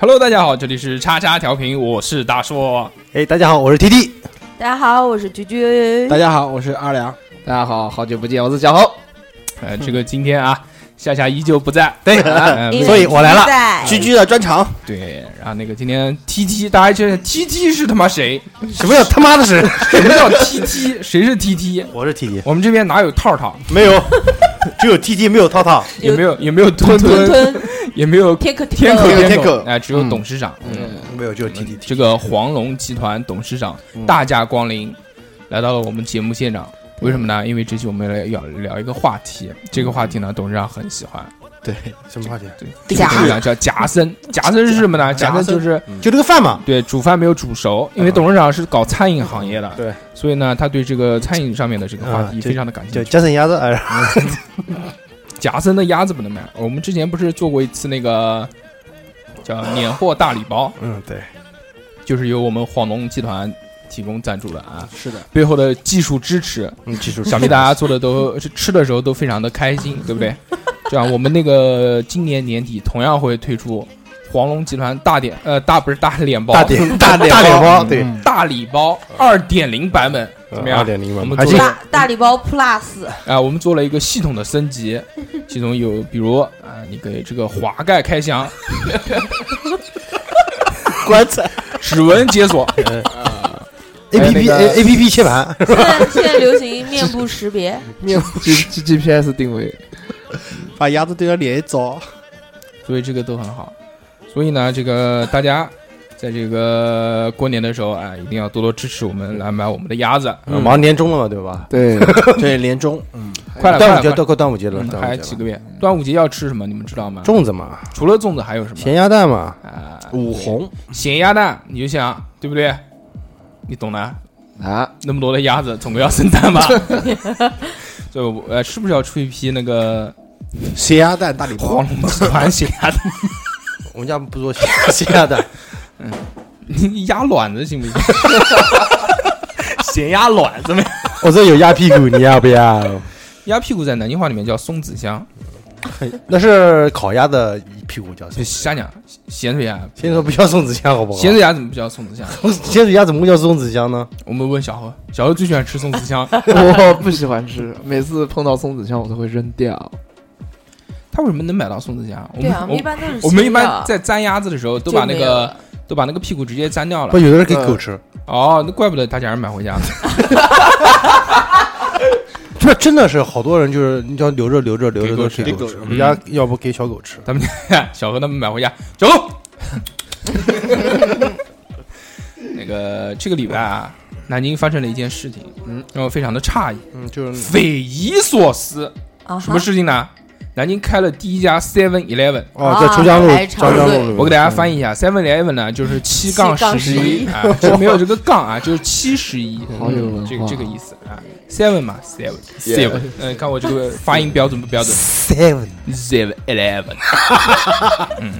Hello，大家好，这里是叉叉调频，我是大硕。哎，大家好，我是 T T，大家好，我是居居哎大。家好，我是阿良。大家好，好久不见，我是小侯。呃，这个今天啊，夏夏依旧不在， 对，因嗯为所以我来了在居居的专场，对，然后那个今天 T T，大家觉得 T T 是他妈谁？什么叫他妈的是？什么叫 T T？谁是 T T？我是 T T，我们这边哪有套套，没有，只有 T T 没有套套，也没有也没有吞吞吞 也没有天可天口没有天天口口，哎，只有董事长。没有，只有 T T。这个黄龙集团董事长大驾光临，来到了我们节目现场。为什么呢？因为这期我们来要聊一个话题，这个话题呢，董事长很喜欢。对，什么话题？对，这个董事长叫夹 生，夹生是什么呢？夹生就是嗯就这个饭嘛，对煮饭没有煮熟，因为董事长是搞餐饮行业的，对，所以呢，他对这个餐饮上面的这个话题嗯非常的感叫兴趣。加森鸭子，哎，夹生的鸭子不能买，我们之前不是做过一次那个叫年货大礼包，嗯，对，就是由我们黄龙集团提供赞助的啊，是的，背后的技术支持，嗯，记住，想必大家做的都是吃的时候都非常的开心，对不对？这样，我们那个今年年底同样会推出黄龙集团大点呃大不是大脸包 大点大大脸包，对，大礼包二点零版本嗯怎么样？嗯二点零我嘛，们而做且大大礼包 Plus，啊，我们做了一个系统的升级，其中有比如啊，你给这个滑盖开箱、棺材。指纹解锁， A 还有 P 那 P 个 A P P 切盘，现在现在流行面部识别，面 G G G P S 定位，把鸭子对着脸一照，所以这个都很好。所以呢，这个大家在这个过年的时候啊，一定要多多支持我们来买我们的鸭子，嗯马上年终了嘛，对吧？ 对，对，年终，快了，快端了午节快到了。快端午节了嗯，端还午有节几了个月，端午节要吃什么？你们知道吗？粽子嘛，除了粽子还有什么？咸鸭蛋嘛，啊，五红，咸鸭蛋，你就想对不对？你懂的，啊，那么多的鸭子，总归要生蛋 吧？所以我，呃，是不是要出一批那个咸鸭蛋大礼包黄。龙集团咸鸭蛋？ 我们家不做咸咸鸭蛋，你鸭卵子 行不行？咸鸭卵子没？ 我这有鸭屁股，你要不要？鸭屁股在南京话里面叫松子香，那是烤鸭的屁股叫什就么？瞎讲，咸水鸭，先说不叫松子香好不好？咸水鸭怎么不叫松子香？咸水鸭怎么会叫松子香呢？我们问小何，小何最喜欢吃松子香，我不喜欢吃，每次碰到松子香我都会扔掉。他为什么能买到松子香？我对们啊，我们一我般都是我们一新般的啊在粘鸭子的时候都就把那没有个了都把那个屁股直接粘掉了不，。有的是给嗯狗吃，哦，那怪不得他家人买回家呢。这真的是好多人就是你要留着留着留给着狗都吃是给狗狗吃，吃我们家要不给小狗吃，咱们 小何他们买回家，小何。 那个这个礼拜啊，南京发生了一件事情，嗯，让我非常的诧异，嗯，就是匪夷所思。啊哈什么事情呢？南京开了第一家 Seven Eleven，哦，啊在珠江路排张长江队路，我给大家翻译嗯一下，Seven Eleven 呢就是七杠杠十一啊，就没有这个杠啊， 就是七十一，嗯好有文化这个这个意思啊。Seven 嘛，Seven Seven，嗯，看我这 个发音标准不标准？ seven， Seven Eleven，嗯，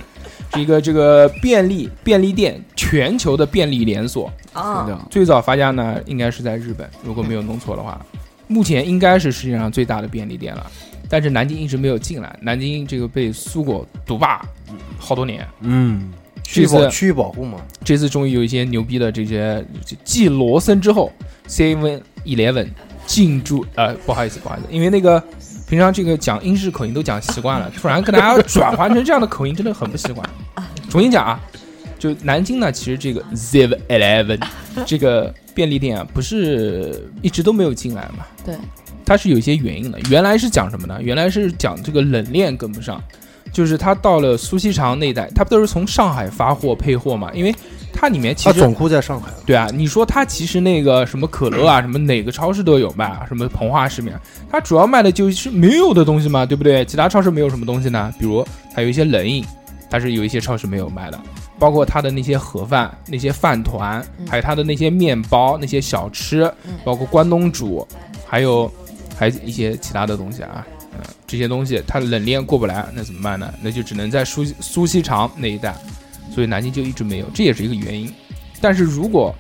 是一个这个便利便利店，全球的便利连锁，扔啊，掉最早发家呢应该是在日本，如果没有弄错的话，目前应该是世界上最大的便利店了。但是南京一直没有进来，南京这个被苏果独霸好多年，嗯，这区域保次区域保护嘛，这次终于有一些牛逼的这些继罗森之后，Seven Eleven 进驻，呃，不好意思，不好意思，因为那个平常这个讲英式口 音都讲习惯了，突然跟大家转换成这样的口音，真的很不习惯。重新讲啊就南京呢，其实这个 Seven Eleven 这个便利店啊，不是一直都没有进来嘛？对，它是有一些原因的。原来是讲什么呢？原来是讲这个冷链跟不上，就是它到了苏锡常那一带，它不都是从上海发货配货嘛？因为它里面其它实总库在上海，对啊，你说它其实那个什么可乐啊，什么哪个超市都有卖啊，什么膨化食品啊，它主要卖的就是没有的东西嘛，对不对？其他超市没有什么东西呢，比如它有一些冷饮，它是有一些超市没有卖的，包括它的那些盒饭、那些饭团，嗯还有它的那些面包、那些小吃嗯，包括关东煮，还有还有一些其他的东西啊。嗯，这些东西它冷链过不来，那怎么办呢？那就只能在苏苏锡常那一带，所以南京就一直没有，这也是一个原因。但是如果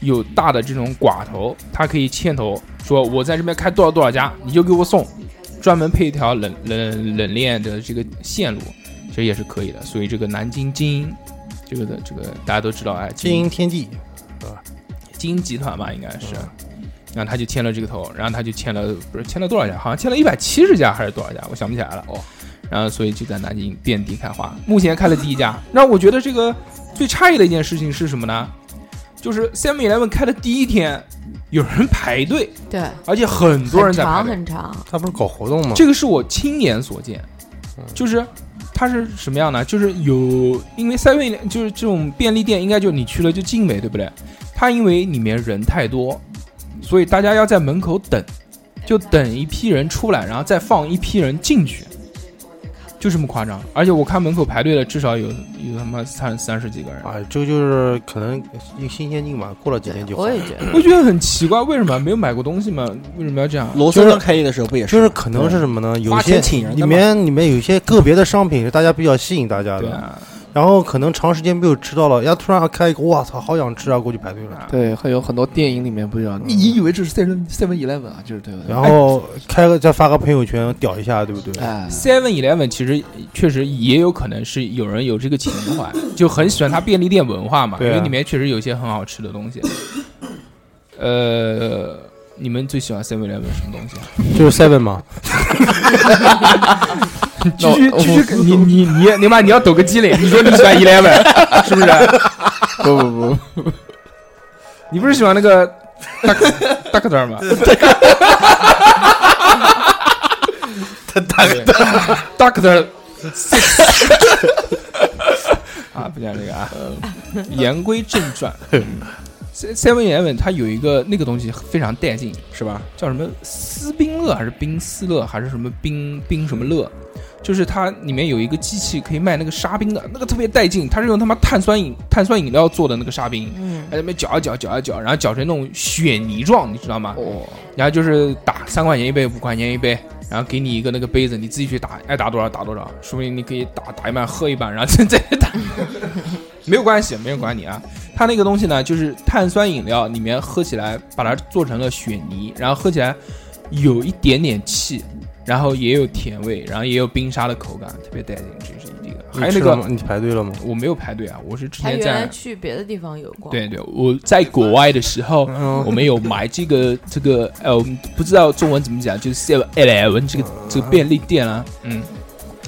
有大的这种寡头，他可以牵头说，我在这边开多少多少家，你就给我送，专门配一条冷冷冷链的这个线路，其实也是可以的。所以这个南京精英，这个的这个大家都知道，哎，经营天地，精英集团吧，应该是。然后他就牵了这个头，然后他就牵了不是牵了多少家，好像牵了一百七十家还是多少家，我想不起来了。哦，然后所以就在南京遍地开花，目前开了第一家。让我觉得这个最诧异的一件事情是什么呢？就是 Seven Eleven 开的第一天，有人排队，对，而且很多人在排长队。很长，它不是搞活动吗？这个是我亲眼所见，就是它是什么样呢？就是有因为 Seven 就是这种便利店，应该就你去了就进呗，对不对？它因为里面人太多，所以大家要在门口等，就等一批人出来，然后再放一批人进去，就这么夸张。而且我看门口排队的至少有有他妈三三十几个人。啊，这个就是可能一新鲜劲嘛，过了几天就好我。也觉得我觉得很奇怪，为什么没有买过东西吗？为什么要这样？罗森刚开业的时候不也是就吗？是可能是什么呢？有花些钱请人里的嘛面里面有一些个别的商品是大家比较吸引大家对的，啊，然后可能长时间没有吃到了，人家突然开一个，哇操，好想吃啊，过去排队了。对，还有很多电影里面不一样，你以为这是 Seven Seven Eleven 啊，就是对不对？然后开个再发个朋友圈屌一下，对不对？哎， Seven Eleven 其实确实也有可能是有人有这个情 怀，就很喜欢它便利店文化嘛，对啊因为里面确实有一些很好吃的东西。呃，你们最喜欢 Seven Eleven 什么东 西啊？就是 seven 嘛，继续继续， 你你你你妈你要抖个机灵，你说你喜欢 Eleven 是不是？啊不不不，你不是喜欢那 个大大个 段吗？大个段，大个段。 啊，不讲这个啊。嗯言归正 传，Seven Eleven 它有一个那个东西非常带劲，是吧？叫什么斯宾乐还是冰丝乐还是什么冰冰什么乐？就是它里面有一个机器可以卖那个沙冰的，那个特别带劲，它是用他妈碳酸饮碳酸饮料做的那个沙冰，嗯，在那边搅啊搅，搅啊搅，然后搅成那种雪泥状，你知道吗？哦，然后就是打三块钱一杯，五块钱一杯，然后给你一个那个杯子，你自己去打，爱打多少打多少，说不定你可以打打一半喝一半，然后再再打， 没有关系，没人管你啊。它那个东西呢，就是碳酸饮料里面喝起来，把它做成了雪泥，然后喝起来有一点点气，然后也有甜味，然后也有冰沙的口感，特别带劲，这是一个。还有那你吃了个吗，你排队了吗？我没有排队啊，我是之他前原来在。去别的地方有过，对对，我在国外的时候，嗯我们有买这个这个呃，我们不知道中文怎么讲，就是 Seven Eleven 这个这个便利店啊，嗯。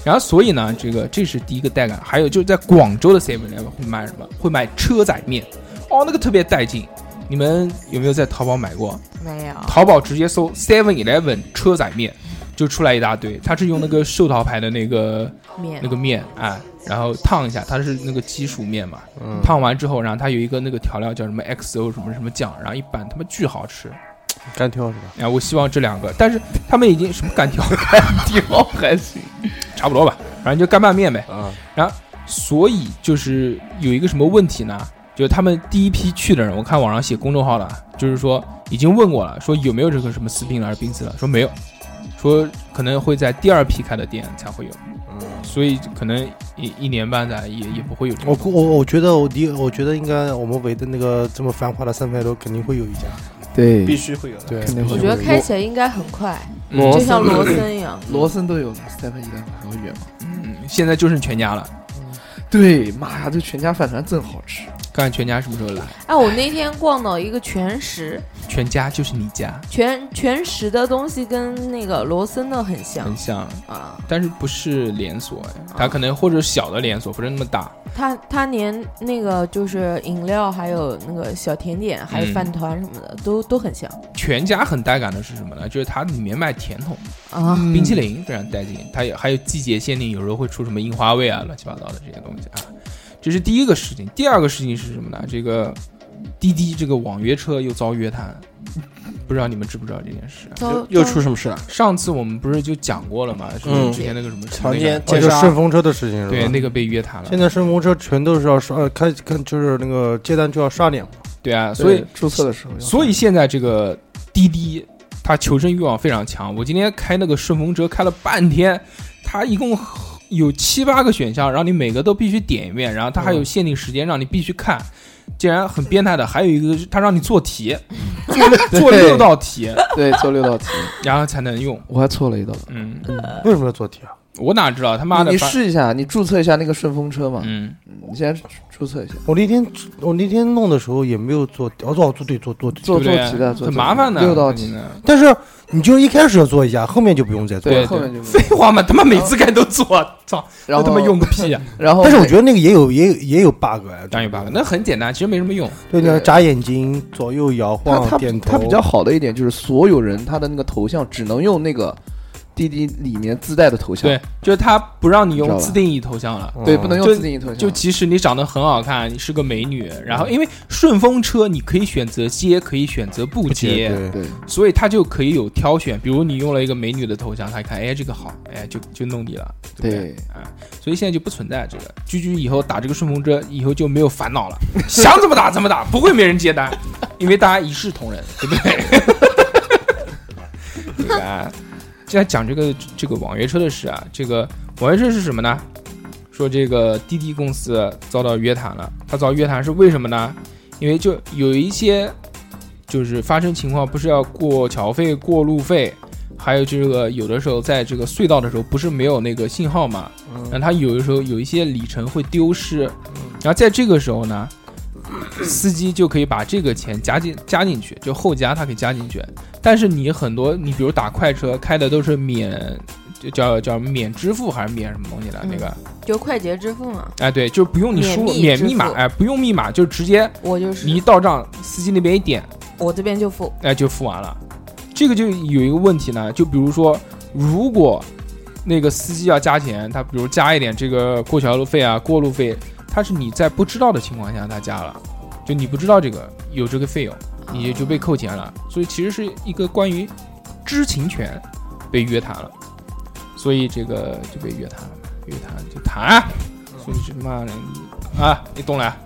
然后所以呢，这个这是第一个带感，还有就是在广州的 Seven Eleven 会卖什么？会卖车仔面，哦，那个特别带劲。你们有没有在淘宝买过？没有，淘宝直接搜 Seven Eleven 车仔面，就出来一大堆。它是用那个寿桃牌的那个面那个面啊，然后烫一下，它是那个基础面嘛，嗯，烫完之后，然后它有一个那个调料叫什么 XO 什么什么酱，然后一拌，他妈巨好吃。干挑是吧？哎，我希望这两个，但是他们已经什么干挑干挑还行，差不多吧，反正就干拌面呗。啊，嗯所以就是有一个什么问题呢？就是他们第一批去的人，我看网上写公众号了，就是说已经问过了，说有没有这个什么斯宾了还是冰丝了，说没有，说可能会在第二批开的店才会有，所以可能一一年半载也也不会有这嗯我个。估我我觉得我离我觉得应该我们围的那个这么繁华的三牌楼肯定会有一家，对，必须会有的。对肯定我会觉得有。开起来应该很快，嗯就像罗森一样，罗森都有 Seven Eleven 还会远吗？嗯，现在就剩全家了。对，妈呀，这全家饭团真好吃。看看全家什么时候来。哎，我那天逛到一个全食，全家就是你家，全全食的东西跟那个罗森的很像很像，啊，但是不是连锁哎，它可能或者小的连锁不是那么大，它它连那个就是饮料，还有那个小甜点，还有嗯饭团什么的，都都很像全家很带感的是什么呢？就是它里面卖甜筒、啊。嗯冰淇淋非常带劲，它也还有季节限定，有时候会出什么樱花味啊，乱七八糟的这些东西啊。这是第一个事情，第二个事情是什么呢？这个滴滴这个网约车又遭约 谈，不知道你们知不知道这件事啊？糟又糟出什么事了？上次我们不是就讲过了嘛，就是嗯之前那个什么那强个奸哦奸就杀顺风车的事情是吧？对那个被约谈了，现在顺风车全都是要刷，呃开看就是那个接单就要刷脸嘛，对啊，所以对注册的时候要，所以现在这个滴滴，它求生欲望非常强。我今天开那个顺风车开了半天，它一共有七八个选项，然后你每个都必须点一遍，然后它还有限定时间让你必须看。竟然很变态的，还有一个是它让你做题，做做六道题，对做六道题，然后才能用。我还错了一道。嗯，呃为什么要做题啊？我哪知道他妈的你你反，试一下，你注册一下那个顺风车嘛，嗯，你先注册一下，我那天我那天弄的时候也没有做题，哦做做对做做题，做对不对做题的做很题麻烦的，六道题，呢。但是你就一开始要做一下，后面就不用再做。对后面就没有废话嘛，他妈每次开都做，操，然那后他妈用，个屁啊！然后但是我觉得那个也有也有也有 bug 啊，当然有 bug，那很简单，其实没什么用。对，你要对眨眼睛、左右摇它晃、它点头，它比较好的一点就是所有人他的那个头像只能用那个滴滴里面自带的头像，对，就是他不让你知道用吧自定义头像了。嗯对，不能用就自定义头像，就即使你长得很好看，你是个美女，然后因为顺风车你可以选择接，可以选择不接，对对所以它就可以有挑选。比如你用了一个美女的头像，他一看，哎，这个好，哎，就就弄你了，对不对？对，啊，所以现在就不存在这个。居居以后打这个顺风车，以后就没有烦恼了， 想怎么打怎么打，不会没人接单，因为大家一视同仁，对不对？ 对吧？既然讲这个这个网约车的事啊，这个网约车是什么呢？说这个滴滴公司遭到约谈了，他遭约谈是为什么呢？因为就有一些就是发生情况，不是要过桥费、过路费，还有这个有的时候在这个隧道的时候，不是没有那个信号嘛？那它有的时候有一些里程会丢失，然后在这个时候呢，司机就可以把这个钱加进加进去，就后加它可以加进去。但是你很多，你比如打快车开的都是免，就叫叫免支付还是免什么东西的嗯那个？就快捷支付嘛，哎，对，就不用你输入免密免支付密码，哎，不用密码就直接我就是你一到账，司机那边一点，我这边就付，哎，就付完了。这个就有一个问题呢，就比如说，如果那个司机要加钱，他比如加一点这个过桥路费啊、过路费，他是你在不知道的情况下他加了，就你不知道这个有这个费用，你啊就被扣钱了。所以其实是一个关于知情权被约谈了，所以这个就被约谈了，约谈就谈啊，所以这妈的你啊，你懂了。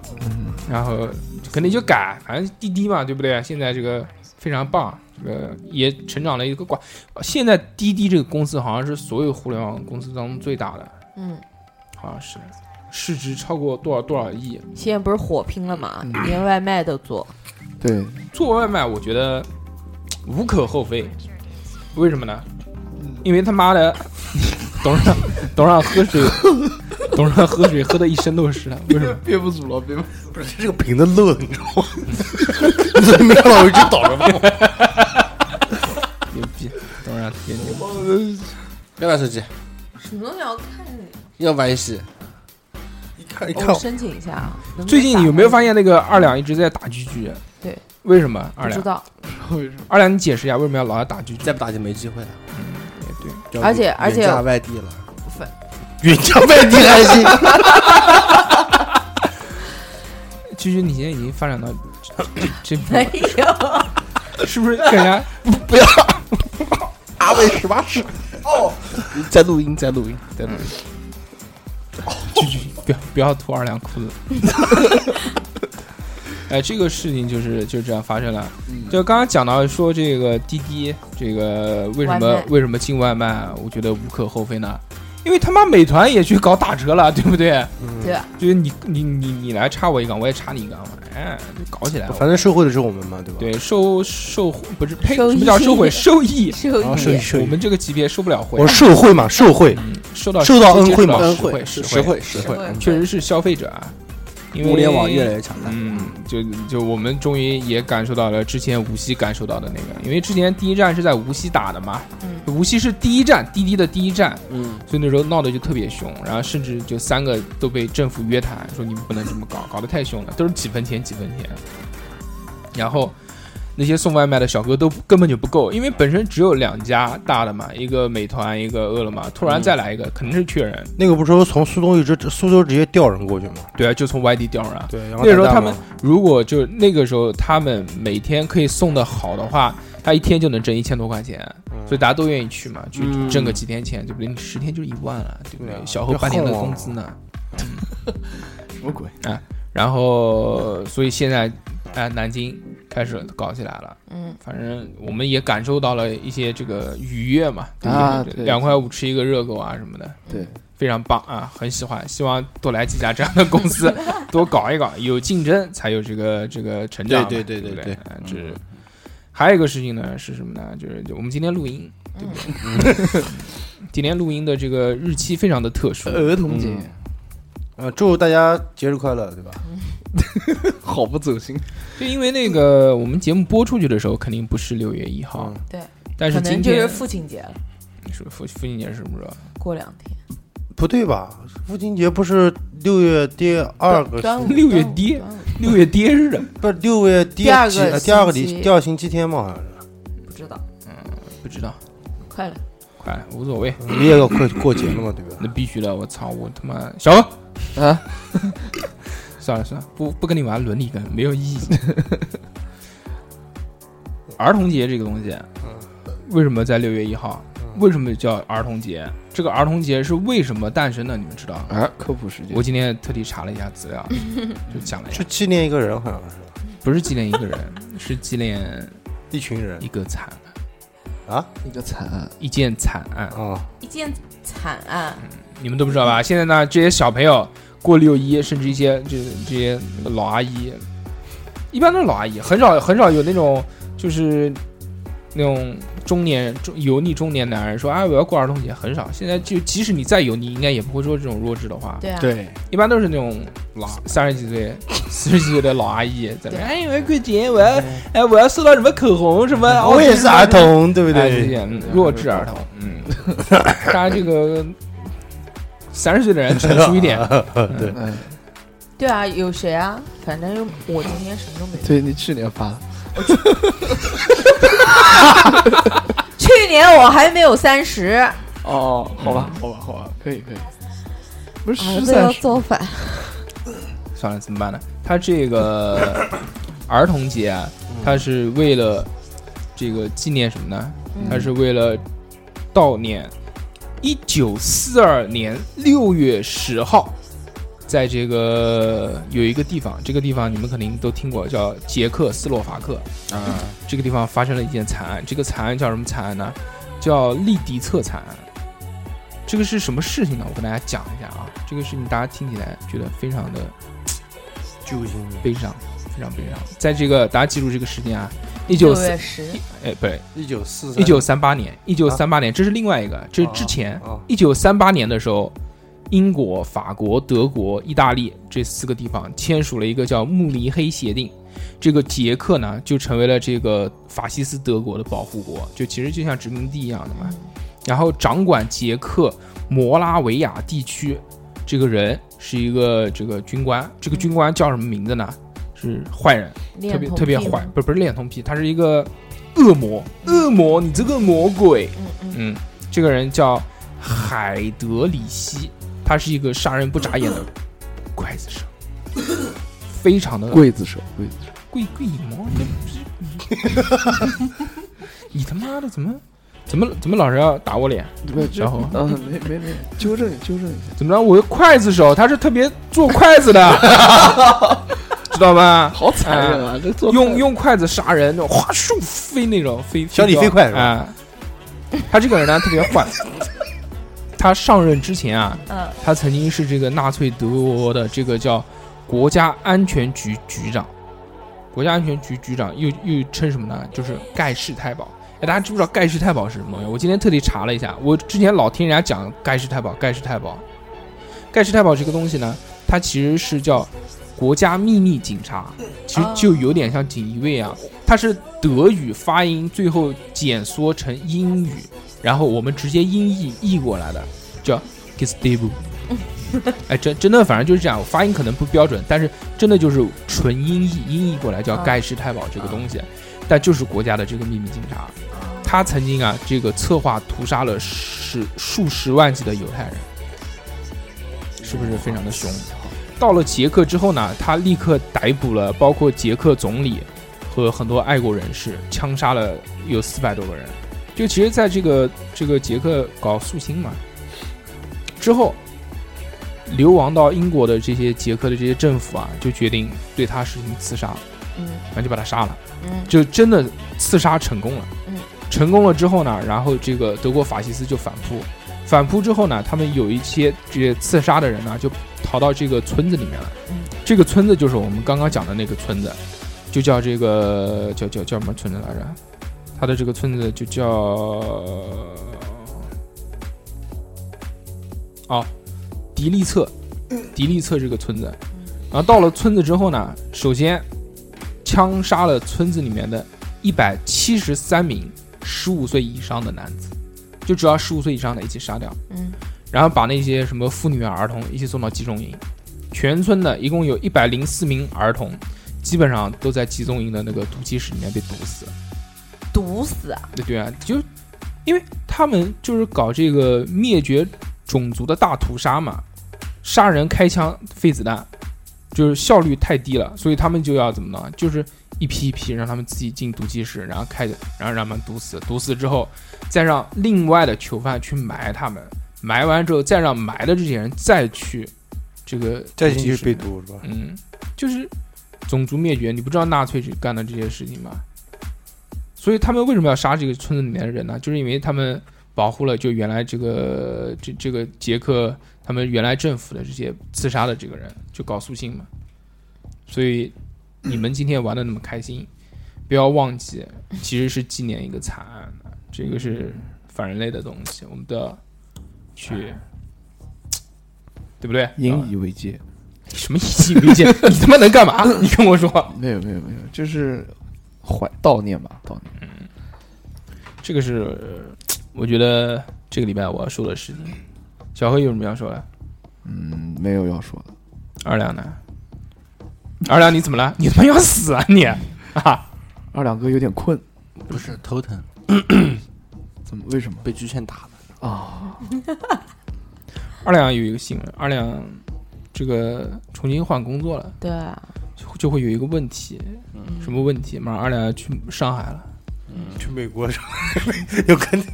然后肯定就改，反正滴滴嘛，对不对？现在这个非常棒，这个也成长了一个挂。现在滴滴这个公司好像是所有互联网公司当中最大的，嗯，好像是市值超过多少多少亿。现在不是火拼了嘛嗯，连外卖都做，对，做外卖，我觉得无可厚非，为什么呢？因为他妈的，董事长董事长喝 水，董事长喝水喝的一身都是，为什么？憋不住了，憋不不是这个瓶子漏的，你知道 吗？你怎么没看到我一直倒着放？牛逼！董事长天天要玩手机，什么东西要看你？要玩游戏，一看一我哦申请一下啊。能不能最近有没有打开发现那个二两一直在打狙狙？对，为什么二不知两？道，住为什么？二两，你解释一下为什么要老要打狙狙？再不打就没机会了。对，就而且远而且嫁外地了，反远嫁外地还行，狙狙，你现在已经发展到这这 没步有，了，是不是跟人 家阿伟十八世。哦，在录音，在录音，在录音。狙狙哦不要不要脱二两裤子？ 哎，这个事情就是就这样发生了。嗯就刚刚讲到说这个滴滴，这个为什外么卖为什么进外卖？我觉得无可厚非呢，因为他妈美团也去搞打折了，对不对？嗯对吧？就是你你你你来插我一杠，我也插你一杠嘛，哎，就搞起来了。嗯反正受贿的是我们嘛，对吧？对，收收不是呸，收什么叫益收回？收益， 收啊收益益收我益，们这个级别收不了回我，受贿嘛，受贿。嗯，收到收到恩惠嘛嘛，实惠惠实嗯实惠实实惠惠，确实是消费者啊，因为互联网越来越强大。嗯，就就我们终于也感受到了之前无锡感受到的那个，因为之前第一站是在无锡打的嘛，嗯无锡是第一站，滴滴的第一站，嗯，所以那时候闹得就特别凶，然后甚至就三个都被政府约谈，说你们不能这么搞，搞得太凶了，都是几分钱几分钱。然后那些送外卖的小哥都根本就不够，因为本身只有两家大的嘛，一个美团，一个饿了么，突然再来一个，肯定是缺人。那个不是说从苏州一直苏州直接调人过去吗？对啊，就从外地调人啊。对，然后那时候他们如果就那个时候他们每天可以送的好的话，他一天就能挣一千多块钱，所以大家都愿意去嘛，去嗯挣个几天钱，对不对？你十天就是一万了，对不对对啊？小侯半年的工资呢？什么鬼？然后，所以现在，哎、南京开始搞起来了。嗯，反正我们也感受到了一些这个愉悦嘛，对不对啊这对两块五吃一个热狗啊什么的，对，非常棒啊，很喜欢，希望多来几家这样的公 司，多搞一搞，有竞争才有这个这个成长嘛。对对对对不对对，啊这是还有一个事情呢是什么呢？就是就我们今天录音，对嗯不对？ 今天录音的这个日期非常的特殊，儿童节嗯呃，祝大家节日快乐，对吧？ 好不走心，就因为那个我们节目播出去的时候肯定不是六月一号嗯，对，但是可今能就天是父亲节了，是父父亲节是什么时候？过两天不对吧？父亲节不是六月第二个端星午六月底端午端午六月第一日啊，不是六月第第二几个呃第二个星礼期第二星期天嘛？好像是不知道，不知道，快了，快了，无所谓，你嗯也要快过节了嘛，对吧？那必须的。我操，我他妈小何啊，算了算了，不不跟你玩伦理梗，没有意义。 儿童节这个东西，为什么在六月一号？为什么叫儿童节？这个儿童节是为什么诞生的？你们知道吗？啊，科普时间我，今天特地查了一下资料，就讲了一下是，纪念一个人，好像是不是纪念一个人，是纪念一群人一个惨案，啊一个惨案，一件惨案。啊！一件惨案，你们都不知道吧？现在呢，这些小朋友过六一，甚至一些这这些老阿姨，一般都是老阿姨，很少很少有那种就是那种中年中油腻中年男人说啊我要过儿童节，很少。现在就即使你再油腻，应该也不会说这种弱智的话，对啊，对，一般都是那种老三十几岁、四十几岁的老阿姨在那对边哎我要过节，我要哎我要收到什么口红什么，嗯我也是啊儿童，对不哎这对？ 些嗯弱智儿童， 嗯，大家这个三十岁的人成熟一 点，对，嗯，对啊，有谁啊？反正我今天什么都没有。对你去年发，去年我还没有三十，啊哦，好吧，好吧，好吧，可以可以，啊不是儿十子要三十，造反。算了，怎么办呢？他这个儿童节啊，他是为了这个纪念什么呢？嗯他是为了悼念一九四二年六月十号，在这个有一个地方，这个地方你们肯定都听过，叫捷克斯洛伐克啊。这个地方发生了一件惨案，这个惨案叫什么惨案呢？叫利迪策惨案。这个是什么事情呢？我跟大家讲一下啊，这个事情大家听起来觉得非常的揪心悲伤，非常悲伤。在这个大家记住这个时间啊，一九六四月十，哎不对，一九四一九三八年，一九三八年，这是另外一个，这是之前啊一九三八年的时候，英国、法国、德国、意大利这四个地方签署了一个叫《慕尼黑协定》。这个捷克呢，就成为了这个法西斯德国的保护国，就其实就像殖民地一样的嘛。然后掌管捷克摩拉维亚地区，这个人是一个这个军官，这个军官叫什么名字呢？是坏人，特恋别童特别癖坏吗，不不是恋童癖，他是一个恶魔，恶魔，你这个魔鬼。嗯嗯，嗯，这个人叫海德里希，他是一个杀人不眨眼 的刽子手，非常的刽子手，刽子手，贵贵毛，你你 他妈的怎么怎么怎么老是要打我脸？不是小伙啊，没没没，纠正纠正一下，怎么着？我是刽子手，他是特别做筷子的，知道吧？好残忍啊，这做用用筷子杀人，那种哗咻飞那种飞，小李掉飞快是吧啊。他这个人呢特别 坏，他上任之前啊，嗯他曾经是这个纳粹德国的这个叫国家安全局局长，国家安全局局长又又称什么呢？就是盖世太保。哎，大家知不知道盖世太保是什么东西？我今天特地查了一下，我之前老听人家讲盖世太保，盖世太保，盖世太保这个东西呢，它其实是叫国家秘密警察，其实哦就有点像锦衣卫啊，它是德语发音，最后简缩成英语，然后我们直接音译译过来的，叫 Gestapo。哎，真真的，反正就是这样，发音可能不标准，但是真的就是纯音译，音译过来叫啊盖世太保这个东西，但就是国家的这个秘密警察，他曾经啊，这个策划屠杀了十数十万计的犹太人，是不是非常的凶？到了捷克之后呢，他立刻逮捕了包括捷克总理和很多爱国人士，枪杀了有四百多个人。就其实，在这个这个捷克搞肃清嘛，之后流亡到英国的这些捷克的这些政府啊，就决定对他实行刺杀，嗯然后就把他杀了。嗯就真的刺杀成功了。嗯，成功了之后呢，然后这个德国法西斯就反扑，反扑之后呢，他们有一些这些刺杀的人呢，就逃到这个村子里面了。嗯，这个村子就是我们刚刚讲的那个村子，就叫这个叫叫叫什么村子来着？他的这个村子就叫哦，迪利策，嗯迪利策这个村子。然后到了村子之后呢，首先枪杀了村子里面的一百七十三名十五岁以上的男子，就只要十五岁以上的一起杀掉，嗯然后把那些什么妇女啊、儿童一起送到集中营。全村的一共有一百零四名儿童，基本上都在集中营的那个毒气室里面被毒死。毒死啊！对对啊，就因为他们就是搞这个灭绝种族的大屠杀嘛，杀人开枪废子弹，就是效率太低了，所以他们就要怎么呢？就是一批一批让他们自己进毒气室，然后开，然后让他们毒死，毒死之后再让另外的囚犯去埋他们，埋完之后再让埋的这些人再去这个再毒进气去室被毒是吧？嗯，就是种族灭绝，你不知道纳粹是干的这些事情吗？所以他们为什么要杀这个村子里面的人呢？就是因为他们保护了就原来这个这这个捷克他们原来政府的这些刺杀的这个人，就搞肃清嘛。所以你们今天玩的那么开心，不要忘记，其实是纪念一个惨案的，这个是反人类的东西，我们都要去，对不对？啊引以为戒。什么一起为戒？你他妈能干 嘛？你跟我说，没有没有没有，就是怀悼念吧，悼念。这个是呃我觉得这个礼拜我要说的事情。小黑有什么要说的？嗯，没有要说的。二两呢？二两你怎么了？你他妈要死啊你！啊，二两哥有点困，不是头疼，怎么？为什么？被巨拳打了。啊，二两有一个新闻，二两这个重新换工作了，对啊，就就会有一个问题，嗯什么问题？马上二两要去上海了，嗯去美国是吧？我看你，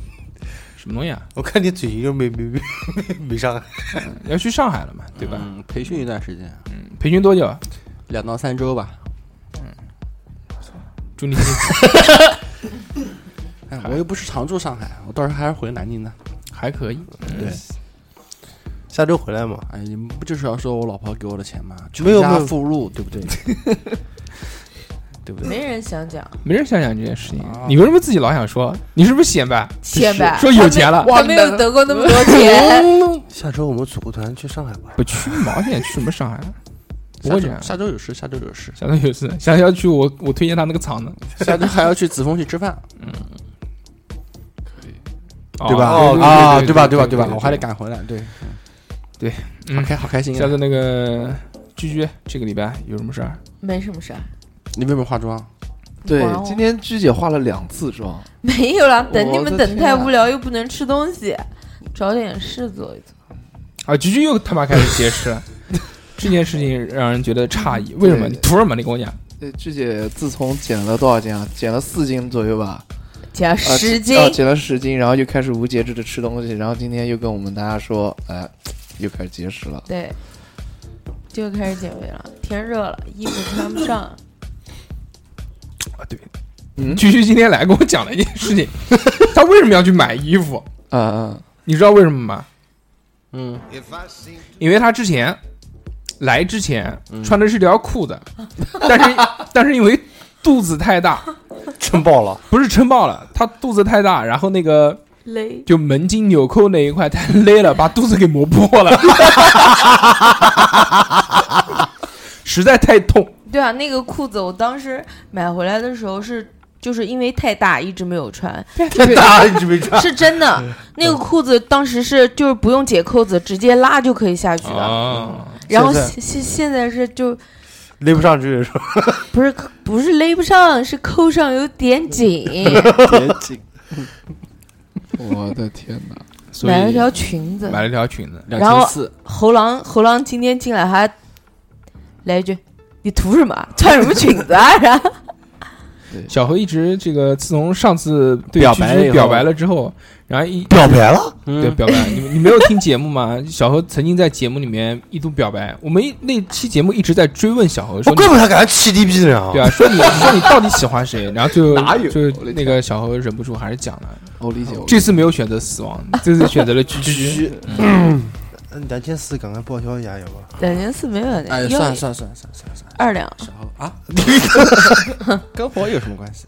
什么东西啊？我看你嘴型又没没没没没上海，要去上海了嘛，对吧？嗯嗯，培训一段时间，培训多久？两到三周吧。祝 你幸福，哎，我又不是常住上海，我到时候还是回南京的。还可以。对，下周回来嘛？哎，你们不就是要说我老婆给我的钱吗？没全有家没有附录，对不 对？对不对？没人想讲，没人想想这件事情啊，你为什么自己老想说？你是不是显摆？欠呗。说有钱了他没有得过那 么多哦钱，下周我们组个团去上海吧。不去毛线，去什么上海？啊不会这样。下周下周有事，下周有事， 下周有事，下周要去我我推荐他那个厂子，下周还要去紫峰去吃饭，哦对吧？啊，对吧？对吧？对吧？我还得。赶回来，对，对，嗯好开好开心下啊！次那个居居这个礼拜有什么事儿？没什么事儿。你为什么化妆？对管，我今天鞠姐化了两次妆，没有啦，等你我们的等天太啊无聊又不能吃东西，找点事做一做。啊，居居又他妈开始解释了，这件事情让人觉得诧异，为什么？对你图什么？你跟我讲，对，鞠呃姐自从减了多少斤啊？减了四斤左右吧，减啊十斤，啊，减了十斤，然后又开始无节制的吃东西，然后今天又跟我们大家说，哎，又开始节食了。对，就开始减肥了。天热了，衣服穿不上，嗯居居今天来跟我讲了一件事情，他为什么要去买衣服？啊啊，你知道为什么吗？嗯，因为他之前来之前穿的是条裤子，但是但是因为肚子太大，撑爆了，不是撑爆了，他肚子太大，然后那个勒就门襟纽扣那一块太勒了，把肚子给磨破了。实在太痛。对啊，那个裤子我当时买回来的时候是，就是因为太大一直没有穿，太大一直没穿。是真的。那个裤子当时是就是不用解扣子，直接拉就可以下去的。啊，然后现在现现现在是就勒不上去是吧？不是不是勒不上，是扣上有点紧。别紧，我的天哪！所以买了条裙子，买了条裙子，两然后千四，猴狼猴狼今天进来还来一句：“你图什么？穿什么裙子啊？” 然后小何一直这个，自从上次对表居白居以后表白了之后，然后一表白了，对嗯，表白，你们你没有听节目吗？ 小何曾经在节目里面一度表白，我们一那期节目一直在追问小何我说你怪不得他敢气 D B 呢啊对！啊，说你说你到底喜欢谁？然后就哪有就我的天那个小何忍不住还是讲了，我哦理解，我这次没有选择死亡，这次选择了居居。嗯两千四，赶快报销一下，要不？两千四没有的，哎，要算了算了算了算了算了算了，二两。小猴啊，跟我有什么关系？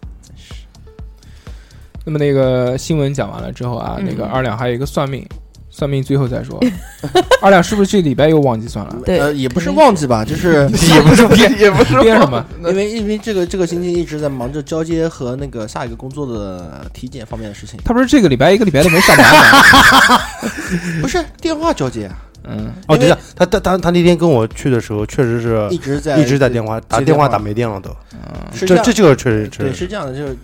那么那个新闻讲完了之后啊，那个嗯二两还有一个算命，算命最后再说。二两是不是这礼拜又忘记算了？对呃，也不是肯定忘记吧， 就是也不是编，也不是编什么？那因为因为这个这个星期一直在忙着交接和那个下一个工作的体检方面的事情，他不是这个礼拜一个礼拜都没上班吗？不是电话交接啊，嗯，哦，等一下，他他他他那天跟我去的时候，确实是一直在呃一直在电话打电接电话话打没电了都。是这样这这个确实确对实是这样的，就是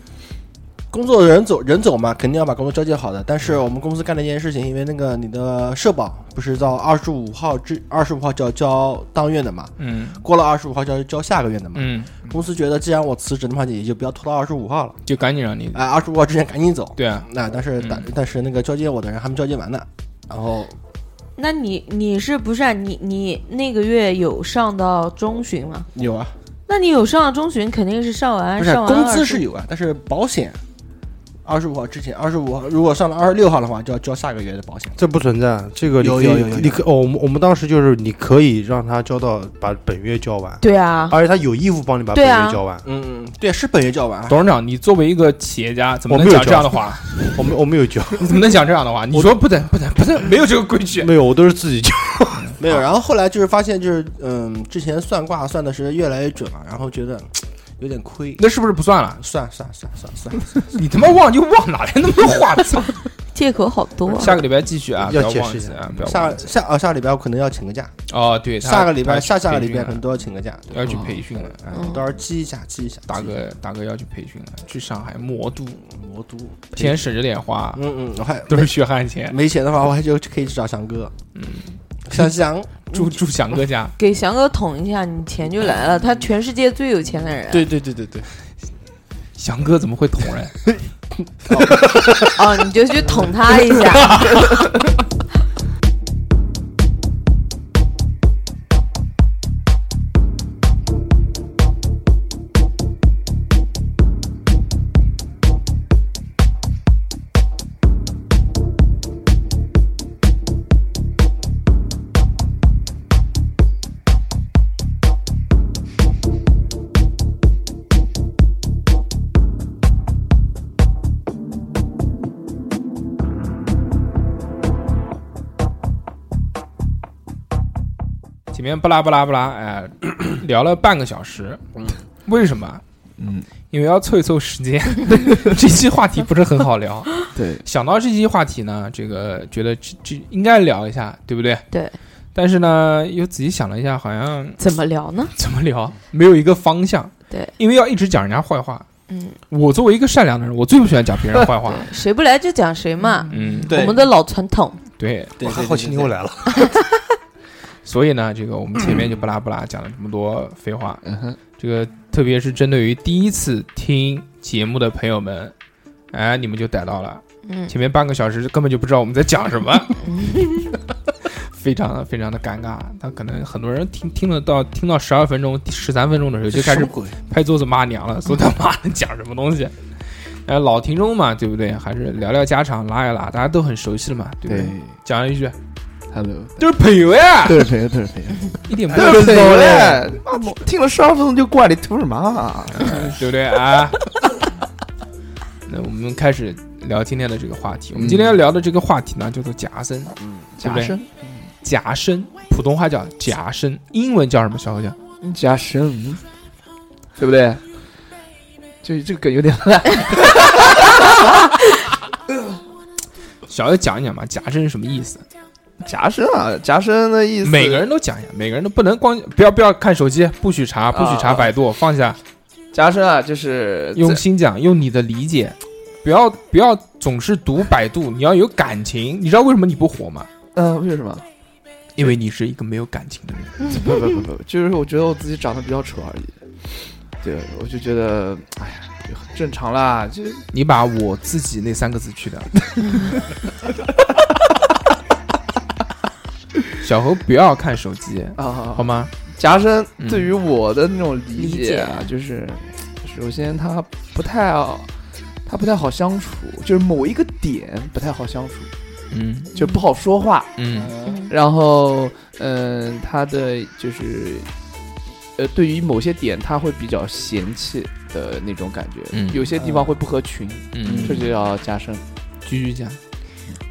工作人走人走嘛，肯定要把工作交接好的。但嗯是我们公司干了一件事情，因为那个你的社保不是到二十五号至二十五号就要交当月的嘛，嗯过了二十五号就要交下个月的嘛。嗯，公司觉得既然我辞职的话，也就不要拖到二十五号了，就赶紧让你哎，二十五号之前赶紧走。对啊，那、但是但、嗯但是那个交接我的人还没交接完呢，然后那你你是不是、啊、你你那个月有上到中旬吗？有啊，那你有上到中旬，肯定是上完不是上完工25资是有啊，但是保险二十五号之前，二十五号如果上了二十六号的话，就要交下个月的保险。这不存在，这个你有可以有有有你可哦，我们我们当时就是你可以让他交到把本月交完，对啊，而且他有义务帮你把本对啊月交完。嗯，嗯，对，是本月交完啊，董事长，你作为一个企业家，怎么我能没有讲这样的话？ 我没我没有 交，你怎么能讲这样的话？你说不能不能不能，没有这个规 矩。没有，我都是自己交。没有。然后后来就是发现，就是嗯，之前算卦算的是越来越准了，然后觉得嘖嗯有点亏。那是不是不算了？算算算算算，你他妈忘就忘，哪来那么多话？操！借口好啊多、下个礼拜继续啊，不要要解忘释一记下啊，不要忘下记。下啊下礼拜我可能要请个假，哦，对，他下个礼他拜去下下个礼培训拜可能了都要请个假，对要去培训了。哎嗯到时候记一下记一下。大记一下哥，大哥要去培训了，去上海魔都，嗯魔都，钱省着点花，嗯嗯，我还都是血汗嗯钱。没钱的话，我还就可以去找翔哥。嗯，翔翔， 住住翔哥家，嗯给翔哥捅一下，你钱就来了。他全世界最有钱的人。啊对对对对对，翔哥怎么会捅人？哦，你就去捅他一 下。前面巴拉巴拉巴拉，哎，聊了半个小时，为什么？嗯，因为要凑一凑时间， 这期话题不是很好聊。对，想到这期话题呢，这个觉得这这应该聊一下，对不对？对。但是呢，又仔细想了一下，好像怎么聊呢？怎么聊没有一个方向。对，因为要一直讲人家坏话。嗯，我作为一个善良的人，我最不喜欢讲别人坏 话。谁不来就讲谁嘛。嗯，对我们的老传统。对，对，我还好奇你又来了，所以呢，这个我们前面就巴拉巴拉讲了这么多废话，嗯哼，这个特别是针对于第一次听节目的朋友们，哎，你们就逮到了。嗯，前面半个小时根本就不知道我们在讲什么， 非常的非常的尴尬。他可能很多人听听得到听到十二分钟、十三分钟的时候就开始鬼，拍桌子骂娘了，说他妈的讲什么东西。呃，老听众嘛，对不对？还是聊聊家常，拉一拉，大家都很熟悉了嘛，对不对？对讲一句， ，Hello，都是朋友呀，哦对对对对，一点不哎对熟 对悉，对，妈的听了十二分钟就过来，你图什么啊？对不对啊？ 那我们开始聊今天的这个话题。我们今天要聊的这个话题呢，叫做夹生。对假不对声，夹生，普通话叫夹生，英文叫什么？小何讲加深，对不对？就这个梗有点 烂，小要讲一讲嘛，夹生是什么意思？夹深啊，夹深的意思，每个人都讲一下，每个人都不能光不要不要看手机，不许查，不许查啊百度，放下，夹深啊，就是用心讲，用你的理解，不要不要总是读百度，你要有感情。你知道为什么你不火吗？嗯、为什么？因为你是一个没有感情的人。不不不不，就是我觉得我自己长得比较丑而已。对，我就觉得，哎呀，就很正常啦，就你把我自己那三个字去掉。 小猴不要看手机，啊，好吗？夹生嗯对于我的那种理理解啊，就是首先他不太好，他不太好相处，就是某一个点不太好相处，嗯就不好说话。嗯然后，嗯，他的就是，呃，对于某些点他会比较嫌弃的那种感觉，嗯有些地方会不合群，嗯，这就叫夹生。继续讲。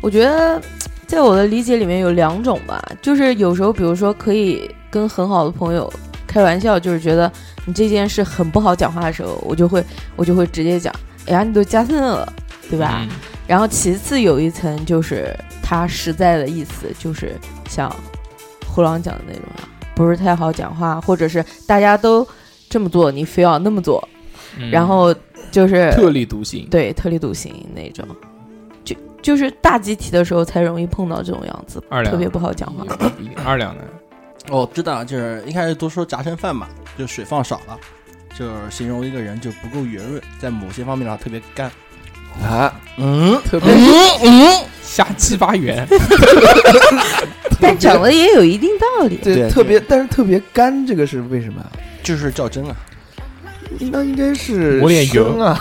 我觉得，在我的理解里面有两种吧，就是有时候，比如说可以跟很好的朋友开玩笑，就是觉得你这件事很不好讲话的时候，我就会我就会直接讲，哎呀，你都加分了，对吧？嗯然后其次有一层就是他实在的意思，就是像胡狼讲的那种啊，不是太好讲话，或者是大家都这么做，你非要那么做，嗯然后就是特立独行。对特立独行那种，就就是大集体的时候才容易碰到这种样子，二两嗯特别不好讲话。二两呢？哦，知道，就是一开始都说夹生饭嘛，就水放少了，就是形容一个人就不够圆润，在某些方面上特别干。啊，嗯，特别瞎鸡巴圆，但讲的也有一定道理，对，对特别，但是特别干，这个是为什么啊？就是较真啊。那应该是抹点油生啊，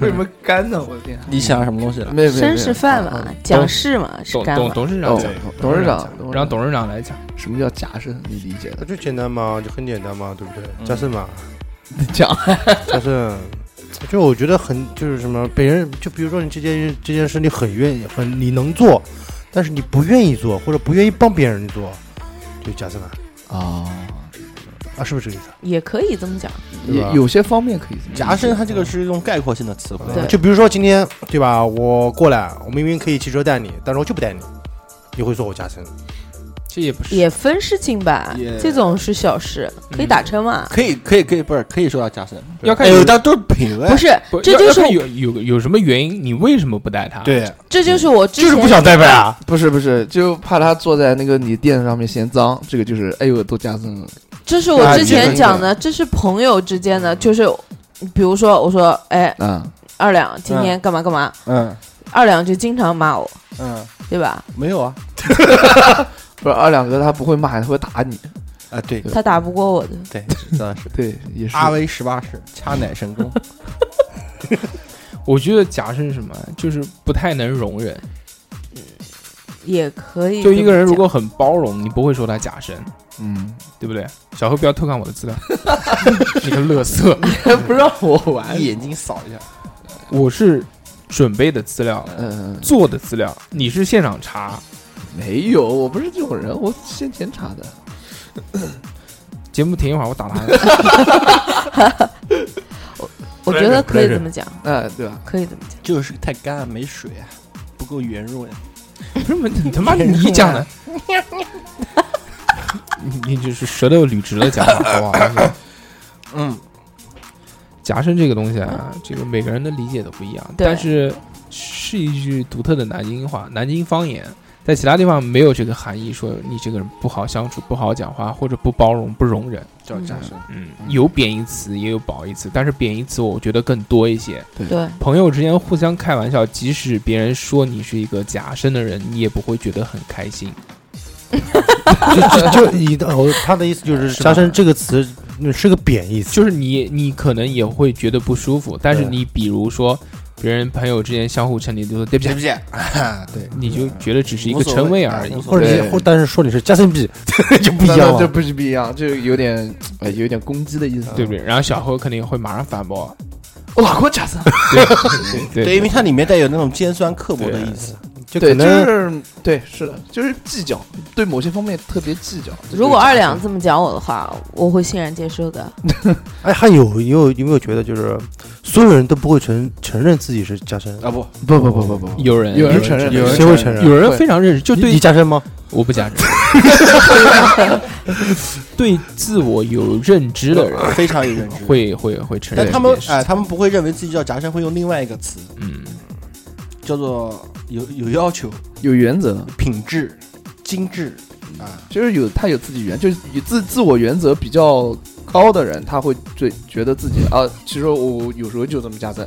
为什么干呢？我的天啊，你想什么东西了？没有没有没绅有士范嘛，讲事嘛， 是董干董嘛？董事长哦讲，董事长讲，让哦董事长来讲。什么叫夹生？你理解那的？就简单嘛，就很简单嘛，对不对？嗯加深嘛，你讲加深。就我觉得很就是什么，别人就比如说你这件这件事你很愿意，很你能做，但是你不愿意做，或者不愿意帮别人做，就加深嘛，哦啊，啊，是不是这个意思？也可以这么讲，对吧有有些方面可以这么理解夹生它这个是一种概括性的词汇，对就比如说今天对吧，我过来，我明明可以骑车带你，但是我就不带你，你会说我加深，这也不是也分事情吧也，这种是小事，可以打车嘛。可以可以可以，不是可以说到夹生，要看哎有呦，但都是品味不。是不，这要就要是看有有有什么原因，你为什么不带他？，对，这就是我之前带呗啊，不是不是，就怕他坐在那个你垫子上面嫌脏，这个就是哎呦都加深了。这是我之前讲的，这是朋友之间的，就是比如说我说，哎，啊，二两今天干嘛干嘛，嗯二两就经常骂我，嗯，对吧？没有啊不是二两哥他不会骂，他会打你。啊，对他打不过我的，对，当然是对，也是啊阿威十八式掐奶神功，我觉得假是什么，就是不太能容忍。也可以这就么讲。一个人如果很包容，你不会说他假神，嗯，对不对？小何不要偷看我的资 料，你个乐色。不让我玩一。眼睛扫一下，我是准备的资料，嗯，做的资料，你是现场查。没有，我不是这种人，我先检查的。节目停一会儿，我打他。我觉得可以这么讲，哎，对吧？可以这么讲。就是太干没水，啊不够圆润。不是你他妈你讲的，你你就是舌头捋直了讲话，好不好？嗯，夹生这个东西啊，这个每个人的理解都不一样，对但是是一句独特的南京话、南京方言，在其他地方没有这个含义，说你这个人不好相处、不好讲话，或者不包容、不容忍。叫夹生。嗯，有贬义词，也有褒义词，但是贬义词我觉得更多一些。对，朋友之间互相开玩笑，即使别人说你是一个假生的人，你也不会觉得很开心。 就就你的哦，他的意思就是是吧加深这个词嗯是个贬义词，就是你，你可能也会觉得不舒服，但是对你比如说，别人朋友之间相互称你，就说对不对起不，对？对，你就觉得只是一个无所谓称谓而已啊无。所或谓者你对或但是说你是加深币 就不一样这了。不是不一样，就有点哎，有点攻击的意思，对不？对？然后小何肯定会马上反驳，我哪个加深？对对对，因为它里面带有那种尖酸刻薄的意思。就可对，就能是对，是的，就是计较，对某些方面特别计较。这如果就是二家两庭这么讲我的话，我会欣然接受的。哎，还有有有没有觉得就是所有人都不会承承认自己是加深？啊不，不不不不不不，有人有人承承认认，谁会承认有人非常认识，就你对你加深吗？我不加入，对自我有认知的人非常有认知。会会会承认这件事情，但他们哎、他们不会认为自己叫夹生，会用另外一个词嗯，叫做有有要求、有原则，品质、精致啊。就是有他有自己原，就是有自自我原则比较高的人，他会最觉得自己啊，其实我有时候就这么加分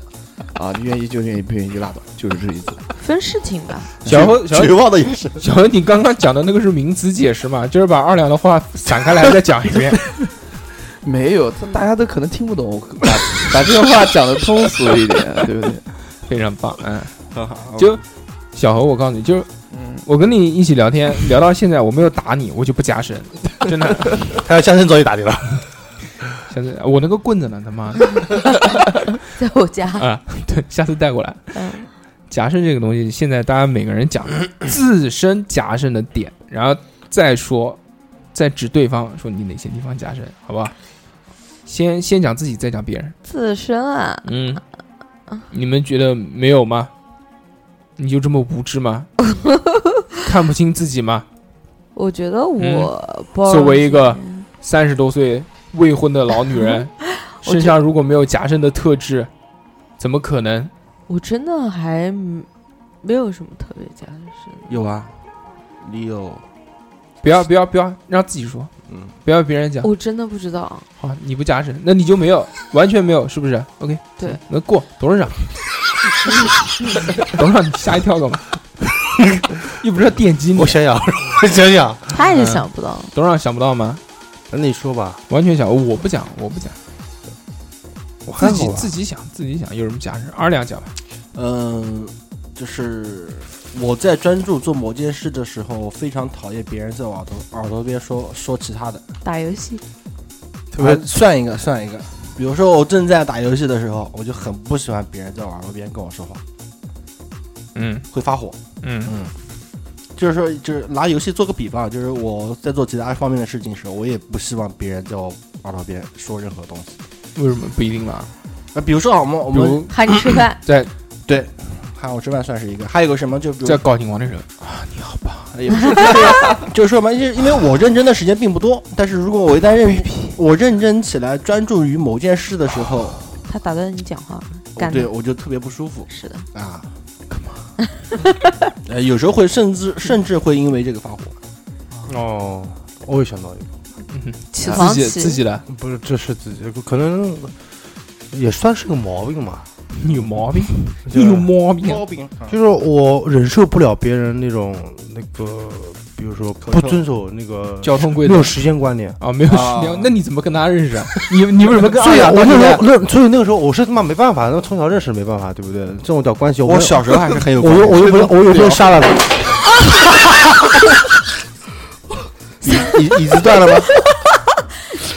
啊，你愿意就愿意，不愿意就拉倒，就是这意思。分事情吧， 小何小绝何望的也是，小何，你刚刚讲的那个是名词解释嘛？ 就是把二两的话散开来再讲一遍。没有，他大家都可能听不懂，我把把这个话讲的通俗一点， 对不对？非常棒，嗯，就小何，我告诉你，就是嗯，我跟你一起聊天，聊到现在，我没有打你，我就不加深， 真的。他要加深早就打你了。下次我那个棍子呢，他妈 在我家，啊，对，下次带过来。嗯，夹生这个东西，现在大家每个人讲自身夹生的点，然后再说，再指对方说你哪些地方夹生，好不好？先先讲自己，再讲别人。自身啊，嗯，你们觉得没有吗？你就这么无知 吗？看不清自己吗？我觉得我包嗯作为一个容性三十多岁未婚的老女人， 我觉身上如果没有夹生的特质，怎么可能？我真的还没有什么特别加的事。有啊，你有不要不要不要，让自己说，嗯，不要别人讲。我真的不知道，好，你不夹生，那你就没有，完全没有，是不是？OK，对，那过董事长， 董事长你吓一跳干嘛？ 又不是要电击你我，想想， 我想想，他也想不到。董事长想不到吗？那你说吧，完全想，我不讲，我不讲，我还自好己吧自己想，自己想，有什么夹生？二两讲吧，嗯，就是我在专注做某件事的时候，我非常讨厌别人在我耳朵耳朵边说说其他的。打游戏，特别啊算一个算一个，比如说我正在打游戏的时候，我就很不喜欢别人在我耳朵边跟我说话，嗯会发火。嗯嗯，就是说，就是拿游戏做个比方，就是我在做其他方面的事情的时候，我也不希望别人在我耳朵边说任何东西。为什么不一定啦？啊，比如说啊，我们我比们如，喊你吃饭 在对，喊我吃饭算是一个，还有个什么，就比如哎在高景王的时候啊，你好棒，也不是， 就是说嘛，因为因为我认真的时间并不多，但是如果我一旦认我认真起来，专注于某件事的时候，他打断你讲话了，我干对的我就特别不舒服是的，啊。干嘛？呃，有时候会甚至甚至会因为这个发火。哦，我也想到一嗯哼起床自己起自己的，个，不是，这是自己可能也算是个毛病嘛，你有毛病，就你有是毛病，病啊就是我忍受不了别人那种那个，比如说口不臭遵守那个交通规没则有时间观念。啊，没有啊时间，那你怎么跟他认识啊？ 你你为什么跟所二以啊两我到那现时在候，那所以那个时候我是他妈没办法，那从小认识没办法，对不对？这种叫关系，我我小时候还是很有我观又念，我又不我有时候杀了他，椅椅椅子断了吗？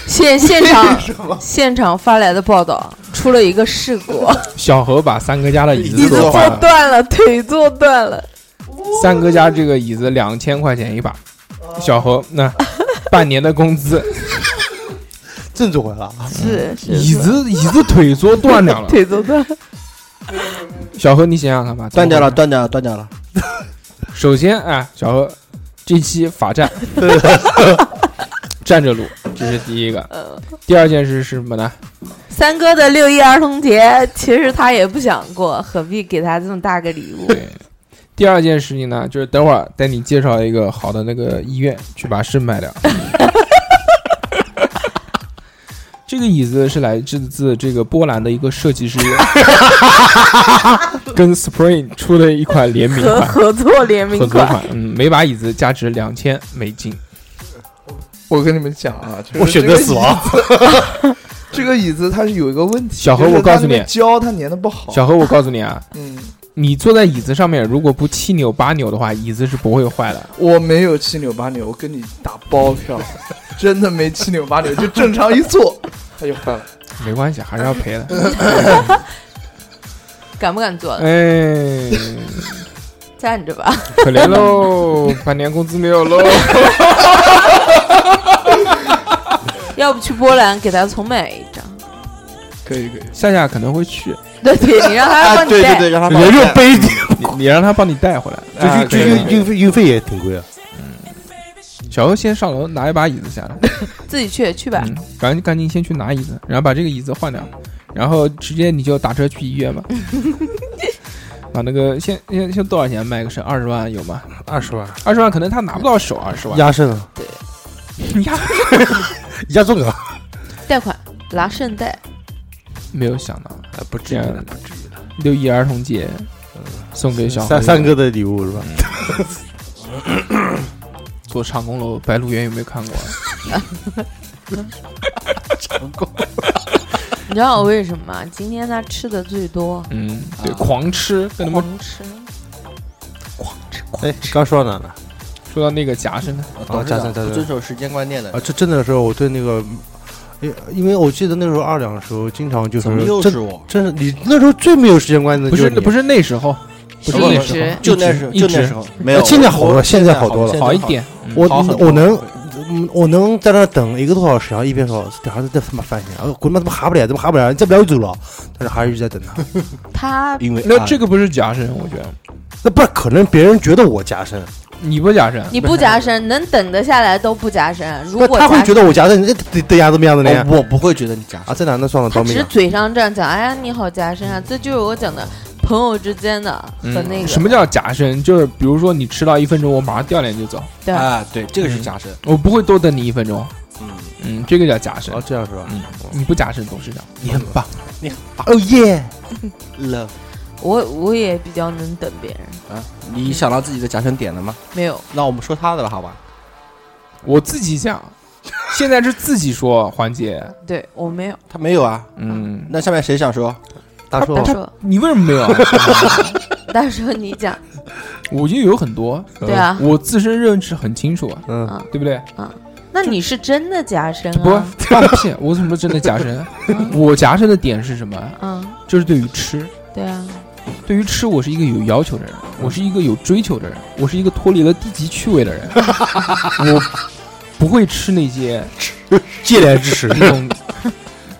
现现 场现场发来的报道，出了一个事故，小何把三哥家的椅椅子椅子子坐坏坐了，断了，腿坐断了，三哥家这个椅子两千块钱一把，小何那半年的工资，正走回来了。是是椅子椅子腿坐啊断 掉了。腿坐断了，小何，你想想看吧，断掉了，。断掉了，断掉了。首先啊，小何，这期罚 站，站着录，这是第一个。嗯第二件事是什么呢？三哥的六一儿童节，其实他也不想过，何必给他这么大个礼物？对，第二件事情呢，就是等会儿带你介绍一个好的那个医院去把肾卖 掉。这个椅子是来自自这个波兰的一个设计师， 跟 Spring 出的一款联名合款合作联合名作款，款，嗯，每把椅子价值两千美金。我跟你们讲啊，就是我选择死亡。这个椅子它是有一个问题，小何就是我告诉它那边你胶它粘的不好。小何，我告诉你啊，嗯，你坐在椅子上面，如果不七扭八扭的话，椅子是不会坏的。我没有七扭八扭，我跟你打包票，真的没七扭八扭，就正常一坐，它就坏了。没关系，还是要赔的。呃敢不敢做？哎，站着吧。可怜喽， 半年工资没有喽。要不去波兰给他重买一 张？可以可以，夏夏可能会去，对对，你让他啊，帮你对对带。对，让他人肉杯底， 你你让他帮你带回 来。啊这这可以运可以运费运费也挺贵啊。小欧先上楼拿一把椅子下来，自己去去吧。嗯，赶紧赶紧先去拿椅子，然后把这个椅子换掉，然后直接你就打车去医院吧。 把那个先先先多少钱卖个身？二十万有吗？二十万，二十万可能他拿不到手，二十万。 压肾啊，呀压中啊，贷款拿圣贷，没有想到不至于的哎不六一儿童节送给小三何三哥的礼物是吧？坐长工楼，白鹿原有没有看过？你知道我为什么吗？今天他吃的最多，嗯，对，狂吃，跟他们狂吃。哎，刚说到哪了？说到那个夹生的，董事加长三加不三遵守时间观念的啊，，这真的是我对那个，因因为我记得那时候二两的时候，经常就是怎么又真是啊我？真是你那时候最没有时间观念的不就是你，不是那时候，不是一那直时就那时候，一就直那时候啊没有。现在好多我现在好多了候现在好一点。嗯我好很多我能嗯我能在那儿等一个多小时，然后一边说这孩子这他妈烦人，啊，滚他妈怎么还不来，怎么还不来，你再不来我就走了，但是还是一直在等 他，他因为啊哦那这个不是夹生，我觉得那不可能别人觉得我加深，你不夹生，你不夹生，能等得下来都不夹生。如那果他会夹觉生，得我加深，你这这丫怎么样的呢？我不会觉得你假啊，这男的算了，他倒只霉是了。嘴上这样讲，哎呀你好夹生啊，这就是我讲的朋友之间的和嗯那个什么叫夹生？就是比如说你迟到一分钟，我马上掉脸就走，对啊，对，这个是假身。我不会多等你一分钟。嗯，嗯，这个叫夹生哦，。这样是吧？嗯，你不夹生，董事长。你很棒哦耶！了我我也比较能等别人，啊！你想到自己的假身点了吗？没有那我们说他的了，好吧？我自己讲，现在是自己说环节。对我没有。他没有啊。嗯，那下面谁想说？大叔大， 叔，你为什么没有啊？ 大叔你讲，我就有很多，呃对啊，我自身认识很清楚啊，嗯，对不对？那你是真的夹生不啊？，放屁！我怎么真的夹 生？我夹生的点是什么？嗯，就是对于吃，对啊，对于吃，我是一个有要求嗯的人，我是一个有追求的人，我是一个脱离了低级趣味的 人，我不会吃那些借来支持那种。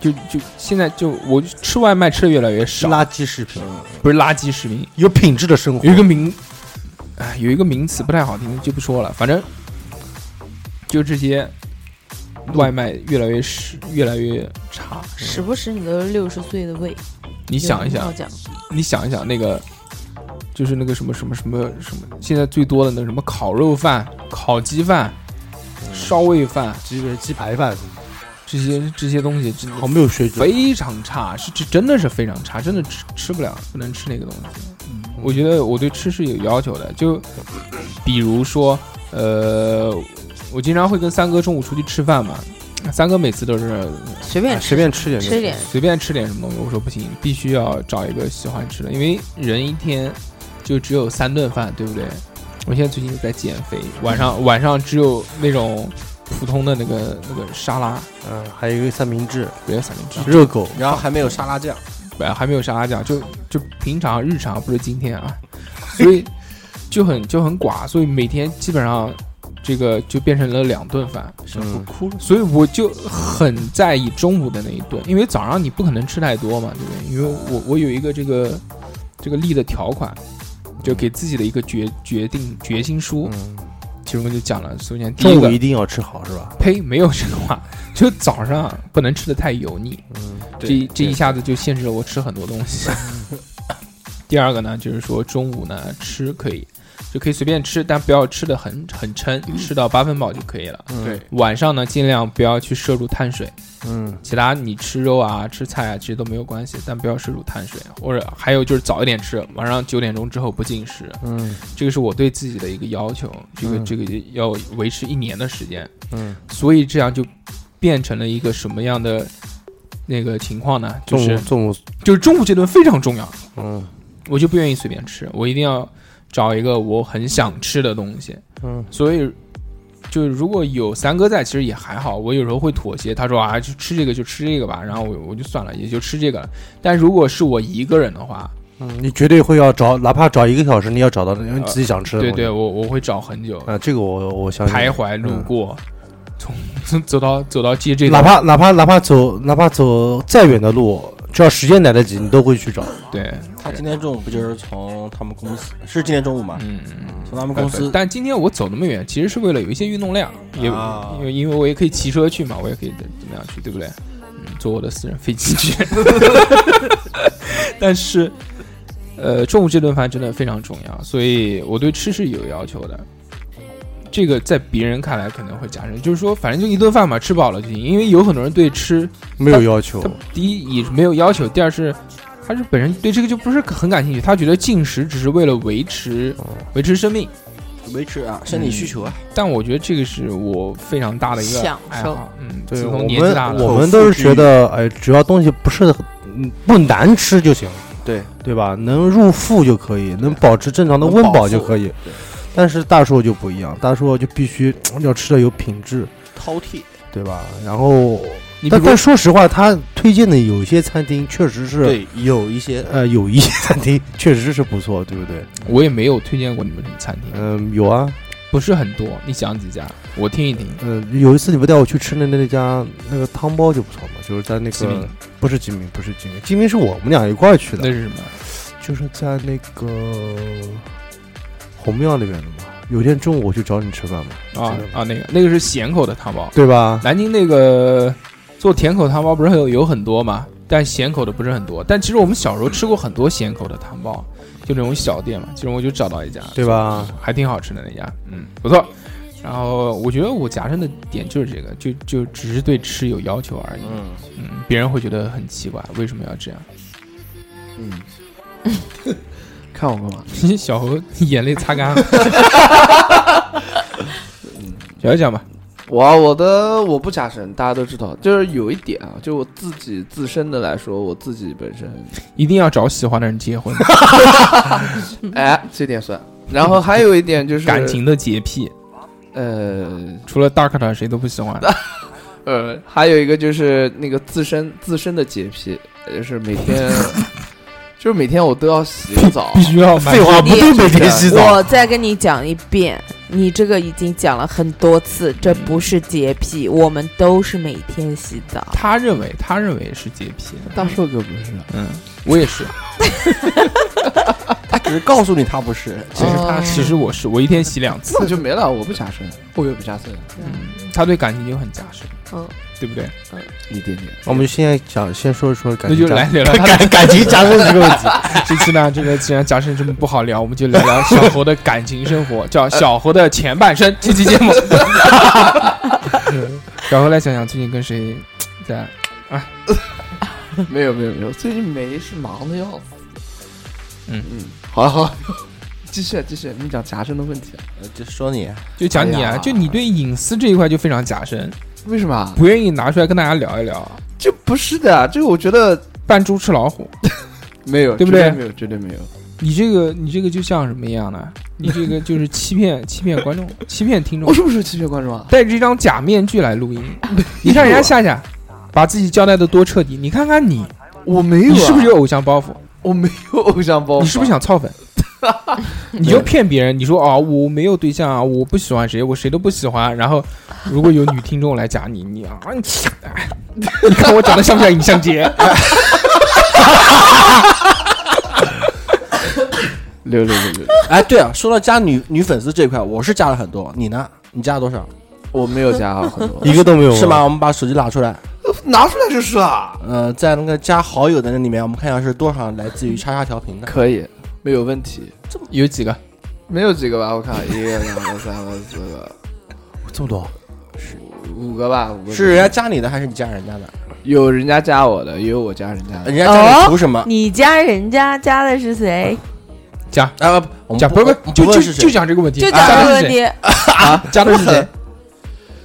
就就现在就我吃外卖吃的越来越少，垃圾食品，不是垃圾食品，有品质的生活有一。个名，哎，有一个名词不太好听，就不说了。反正就这些外卖越来越是越来越差。嗯时不时你都是六十岁的胃。你你想一想好，讲，你想一想那个，就是那个什么什么什么什么，现在最多的那什么烤肉饭、烤鸡饭、烧味饭鸡鸡排饭，这些这些东西，真好的没有水准。非常差，是这真的是非常差，真的吃吃不了，不能吃那个东西。我觉得我对吃是有要求的，就比如说，呃，我经常会跟三哥中午出去吃饭嘛，三哥每次都是随便哎随便吃点就行吃点，随便吃点什么东西，我说不行，必须要找一个喜欢吃的，因为人一天就只有三顿饭，对不对？我现在最近在减肥，晚上晚上只有那种普通的那个那个沙拉，嗯，还有一个三明治、不要三明治，热狗，然后还没有沙拉酱，呃，还没有沙拉酱，就就平常日常，不是今天啊， 所以就很就很寡，所以每天基本上这个就变成了两顿饭，嗯，哭了。所以我就很在意中午的那一顿，因为早上你不可能吃太多嘛，对不对？因为我我有一个这个这个立的条款，就给自己的一个决决定决心书，嗯，其中就讲了，首先第一中午个一，定要吃好，是吧？呸，没有这个话，就早上不能吃的太油腻，嗯，这这一下子就限制了我吃很多东西。 第二个呢，就是说中午呢吃可以，就可以随便吃，但不要吃的很很撑，吃到八分饱就可以了。对，晚上呢，尽量不要去摄入碳水，嗯，其他你吃肉啊、吃菜啊，其实都没有关系，但不要摄入碳水。或者还有就是早一点吃，晚上九点钟之后不进食，嗯，这个是我对自己的一个要求，这个嗯这个要维持一年的时间。嗯，所以这样就变成了一个什么样的那个情况呢？就中是午中午，就是中午这顿非常重要，嗯我就不愿意随便吃，我一定要找一个我很想吃的东西。嗯，所以，就是如果有三哥在，其实也还好。我有时候会妥协，他说啊，就吃这个就吃这个吧，然后我我就算了，也就吃这个了。但如果是我一个人的话，嗯，你绝对会要找，哪怕找一个小时，你要找到你自己想吃的对东西。对，我我会找很久，啊，这个我我嗯相信。徘徊路过，从从走到走到街这头哪怕哪怕哪怕走哪怕走再远的路，只要时间来得及，你都会去找。对，他今天中午不就是从他们公司是今天中午吗？嗯嗯。从他们公司但今天我走那么远，其实是为了有一些运动量，也啊因为因为我也可以骑车去嘛，我也可以怎怎么样去，对不对？嗯，坐我的私人飞机去。 但是，呃，中午这顿饭真的非常重要，所以我对吃是有要求的。这个在别人看来可能会加深，就是说，反正就一顿饭嘛，吃饱了就行。因为有很多人对吃，没有要求他，第一也没有要求，第二是他是本身对这个就不是很感兴趣，他觉得进食只是为了维持哦维持生命，维持啊生理需求啊，但我觉得这个是我非常大的一个享爱受好。嗯，对自我从年纪大了，们我们都是觉得，哎，只要东西不是很嗯不难吃就行，对对吧？能入腹就可以，能保持正常的能温饱饱腹就可以对。但是大叔就不一样，大叔就必须要吃的有品质，饕餮对吧？然后，你比但如但说实话，他推荐的有些餐厅确实是，对有一 些呃，有一些餐厅确实是不错，对不对？我也没有推荐过你们什么餐厅，嗯，有啊，不是很多，你讲几家，我听一听。嗯，有一次你不带我去吃的那家那个汤包就不错嘛，就是在那吉个林不是吉明，不是吉明，吉明是我们俩一块儿去的那，是什么？就是在那个红庙那边的嘛。有一天中午我去找你吃饭嘛，啊记得吗啊，那个那个是咸口的汤包，对吧？南京那个做甜口汤包不是有有很多嘛，但咸口的不是很多。但其实我们小时候吃过很多咸口的汤包，就那种小店嘛。其实我就找到一家，对吧？还挺好吃的那家，嗯，不错。然后我觉得我夹生的点就是这个，就就只是对吃有要求而已。嗯嗯，别人会觉得很奇怪，为什么要这样？ 嗯，看我干嘛？小猴眼泪擦干了。小猴讲吧，我啊我的我不加深，大家都知道，就是有一点啊，就我自己自身的来说，我自己本身，一定要找喜欢的人结婚，哎，这点算。然后还有一点就是感，情的洁癖，呃除了大可塔谁都不喜欢。呃，还有一个就是那个自身自身的洁癖，就是每天，就是每天我都要洗个澡必，须要买废话，不你对每天洗澡，我再跟你讲一遍，你这个已经讲了很多次，这不是洁癖，我们都是每天洗澡。他认为他认为是洁癖，大硕哥不是啊，嗯，我也是。他哎只是告诉你他不是，其实他哦其实我是，我一天洗两次那。就没了，我不加深，我也不加深，嗯，他对感情就很加深，嗯，对不对？一点点。我们现在讲，先说一说感那情，就来聊聊他的感感情加深这个问题。这期呢，这个既然夹生这么不好聊，我们就聊聊小猴的感情生活，叫小猴的前半生。这期节目，小猴来想想最近跟谁在没有没有没有，最近没事，忙的要死。嗯嗯，好了好了，继续继续，你讲夹生的问题，呃就说你就讲你啊，哎呀就你对隐私这一块就非常夹生，为什么啊？不愿意拿出来跟大家聊一聊，这不是的，这个我觉得扮猪吃老虎。没有，对不对绝没有，绝对没有。你这个你这个就像什么一样呢？你这个就是欺骗 欺骗观众，欺骗听我众，是不是欺骗观众啊？戴着一张假面具来录音。你看人家夏夏，把自己交代的多彻底，你看看你，我没有、啊，你是不是有偶像包袱？我没有偶像包袱啊？你是不是想操粉？你就骗别人，你说啊、我没有对象啊，我不喜欢谁，我谁都不喜欢。然后如果有女听众来夹你，你啊，你哎你看我长得像不像尹相杰？六六六六？哎对啊，说到加女女粉丝这一块，我是加了很多，你呢？你加了多少？我没有加好很多，一个都没有啊是吗？？我们把手机拿出来，拿出来就是啊，呃，在那个加好友的那里面，我们看一下是多少来自于叉叉调频的。可以，没有问题。有几个？没有几个吧？我看一个、两个、三个、四个、这么多，五个吧，五个是人家加你的还是你加人家的？有人家哎加我的，也有我加人家的。人家加你图什么？你加人家加的是谁？加啊，不我们加，不不是不就不就问是就谁，讲这个问题，就啊讲这个问是谁题，加的是谁？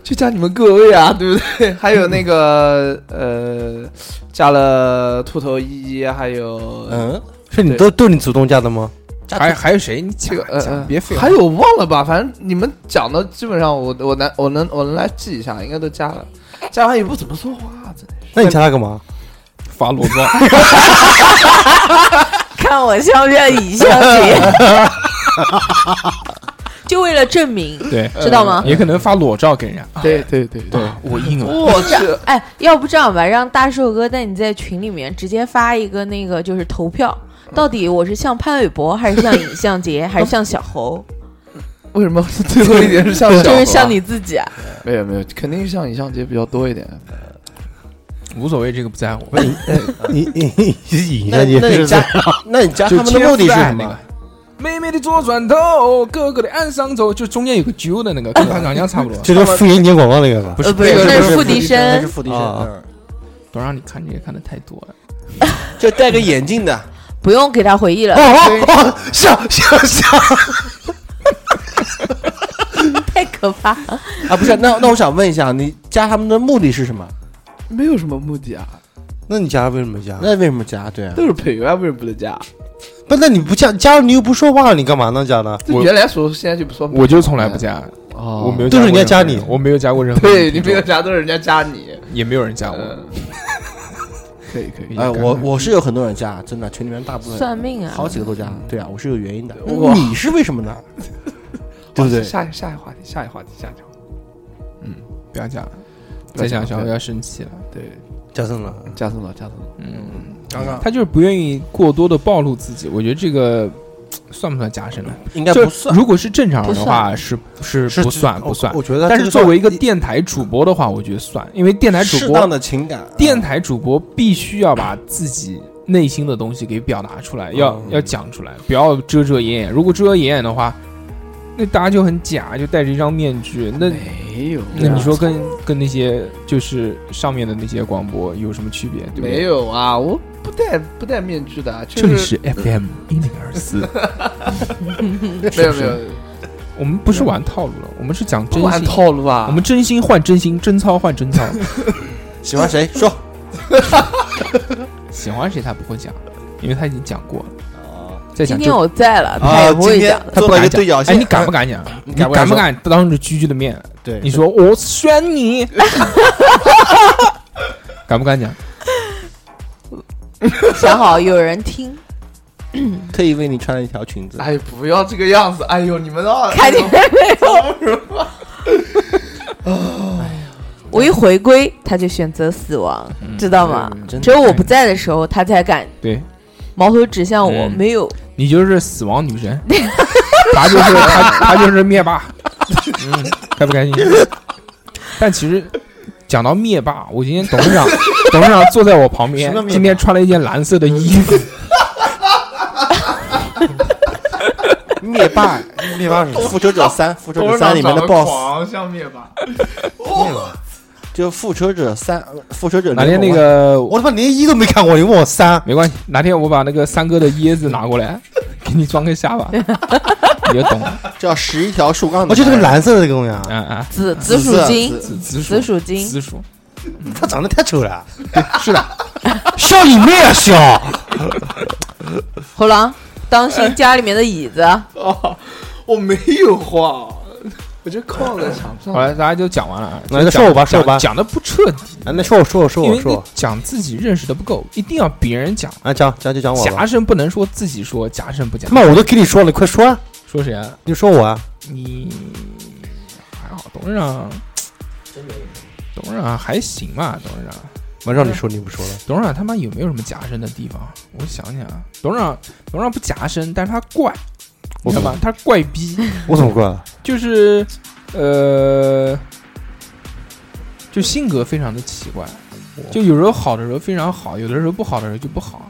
就加你们各位啊，对不对？ 还有那个呃，加了秃头依依，还有、嗯，是你都都你主动加的吗？加还图还有谁？你讲这个呃讲呃，别废话还。有忘了吧？反正你们讲的基本上我我能我能我能来记一下，应该都加了。加完也不怎么啊说话，真的。那你加他干嘛？发裸照， 看我像不像尹相杰？就为了证明， 对，嗯知道吗？也可能发裸照给人家。啊对对对对，啊我硬了。哎我去，哎，要不这样吧，让大寿哥带你在群里面直接发一个那个，就是投票，到底我是像潘玮柏，还是像尹相杰，还是像小猴？为什么最后一点是像小就是猴像你自己啊！没有没有，肯定是像尹相杰比较多一点。无所谓，这个不在 乎。你 你你影那下去那你是加在， 那你 加就他们的目的是什切腹么蛋？妹妹的左转头，哥哥的岸上走，就中间有个揪的那 个，跟唐长江差不多。就是复印年广告那个吧？不是呃不是那个那不是是付笛声那是付哦笛声。啊嗯都让你看这些看的太多了。就戴个眼镜的，不用给他回忆了，哦哦哦，像像像， 太可怕了。啊，不是，那那我想问一下，你加他们的目的是什么？没有什么目的啊，那你加为什么没加？那为什么加？对啊，都是朋友啊，为什么不能加？不，那你不加加了你又不说话，你干嘛呢？加呢？就我原来说，现在就不说。我就从来不加，哦，我没有都是人家加过任加你何人我没有加过任何人的对你听没众呃有加，都是人家加你。 也没有人加我。嗯，哦可以可以。哎，也尴尬我我是有很多人加，真的，群里面大部分算命啊！好几个都加，对啊，我是有原因的。哇你是为什么呢？对不对？下一下一话题，下一话题，下一话题。不要加了，不要再加讲了小辉要生气了。对，加上了，加什么加什么？嗯，刚刚他就是不愿意过多的暴露自己。我觉得这个算不算加深呢？应该就不算，如果是正常人的话，不是是不算不算我。我觉得，但是作为一个电台主播的话，我觉得算，因为电台主适播当的情感，嗯电台主播必须要把自己内心的东西给表达出来，要、嗯要讲出来，不要遮遮掩掩。如果遮遮掩掩的话，那大家就很假，就戴着一张面具。那没有，那你说跟跟那些就是上面的那些广播有什么区别？对不对？没有啊？我不戴不戴面具的啊，这就里是 FM 一零二四， 没有没有我们不是玩套路了，我们是讲真不玩心。套路啊。我们真心换真心，真操换真操。喜欢谁说？喜欢谁他不会讲，因为他已经讲过了。再今讲天就哎我在了，他啊，也不今会天讲。他哦做不了一个敢讲对角哎，线，你敢不敢讲？ 你你敢敢不敢不敢当着居居的面？对你说我选 你，敢不敢讲？想好有人听， 特意为你穿了一条裙子，哎，不要这个样子！哎呦，你们啊，看见没有？ 我一回归，他就选择死亡，知道吗？真的只有我不在的时候，他才敢对矛头指向我。嗯没有，你就是死亡女 神，她就是她，她就是灭霸。嗯，开不开心？但其实讲到灭霸，我今天董 事长，董事长坐在我旁边什么，灭霸今天穿了一件蓝色的衣 服。灭霸，灭霸是复仇者三，复仇者三里面的 boss，像灭霸，就复仇者三，复仇者哪天联那盟啊个我他妈连一都没看过，你问我三，没关系，哪天我把那个三哥的椰子拿过来，给你装个下巴，你就懂了。叫啊十一条树哦干的，我就这个蓝色的这个东西啊，啊啊，紫紫紫色薯精，紫紫薯紫，薯精，紫薯，他长得太丑 了，是的，笑你妹啊笑！猴狼，当 心家里面的椅子。哦，我没有晃，我就靠在墙上好。了，大家就讲完了啊。来那讲说我吧讲说我吧讲的不彻底，啊，那说我说我说因我为说你我，讲自己认识的不够，一定要别人讲。啊讲讲就讲我吧夹，生不能说自己说，夹生不讲他。妈我都跟你说了，你快说啊，说谁啊？你说我啊，你还好，董事长，董事长还行吧，董事长。我让你说你不说了，董事长他妈有没有什么夹生的地方？我想想啊，董事长，董事长不夹生，但是他怪，你知道吗？他怪逼，我怎么怪了？就是，呃，就性格非常的奇怪，就有时候好的时候非常好，有的时候不好的时候就不好，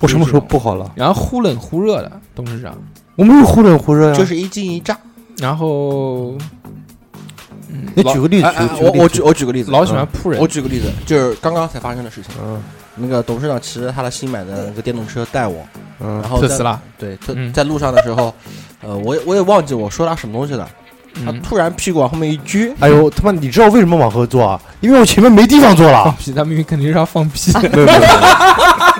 我什么时候不好了？然后忽冷忽热的董事长，我没有忽冷忽啊啊热呀，就是一惊一乍。然后，嗯，你举个例子哎，哎举我举我举个例子，我举个例子，嗯老喜欢扑人我，举个例子，就是刚刚才发生的事情。嗯那个董事长骑着他的新买的那个电动车带我，嗯，然后特在斯拉，对，特嗯在路上的时候，呃，我也我也忘记我说他什么东西了，他嗯，突然屁股往后面一撅，哎呦他妈，你知道为什么往后坐啊？因为我前面没地方坐了放。屁，他明明肯定是要放屁，没有没有，没有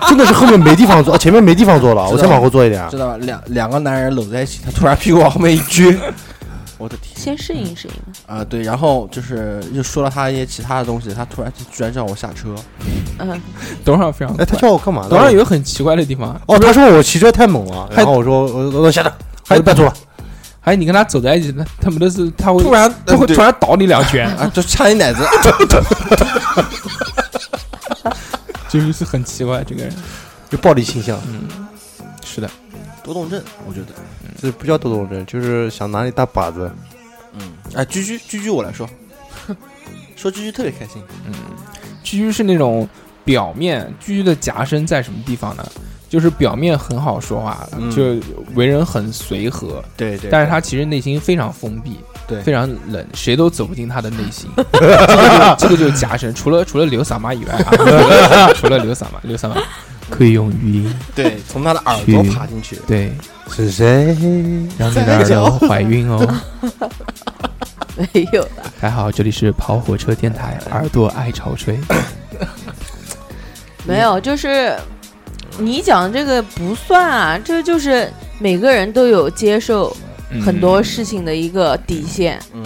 真的是后面没地方坐，前面没地方坐了，我知道先往后坐一啊点。啊知 道吧？两两个男人搂在一起，他突然屁股往后面一撅，我的天！先适应适应，啊、对，然后就是又说了他一些其他的东西，他突然居然让我下车，嗯，董事长非常哎，他叫我干嘛呢？董事长有个很奇怪的地方，哦，他说我骑车太猛了，然后我说我哦我我下的，还有半途了，还有你跟他走在一起，他他们都是他会突然他会对突然倒你两拳， 啊，就掐你奶子，就是很奇怪这个人。有暴力倾向，嗯，是的，多动症，我觉得，这不叫多动症，就是想拿你当靶子。嗯，哎，居居居居，我来说，说居居特别开心，居居是那种表面居居的夹身在什么地方呢？就是表面很好说话，嗯就为人很随和，对对但是他其实内心非常封闭，对非常冷，谁都走不进他的内 心。这个就这个就是夹神，除了除了刘萨妈以外啊， 除了刘萨妈，刘萨妈可以用语音对，从他的耳朵爬进去，对是谁？让你的耳朵怀孕哦。没有了。 还好这里是跑火车电台，耳朵爱潮吹。没有，就是你讲这个不算啊，这就是每个人都有接受嗯很多事情的一个底线。嗯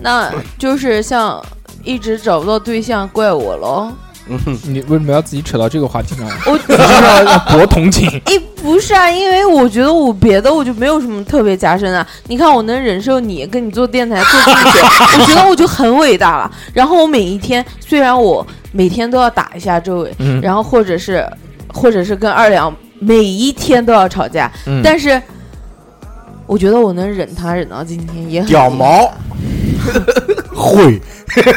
那就是像一直找不到对象，怪我喽。嗯哼，你为什么要自己扯到这个话题上？ 我你是要要博同情？一不是啊，因为我觉得我别的我就没有什么特别加深啊。你看我能忍受你跟你做电台做这么久，我觉得我就很伟大了。然后我每一天，虽然我每天都要打一下周围，嗯，然后或者是或者是跟二两每一天都要吵架，嗯但是我觉得我能忍他忍到今天也很屌毛，会，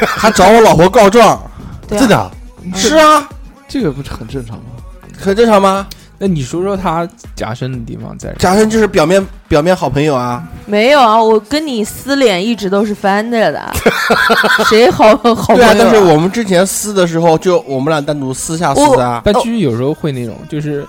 还找我老婆告状，对啊真的啊，是啊，这个不是很正常吗？很正常吗？那你说说他夹生的地方在哪？假设就是表面表面好朋友啊，没有啊，我跟你撕脸一直都是翻 着的，谁好好朋对友、啊，但是我们之前撕的时候，就我们俩单独私下撕的啊，但居居有时候会那种，就是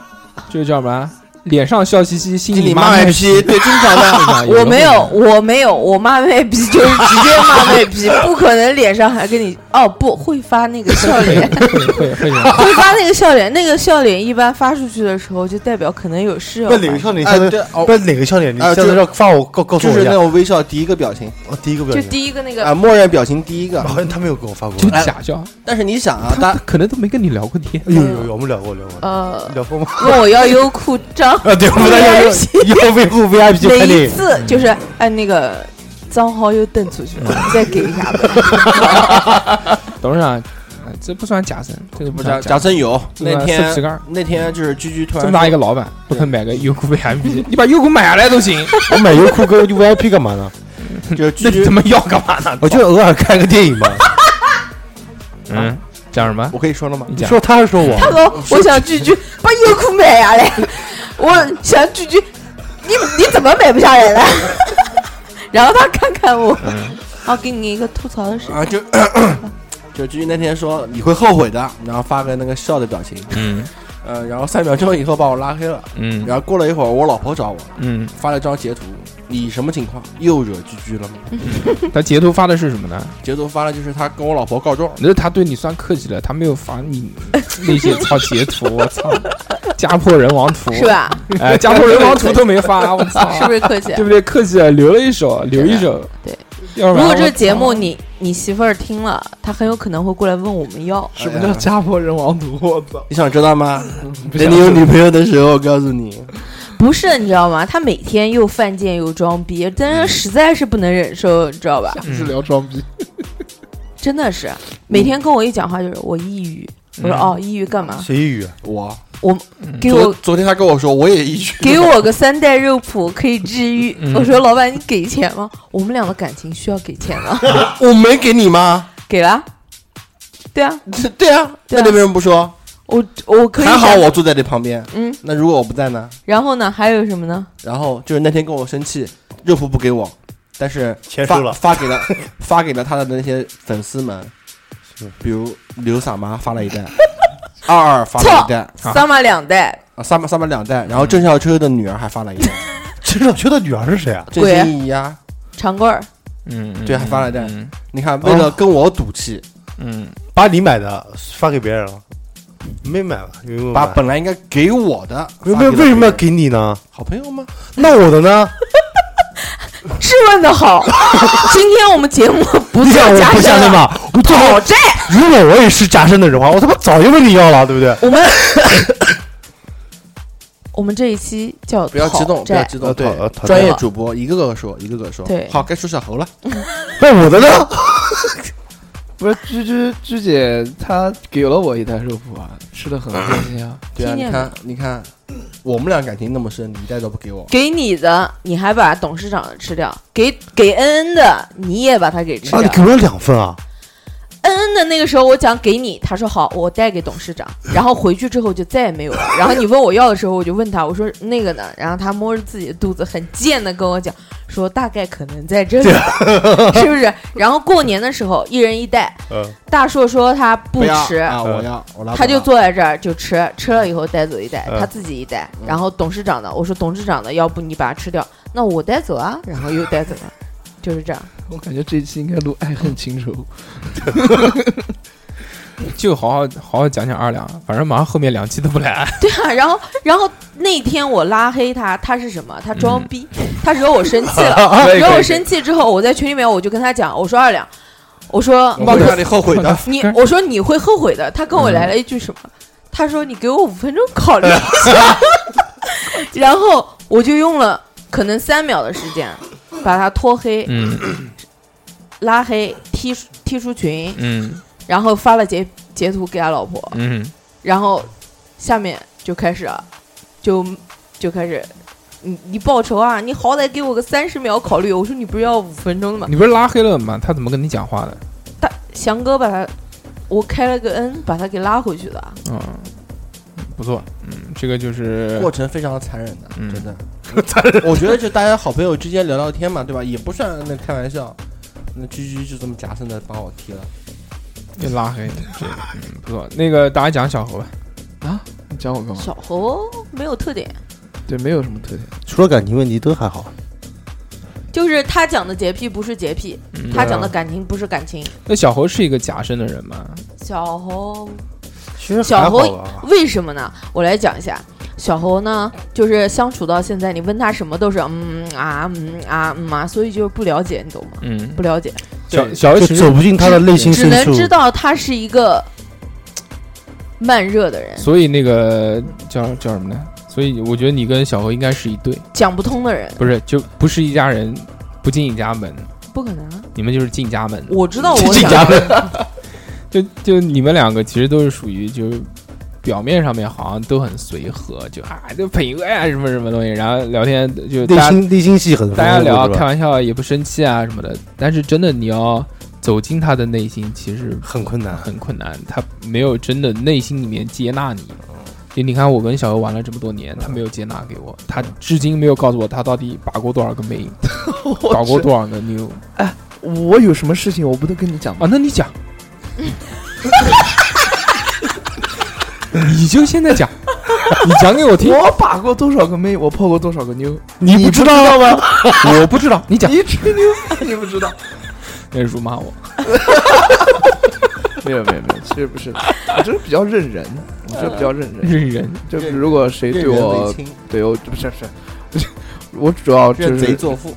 就是叫什么啊，脸上笑嘻嘻，心经理里骂妈卖批，对，经 常啊的。啊我没有，我没有，我骂卖批就是直接骂卖 批，不可能脸上还跟你哦不会发那个笑会脸， 会会这 样。会发那个笑脸，那个笑脸一般发出去的时候就代表可能有事要不发哪个笑脸？哎，下对次，哦不，哪个笑脸？你哎下就次要发我告告诉就我是一那下。种微笑第一个表情哦，第一个表就情，第一个那啊，个默认表情第一个。好像他没有跟我发过。就假笑，但是你想啊，他可能都没跟你聊过天。有有有，我们聊过聊过，呃聊过吗？ 问我要优酷账 号，啊，对，我们聊过要维护 VIP 每排一列。次就是按那个账号又登出 去了，你再给一下吧。董事长，哎这不算假神，这个不不算是假贾神，森友这个那算四十天杆儿。那天就是居居突这么然大说一个老板，不肯买个优酷 VIP，你把优酷买下来都 行，我买优酷跟 VIP 干嘛呢？ 就是那居你他居，妈要干嘛呢？我就偶尔看个电影嘛。嗯，讲什么？ 我可以说了吗？你你讲说他还是说我？他说我想拒绝，把优酷买下来，啊我想拒绝，你你怎么买不下来了？ 然后他看看我，好给你一个吐槽的事，啊，就 就居居那天说你会后悔的，然后发个那个笑的表情，嗯呃，然后三秒钟以后把我拉黑了。嗯然后过了一会儿，我老婆找我嗯，发了张截图，你什么情况？又惹居居了吗？嗯他截图发的是什么呢？截图发了就是他跟我老婆告状，那他对你算客气了，他没有发你 那些操截图，我 操，家破人亡图是？吧？哎，家破人亡图都没 发，我是操不，是客 气对？不对？客气了，留了一手，留一手，对，要不如然果这我个节目你你媳妇儿听了，她很有可能会过来问我们要。什么叫家破人亡图？我操！哎你想知道吗？不等想你有女朋友的时候，我告诉你，不是，你知道吗？他每天又犯贱又装逼，真是实在是不能忍受，你知道吧？不是聊装逼，真的是每天跟我一讲话就是我抑郁，我说嗯哦，抑郁干嘛？谁语啊？我给昨我昨天他跟我说我也抑郁，给我个三袋肉脯可以治愈嗯。我说老板，你给钱吗？我们俩的感情需要给钱吗？ 我没给你吗？ 给了。对啊，对啊，对那啊你为什么不说？我我可以还好想我坐在你旁边，嗯，那如果我不在呢？然后呢？还有什么呢？然后就是那天跟我生气，热乎不给我，但是钱发收了发给了 发给了他的那些粉丝们是，比如刘傻妈发了一袋，二二发了一袋，啊三码两袋，啊三八三八两袋，然后郑少秋的女儿还发了一袋，陈小秋的女儿是谁啊？郑嗯鬼欣宜呀，长棍儿，嗯，嗯对还发了一袋嗯你看为哦了跟我赌气，嗯，把你买的发给别人了，没买吧？有没有把买本来应该给我的，为发给了为为什么要别人给你呢？好朋友吗？那我的呢？质问 的好。今天我们节目不你做想我加不下深身，吧？我最好讨债。如果我也是加深的人的话，我他妈早就问你要了，对不对？我们 我们这一期叫不要激动，讨不要债激呃动，讨呃对，讨专业债主播一个个说，一个个说，对好，该说小猴了，那我的呢？不是居居居姐她给了我一袋肉脯啊，吃的很开心 啊。对啊，听你见看，你看，我们俩感情那么深，你一袋都不给我，给你的，你还把董事长的吃掉；给给恩恩的，你也把他给吃啊，你给掉。我两份啊！恩恩的那个时候，我讲给你，他说好，我带给董事长。然后回去之后就再也没有了。然后你问我要的时候，我就问他，我说那个呢？然后他摸着自己的肚子，很贱的跟我讲，说大概可能在这 里吧，是不是？然后过年的时候，一人一袋。嗯，大硕说他不不要吃，啊，嗯我要，我拉不他就了坐在这儿就吃，吃了以后带走一袋，嗯他自己一袋。然后董事长的，我说董事长的，要不你把它吃掉，那我带走啊，然后又带走了，就是这样。我感觉这一期应该录爱恨情仇。就好好好好讲讲二两，反正马上后面两期都不来。 对啊，然后然后那天我拉黑他，他是什么？他装逼，他惹我生气了，嗯 可以惹可我以生气之后，我在群里面我就跟他讲，我说二两，我说我会让你后悔 的。你，我说你会后悔的。他跟嗯我来了一句什么？他说你给我五分钟考虑一 下， 然后我就用了可能三秒的时间把他拖黑、嗯拉黑、踢出踢出群，嗯然后发了截截图给他老婆，嗯，然后下面就开始了，就就开始。你你报仇啊！你好歹给我个三十秒考虑。我说你不是要五分钟的吗？你不是拉黑了吗？他怎么跟你讲话的？大翔哥把他，我开了个 N，把他给拉回去的。嗯，不错，嗯，这个就是过程非常残忍的，嗯 真的。我觉得就大家好朋友之间聊聊天嘛，对吧？也不算那开玩笑。那居居就这么夹生的把我踢了，又拉黑，这个嗯不错。那个大家讲小猴吧，啊！你讲我干 嘛？小猴没有特点，对，没有什么特点。除了感情问题都还好。就是他讲的洁癖不是洁癖，嗯他讲的感情不是感情。那小猴是一个假身的人吗？小猴其实小还好啊猴吧为什么呢？我来讲一下。小猴呢，就是相处到现在，你问他什么都是嗯啊嗯啊嗯啊，所以就是不了解，你懂吗？嗯，不了解，小对小猴就其实走，不进他的内心只深能处。知道他是一个嘖慢热的人，所以那个叫叫什么呢？所以我觉得你跟小猴应该是一对，讲不通的人，不是就不是一家人，不进一家门，不可能啊。你们就是进家门。我知 道我进想家门， 就就你们两个其实都是属于就是表面上面好像都很随和，就啊就朋友啊什么什么东西，然后聊天就内大家心内心戏很丰富，大家聊是吧开玩笑也不生气啊什么的，但是真的你要走进他的内心，其实很困难。很困难，他没有真的内心里面接纳你。就你看，我跟小欧玩了这么多年，他没有接纳给我，他至今没有告诉我他到底把过多少个 妹，搞过多少个 妞我有什么事情我不能跟你讲吗？啊？那你讲，你就现在讲，你讲给我听，我把过多少个妹，我泡过多少个妞，你不知道吗？我不知道，你讲，你吹牛，你不知道。那是哎辱骂我。没有没有没有，其实不是的，我就是比较认人，我就是比较认人。认人，就如果谁对任人我唯亲，对我不是不是，我主要就认是贼作父。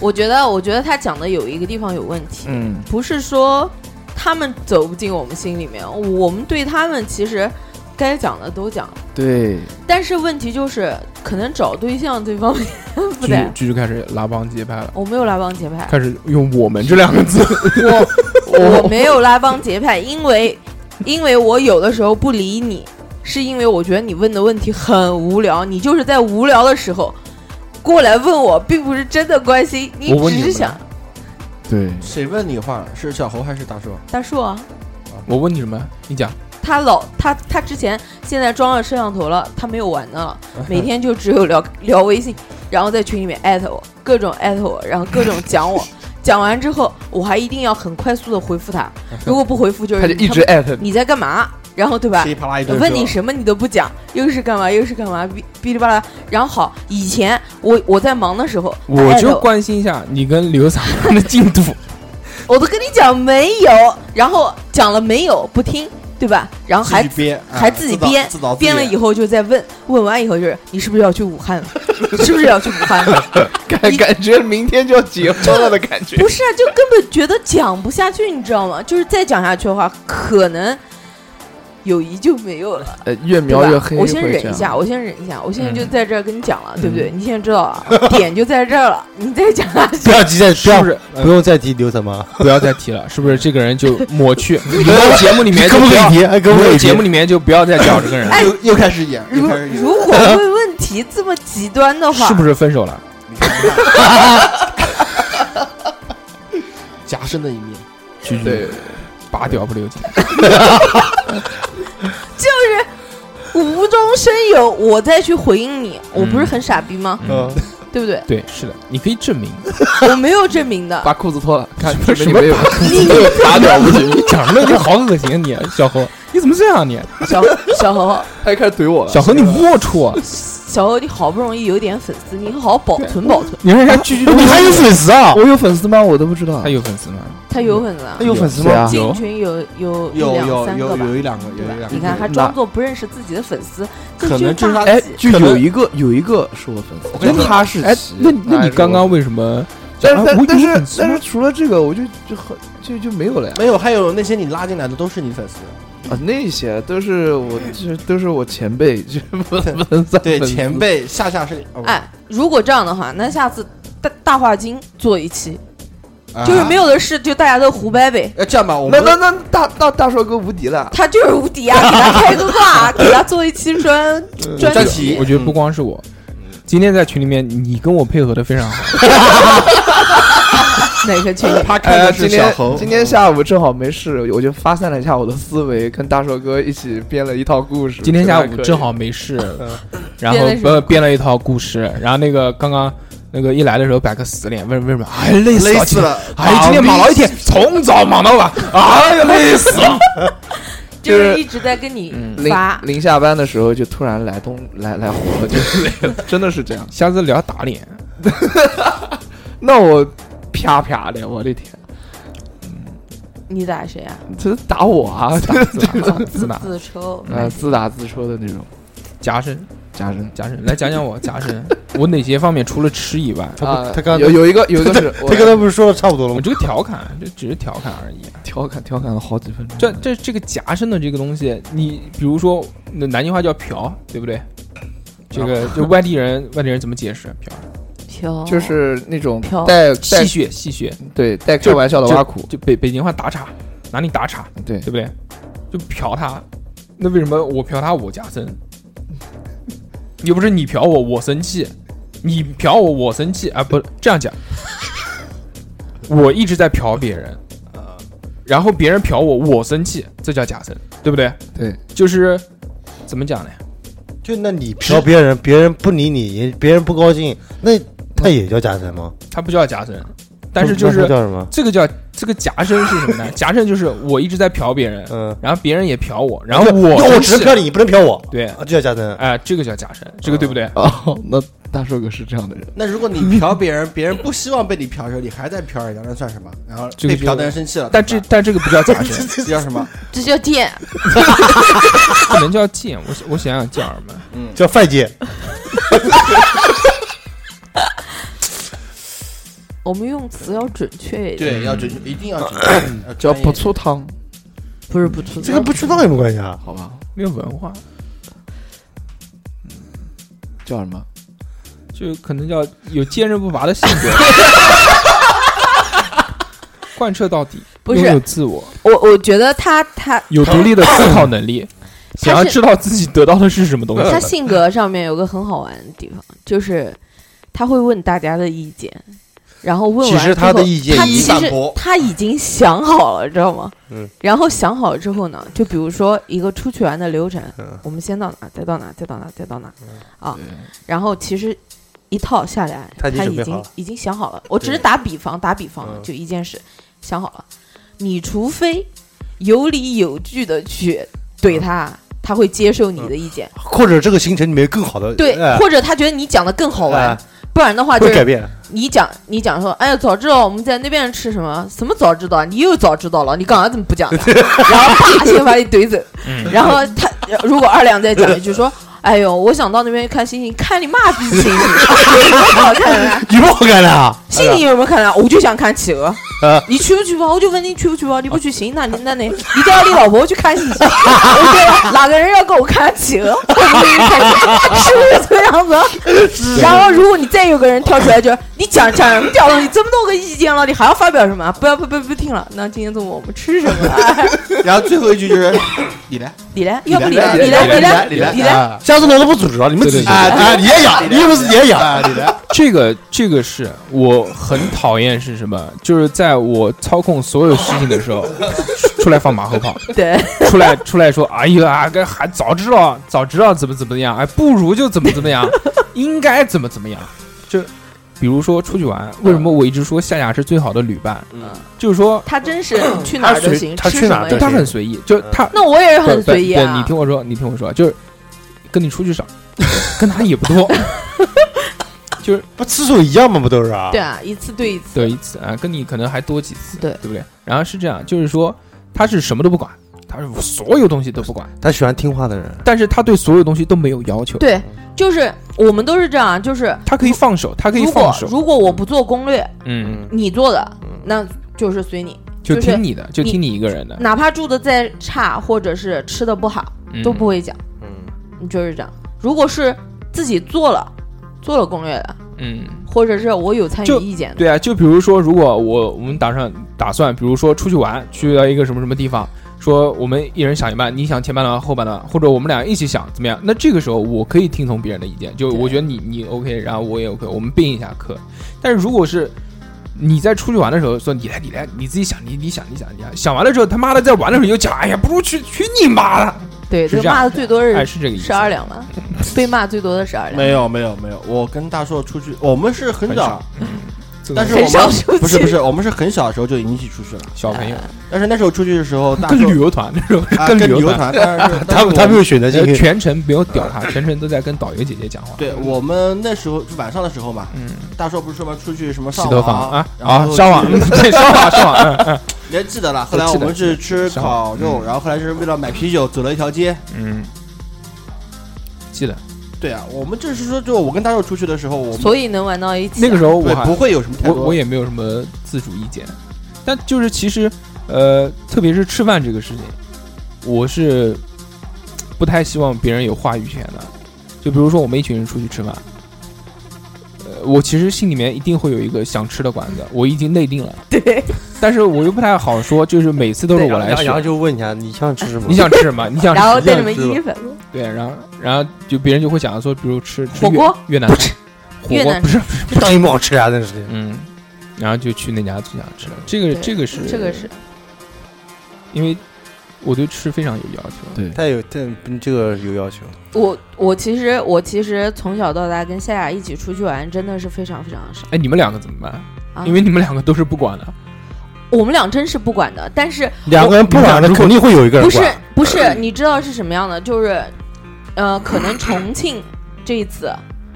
我觉得，我觉得他讲的有一个地方有问题，嗯，不是说他们走不进我们心里面，我们对他们其实该讲的都讲，对，但是问题就是可能找对象这方面不继续对，继续开始拉帮结派了，我没有拉帮结派，开始用我们这两个字。哦我我没有拉帮结派，因为因为我有的时候不理你，是因为我觉得你问的问题很无聊，你就是在无聊的时候过来问我，并不是真的关心，你我问只你是什么想呢？啊对，谁问你话？是小猴还是大叔？大树啊。我问你什么？你讲。他老他他之前现在装了摄像头了，他没有玩的 了，每天就只有聊聊微信，然后在群里面艾特我，各种艾特我，然后各种讲 我，讲完之后我还一定要很快速的回复 他，如果不回复就是他就一直艾特你，你在干嘛，然后对吧噼？里啪啦一顿说。问你什么你都不讲，又是干嘛又是干嘛，哔哔哩吧啦。然后好，以前我我在忙的时候，他我艾特就关心一下你跟刘三郎的进度。我都跟你讲没有，然后讲了没有不听，对吧？然后还自己编，啊还自己编自导自导自编了演以后就再问，问完以后就是你是不是要去武汉了？ 你是不是要去武汉了？感感觉明天就要结婚了的感觉。不是啊，就根本觉得讲不下去，你知道吗？就是再讲下去的话，可能友谊就没有了。呃，越对吧描越黑。我先忍一下，，我先忍一下，我现在嗯就在这儿跟你讲了，对不对？你现在知道了，点就在这儿了，你再讲下去不。要急再不是要不是不用再提刘三妈， 不要再提了？是不是这个人就抹去？以后节目里面就可不不可以要，提？哎，可不可以以后提节目里面就不要再讲这个人了，又又开始演，又如开始演， 如果问问题这么极端的话，是不是分手了？你看你看 夹生的一面，菊菊对，拔屌不留情，无中生有？我再去回应你，我不是很傻逼吗？嗯，对不对？对，是的，你可以证明。我没有证明的，把裤子脱了，看什么准备没有？拔屌不行，你讲什么？你好恶心啊！你小何，你怎么这样啊你？小小何，他又开始怼我了。小何，你龌龊！小何，你好不容易有点粉丝，你好好保存保存。 你让人家居居，你还有粉丝啊？我有粉丝吗？我都不知道他。有粉丝吗？他有粉丝啊他，有粉丝谁啊吗？有进群有有哎有一两有三有个吧，有一两个，有对一吧两？个你，看他那装作不认识自己的粉丝，可能就就是大他哎忌，就有一个有一个是我粉丝，跟你就哈士哎奇，。那那他你是刚我刚为什么？但是啊但我但有粉是丝但吗是除了这个，我就就很就就没有了呀。没有，还有那些你拉进来的都是你粉丝，啊，那些都是我这都是我前辈，这不不能算对粉丝前。辈下下是，哦哎，如果这样的话，那下次大大话精做一期，啊就是没有的事就大家都胡掰呗。哎这样吧，我那们那那大大大帅哥无敌了，他就是无敌啊！给他开个挂，给他做一期专专专辑。题，我觉得不光是我，今天在群里面你跟我配合的非常好。哪个群？他看哎，的今是小天猴，今天下午正好没事，我就发散了一下我的思维，跟大硕哥一起编了一套故事。今天下觉午得还可以嗯正好没事， 然编后了什么呃编了一套故事，然后那个刚刚那个一来的时候摆个死脸，为为什么？哎，累死累了，死了，啊哎，今天忙了一天，从早忙到晚，哎呀，累死了。 就就是嗯是一直在跟你临发，临下班的时候就突然来东来来火了，就是累了，真的是这样。下次聊打脸，那我啪啪的，我的天，你打谁啊？这是打我啊！自打自抽。呃，自打自抽的那种夹生加深。夹生，来讲讲我夹生，我哪些方面除了吃以外，他啊不，他刚有有一个有一个是他刚才不是说的差不多了我吗？这个调侃，这只是调侃而已。啊调侃调侃了好几分钟，这这这个夹生的这个东西，你比如说那南京话叫嫖，对不对？这个就外地人，外地人怎么解释嫖？飘就是那种哦飘带带戏谑，戏谑，对带开玩笑的挖苦，就北北京话打岔，哪里打岔，对对，不对？就嫖他，那为什么我嫖他我加生？又不是你嫖我我生气，你嫖我我生气啊？不这样讲，我一直在嫖别人，然后别人嫖我我生气，这叫加生，对不对？对，就是怎么讲呢？就那你嫖别人，别人不理你，也别人不高兴，那他也叫加深吗？它不叫加生，但是就那他是叫什么？这个叫这个夹生是什么呢？夹生就是我一直在嫖别人，嗯，然后别人也嫖我，然后不是啊我我生只能气嫖你，你不能嫖我，对，啊，就叫加深。哎，这个叫假神，这个对不对？哦， 那大硕哥是这样的人，那如果你嫖别人，别人不希望被你嫖的时候，你还在嫖人家，那算什么？然后这个被就嫖的人生气了，但这怎么但这个不叫 假神，办这叫什么？这叫电，不能叫贱。我想我想想叫什么？叫范姐，嗯我们用词要准确一点，对，要准确，一定要 准确，要叫专业不醋汤，不是不出这个不知道有什么关系啊？好吧？没有文化，叫什么？就可能叫有坚韧不拔的性格，贯彻到底，不拥有是自我，我，我觉得他他有独立的思考能力，想要是知道自己得到的是什么东嗯他西。性格上面有个很好玩的地方，就是他会问大家的意见，然后问其完实之他的后意见他一其一反实驳他已经想好了，知道吗？嗯。然后想好了之后呢，就比如说一个出去玩的流程，嗯我们先到哪，再到哪，再到哪，再到哪，啊对，然后其实一套下来，他他已经准备好已经了已经想好了。我只是对打比方，打比方啊嗯就一件事，想好了。你除非有理有据的去嗯怼他，他会接受你的意见，或者这个行程里面有更好的对哎，或者他觉得你讲的更好玩哎，不然的话就会改是变。你讲你讲说，哎呀，早知道我们在那边吃什么？什么早知道？你又早知道了，你刚才怎么不讲呢？ 然后啪，先把你怼走。嗯然后他如果二两再讲一句说。哎呦，我想到那边去看星星，看你妈逼星 星，好看啊！你不好看的啊！星星有什么看的？我就想看企鹅啊。你去不去吧？我就问你去不去吧？你不去行，那 你那你你叫你老婆去 看星星，对吧？哪个人要跟我看企鹅？ 我就去看企鹅是不是这个样子啊？然后如果你再有个人跳出来就你讲讲什么讲了，你这么多个意见了，你还要发表什么啊？不要不不不听了。那今天中午我们吃什么 啊？然后最后一句 就是你来，你来，要不你你来来，你来，你你来来，你来你啊来。下次我都不组织了，你们自己对对对啊！你也养，你不是也养？啊你来，这个这个是我很讨厌是什么？就是在我操控所有事情的时候，出出来放马后炮，对，出来 出来说，哎呀，该还早知道早知道怎么怎么样，哎，不如就怎么怎么 样，应该怎么怎么样。就比如说出去玩，为什么我一直说夏夏是最好的旅伴？嗯就是说他真是去哪儿都行，他吃去什哪儿么都行也他行。很随意，就是他那我也是对很随意对对，啊你。听我说，你听我说，就是跟你出去少， 跟他也不多， 不次数一样吗？不都是啊？对啊，一次对一次。对一次啊，跟你可能还多几次，对对不对？然后是这样，就是说他是什么都不管，他是所有东西都不管，他喜欢听话的人。但是他对所有东西都没有要求，对，就是我们都是这样，就是他可以放手，他可以如放果手，如果我不做攻略，嗯，你做的那就是随你，就就是听你的，就听你一个人的，哪怕住的再差或者是吃的不好，嗯都不会讲，嗯，你就是这样。如果是自己做了做了攻略的，嗯。或者是我有参与就意见的，对啊，就比如说，如果我我们打算打算，比如说出去玩，去到一个什么什么地方，说我们一人想一半，你想前半段后半段，或者我们俩一起想怎么样？那这个时候我可以听从别人的意见，就对我觉得你你 OK，然后我也 OK，我们并一下课。但是如果是你在出去玩的时候说你来你来，你自己想你你想你想你想，想完了之后他妈的在玩的时候又讲，哎呀，不如去去你妈的！对，是就这样骂的最多的哎，是是这个意思。十二两嘛，被骂最多的是二 两，没有没有没有，我跟大硕出去，我们是很很早少，，嗯，这个但是很我少们出不是不去是，我们是很小的时候就已经一起出去了，小朋友但是那时候出去的时候，大跟硕旅游团那时候是啊跟跟旅游游团。团，但 是他他没有选择性呃，，全程没有屌 他，全程都在跟导游姐姐讲话。对我们那时候就晚上的时候嘛，嗯，大硕不是说嘛出去什么洗上头网房啊然啊，后上 网， 去嗯对，上网，上网，嗯你还记 得了？后来我我记得们是吃上烤肉，嗯然后后来是为了买啤酒走了一条街。嗯，记得对啊，我们就是说，就我跟大硕出去的时候，我们所以能玩到一起。那啊个时候我对还不会有什么太我多。我也没有什么自主意见，但就是其实呃，特别是吃饭这个事情，我是不太希望别人有话语权的。就比如说我们一群人出去吃饭，呃，我其实心里面一定会有一个想吃的馆子，我已经内定了，对，但是我又不太好说，就是每次都是我来然后选。就问一下你想吃什么？你想吃什么？你想吃然后带样什么是吧衣服？对，然后然后就别人就会讲说，比如吃吃火越锅越南菜火越锅南不是，当然不好吃啊，真是。嗯，然后就去那家最想吃。这个对这个是这个是因为我对吃非常有要求，对他有这这个有要求，我我其实我其实从小到大跟夏夏一起出去玩，真的是非常非常少。哎，你们两个怎么办？啊因为你们两个都是不管的，我们俩真是不管的，但是两个人不玩的如果肯定会有一个人不是管不是，你知道是什么样的？就是，呃，可能重庆这一次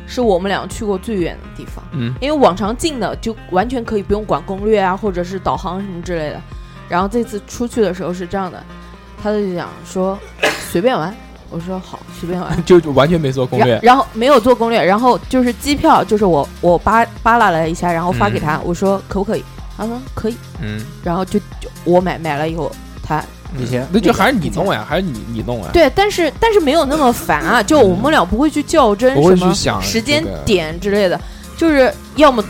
是我们俩去过最远的地方，嗯，因为往常近的就完全可以不用管攻略啊，或者是导航什么之类的。然后这次出去的时候是这样的，他就讲说 随便玩，我说好随便玩，就就完全没 做攻然略，然后没有做攻略，然后就是机票，就是我我扒扒拉了一下，然后发给他，我说可不可以？他说可以，嗯，然后就就我买买了以后，他以前嗯那就还是你弄呀，还是你你弄呀，对，但是但是没有那么烦啊，就我们俩不会去较真不会什去么想时间这个点之类的，就是要么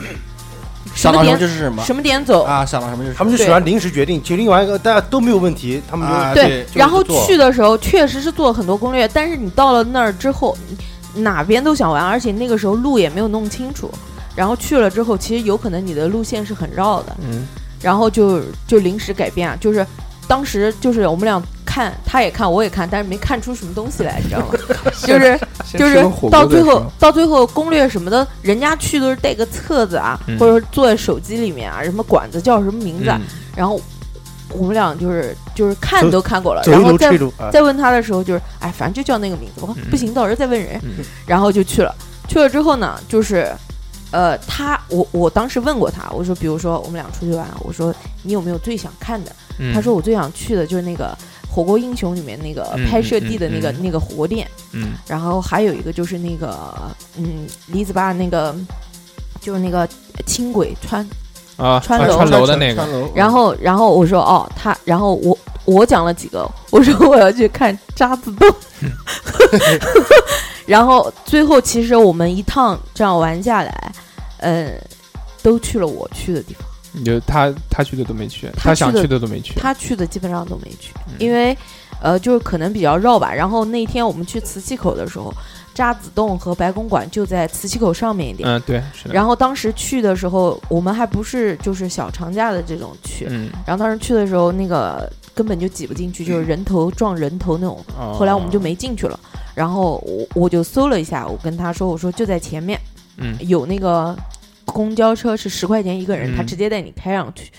什想到么什么点就是什么什么点走，啊，想到什么就是他们就喜欢临时决定，决定完一个大家都没有问题，他们啊就对对，就是然后做去的时候确实是做了很多攻略，但是你到了那儿之后，你哪边都想玩，而且那个时候路也没有弄清楚。然后去了之后，其实有可能你的路线是很绕的，嗯，然后就就临时改变啊，就是当时就是我们俩看，他也看，我也看，但是没看出什么东西来，你知道吗？就是先就吃是个火锅到再最说后，到最后攻略什么的，人家去都是带个册子啊，嗯或者说坐在手机里面啊，什么馆子叫什么名字啊，嗯然后我们俩就是就是看走都看过了，走一然后楼再吃一楼啊。再问他的时候，就是哎，反正就叫那个名字吧，不行，到时候再问人嗯。然后就去了，去了之后呢，就是呃，他我我当时问过他，我说，比如说我们俩出去玩，我说你有没有最想看的？嗯他说我最想去的就是那个《火锅英雄》里面那个嗯拍摄地的那个、嗯嗯那个火锅店，嗯然后还有一个就是那个嗯李子坝那个就是那个轻轨穿啊，穿啊楼穿楼的那个，个然后，然后我说哦，他，然后我我讲了几个，我说我要去看渣子 洞，然后最后其实我们一趟这样玩下来，嗯，都去了我去的地方，你就他他去的都没去，他他想去的去的都没去。他去的基本上都没去嗯，因为呃，就是可能比较绕吧。然后那天我们去磁器口的时候，渣滓洞和白公馆就在磁器口上面一点。嗯，对，是的。然后当时去的时候，我们还不是就是小长假的这种去，嗯，然后当时去的时候，那个根本就挤不进去，就是人头撞人头那种。哦后来我们就，没进去了。然后我我就搜了一下，我跟他说，我说就在前面嗯有那个公交车是十块钱一个嗯人，他直接带你开上去。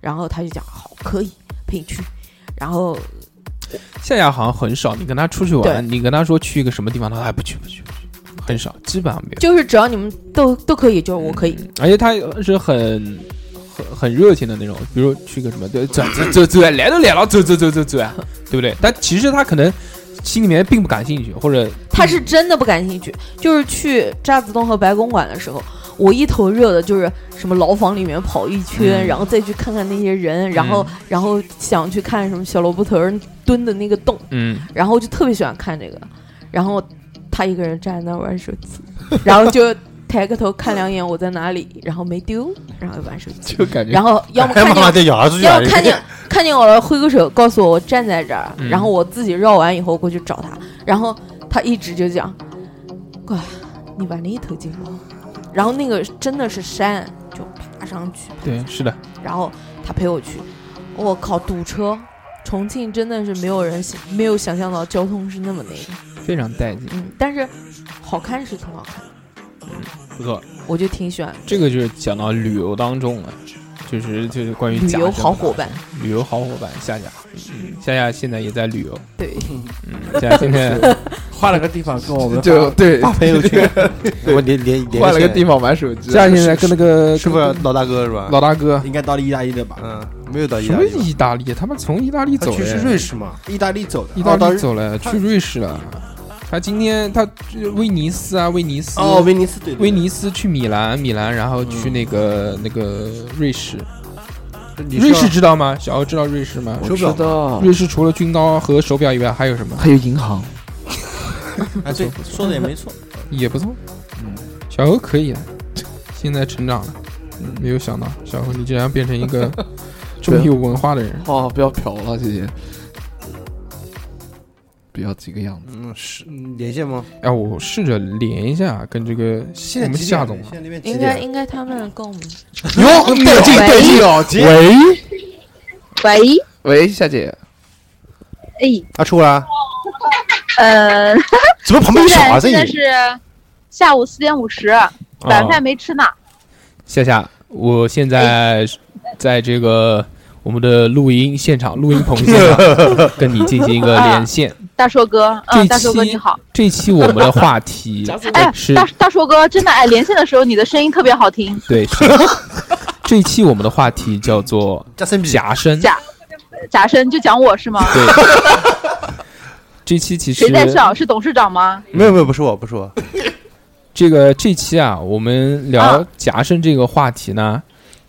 然后他就讲好，可以陪你去。然后夏夏好像很少，你跟他出去玩，对你跟他说去一个什么地方，他说哎不去不去不去，很少，基本上没有。就是只要你们都都可以，就是我可以。嗯，而且他是很很很热情的那种，比如去个什么，对，走走走走啊，来都来了，走走走走走啊，对不对？但其实他可能心里面并不感兴趣，或者他是真的不感兴趣。就是去渣滓洞和白公馆的时候，我一头热的就是什么牢房里面跑一圈，嗯然后再去看看那些嗯人，然后、然后想去看什么小萝卜头儿蹲的那个洞，嗯，然后就特别喜欢看这个。然后他一个人站在那儿玩手 机，然后就抬个头看两眼我在哪里，然后没丢，然后玩手 机，就感觉然后要么哎看妈妈见。得咬儿子去要了么看见 看见我了，挥个手，告诉我我站在这儿，嗯然后我自己绕完以后过去找他，然后他一直就讲，乖，你玩了一头金毛，然后那个真的是山，就爬上去，对，是的，然后他陪我去，我靠，堵车，重庆真的是没有人想没有想象到交通是那么那个，非常带劲，嗯，但是好看是挺好看的，不错。我就挺喜欢这个就是讲到旅游当中了，就是就是嗯关于旅家游政好的伙伴，旅游好伙伴夏夏，嗯，夏夏现在也在旅游，对，嗯，夏夏现在换了个地方跟我们就对，发朋友圈，我连连连换了个地方玩手机。夏夏现在跟那个啊是不是老大哥是吧？老大哥，应该到了意大利的吧？嗯，没有到意什大么利吧，意大利？他们从意大利他走去是的瑞士嘛？意大利走的意大哦到利走了，去瑞士了。他今天他呃威尼斯啊，威尼斯，哦，威尼斯对，对威尼斯去米兰，米兰，然后去那个、那个瑞士。嗯你瑞士知道吗？小欧知道瑞士吗？我知道，瑞士除了军刀和手表以外，还有什么？还有银行，对啊，对，说的也没错。也不错。嗯小欧可以，啊现在成长了。嗯没有想到，小欧你竟然变成一 个这么有文化的人。哦，不要嫖了，谢谢。不要这个样子。嗯是嗯连线吗？哎，我试着连一下跟这个现我在们几夏点？总啊现在那边几应该点？应该他们跟我们哟，带劲带劲哦！姐喂喂，喂，夏姐，哎，啊，出来啊，呃，怎么旁边现有小啊在孩子现一在样？是下午四点五十，晚饭没吃呢。啊夏夏，我现在哎在这个我们的录音现场、录音棚现 场跟你进行一个连线。大硕哥，这嗯，期大硕哥你好。这期我们的话 题哎，是，大大硕哥，真的哎，连线的时候你的声音特别好听，对，是 这期我们的话题叫做加森嗯比，夹生。假假声就讲我是吗？对，这期其实谁在笑？是董事长吗？没有没有，不是我，不是我，这个这期啊，我们聊夹生这个话题呢，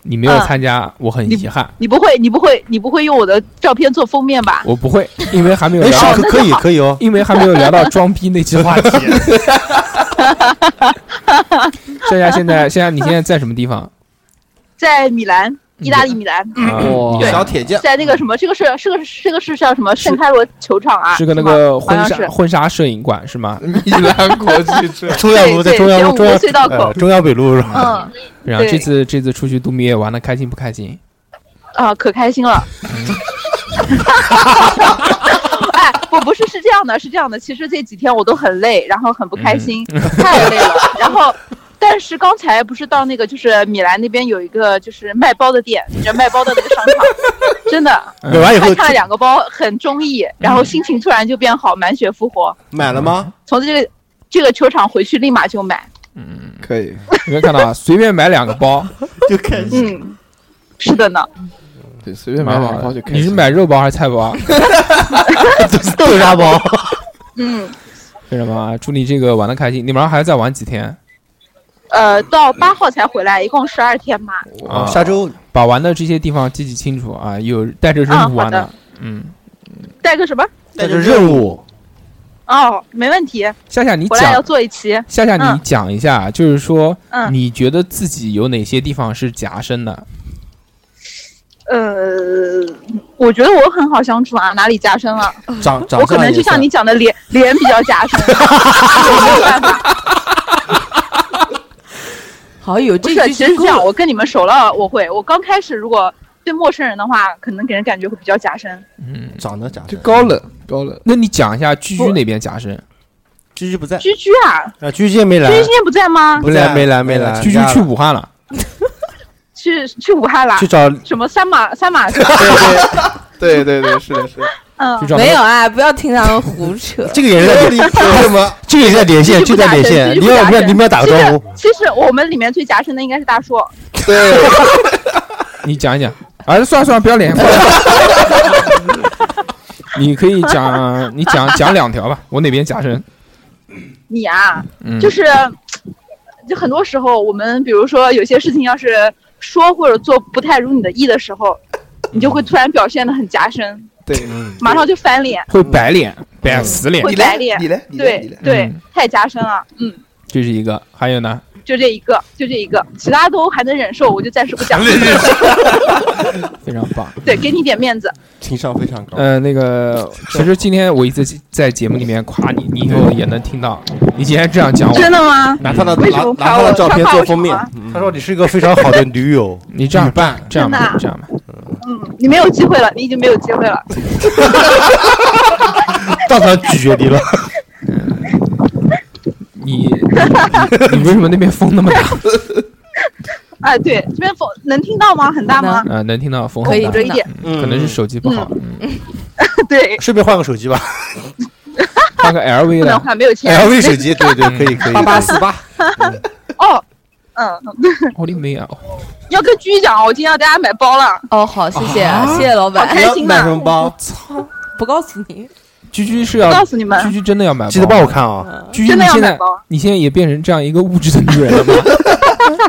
你没有嗯参加，我很你遗憾，你不会，你不会，你不会用我的照片做封面吧？我不会，因为还没有哎，聊是到，那可可以可以哦，，因为还没有聊到装逼那期话 题。夏夏现在，夏夏你现在在什么地方？在米兰，嗯意大利米兰，啊哇小铁匠，在那个什么，这个是这个是这个是叫什么圣开罗球场啊？是个那吗个好婚像纱是婚纱摄影馆是吗？米兰国际车中央路在对中央路中央对五个隧道口呃中央北路是吧？啊嗯然后这对次这次出去度蜜月玩的开心不开心？啊，可开心了。哎，不，不是，是这样的，是这样的。其实这几天我都很累，然后很不开心， 太累了。然后，但是刚才不是到那个就是米兰那边有一个就是卖包的店，你知道卖包的那个商场，真的，嗯买完以后还看了两个包，很中意，然后心情突然就变好，满血复活。买了吗？从这个这个球场回去立马就买。嗯，可以，你们看 到啊，随便买两个包，就开始嗯，是的呢，对，随便买蛮两好个包就的。可以。你是买肉包还是菜包啊？豆沙包，嗯，为什么啊？祝你这个玩的开心。你马上还要再玩几天？呃，到八号才回来，一共十二天嘛。啊下周把玩的这些地方记记清楚啊，有带着任务玩嗯好的，嗯，带个什么？带着任务，哦，没问题，夏夏你回来要讲，做一期。夏夏你嗯讲一下，就是说嗯你觉得自己有哪些地方是夹生的？呃，我觉得我很好相处啊，哪里加深了？长长我可相能也就像算你讲的脸，脸比较夹深，我没有办法。好有不这是，句其啊就实这样，够了我跟你们熟了，我会。我刚开始如果对陌生人的话，可能给人感觉会比较夹生。嗯，长得假的就高冷，高冷。那你讲一下居居那边夹生，居居不在居居啊，啊，居居也没来居，居今天不在吗？不来没来没不来，在居居去去武汉了，去去武汉啦？去找什么三马三马是吧？对对对，是的，是去的。嗯，找他没有啊，不要听他们胡扯。这个也是在连，为什么？这个也在连线，就居居不在打连针线，居你居要不不打要你针们要打个其招实呼，其实我们里面最夹生的应该是大叔，对，你讲一讲。啊，算了算了，不要 脸。你可以讲，你讲讲两条吧。 我哪边夹生？你啊，嗯，就是就很多时候我们比如说有些事情要是说或者做不太如你的意的时候，你就会突然表现的很夹生，对，马上就翻脸。会白脸，白死脸嗯会，你白来，脸你来，你来，对你来。对嗯，太夹生了，嗯。这是一个。还有呢？就这一个，就这一个，其他都还能忍受，我就暂时不 讲。嗯非常棒。对，给你点面子。情商非常高。呃，那个，其实今天我一直在节目里面夸你，你以后也能听到。你今天这样讲我，真的啊吗？拿他的为拿什么拿他夸的我照片夸做我什封面么，嗯他说你是一个非常好的女友，你这样办，这样真的吧啊，这样吧，嗯，你没有机会了，你已经没有机会了。当场拒绝你 了， 你你你为什么那边风那么大？哎，对，这边风能听到吗？很大吗？啊，能听到风可很以大捂着，一点。可能是嗯手机不好，嗯对，顺便换个手机 吧换个 LV 不能的。换，没有钱。 ，LV 哎手机，对对，嗯可以 可以，八八四八，哦，嗯，我的妹啊！要跟居讲，我今天要带大家买包了。哦，好，谢谢，啊谢谢老好板，开心啊买什呐！么包？ 不告诉你，居居是我要告，诉你居们，居真的要买包，记得帮我看啊，居居，真你的要现买在包。你现在也变成这样一个物质的女人了吗？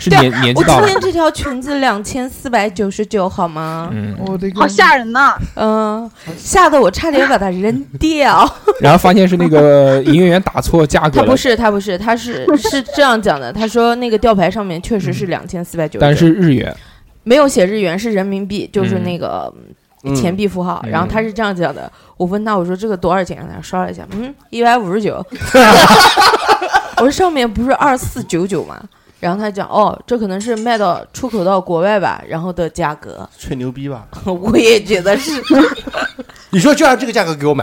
是年年纪我到今了，天这条裙子两千四百九十九，好吗？嗯，我的个好吓人呐！嗯，吓得我差点把它扔 掉。然后发现是那个营业员打错价格他了不，是，他不是，他是是这样讲的。他说那个吊牌上面确实是两千四百九，嗯但是日元，没有写日元，是人民币，就是嗯那个钱币符号。嗯然后他是这样讲的，我问他我说这个多少钱啊？他刷了一下，嗯，一百五十 九。我说上面不是二四九九吗？然后他讲哦，这可能是卖到出口到国外吧，然后的价格， 吹牛逼吧？我也觉得是。你说就按这个价格给我买，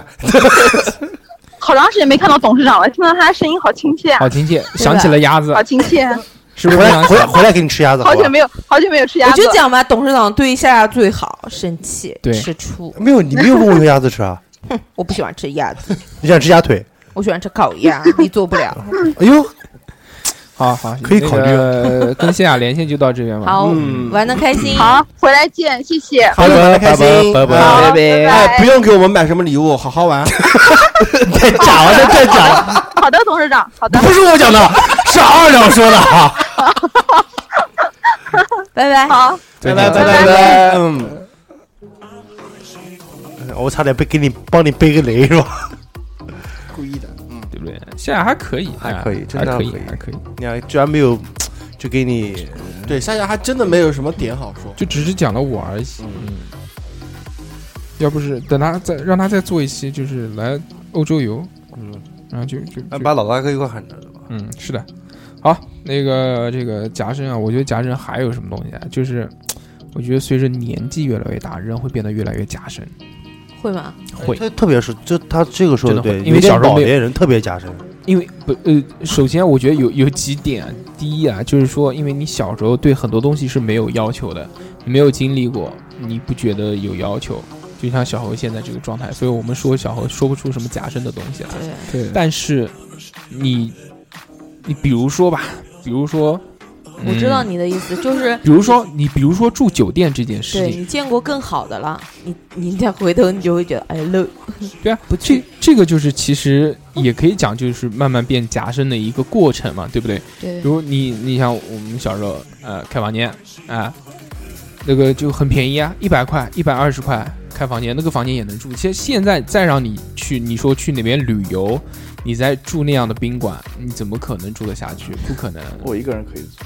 好长时间没看到董事长了，听到他声音好亲切啊好，亲切，想起了鸭子好，亲切。啊是不回是非常来回来回来给你吃鸭子，好吧久没有，好久没有吃 鸭我子。就讲吧，董事长对夏夏最好，生气，对吃醋，没有，你没有问我要鸭子吃啊？ 我不喜欢吃鸭子，你想吃鸭腿？我喜欢吃烤鸭，你做不 了。哎呦，好好，可以考虑虑。跟谢雅连线就到这边吧。好，嗯玩的开心。好，回来见，谢谢。拜拜开拜心拜拜好拜，好，拜哎，不拜。用给我们买什么礼物，好好玩。太假了，太假 了，好的，董事长，好的，不是我讲的，是二两说的啊。 拜拜。好。再拜见拜拜拜拜，嗯，我差点被给你帮你背个雷是吧？故意的，对不对？现在还可以，还啊可以真还的可以还可，以还可以，你看，居然没有，就给你对，夏夏还真的没有什么点好说。就只是讲了我而已。嗯，要不是等他再让他再做一期，就是来欧洲游，嗯，然后就就就把老大哥一块喊着吧。嗯，是的。好，那个这个夹生啊，我觉得夹生还有什么东西啊？就是我觉得随着年纪越来越大，人会变得越来越夹生，会吗？会，特特别是就他这个说真的对，会因为有点小时候老没有年人特别夹生，因为不呃，首先我觉得有有几点啊，第一啊，就是说，因为你小时候对很多东西是没有要求的，没有经历过，你不觉得有要求，就像小侯现在这个状态，所以我们说小侯说不出什么啊夹生的东西来。对，对，但是你，你比如说吧，比如说，我知道嗯，你的意思，就是比如说你，比如说住酒店这件事对情，你见过更好的了，你你再回头你就会觉得哎 low，对 啊，不，这这个就是其实也可以讲，就是慢慢变夹生的一个过程嘛，对不对？对比如你，你像我们小时候，呃，开房间啊、那个就很便宜啊，一百块、一百二十块开房间，那个房间也能住。其实现在再让你去，你说去哪边旅游，你再住那样的宾馆，你怎么可能住得下去？不可能。我一个人可以做，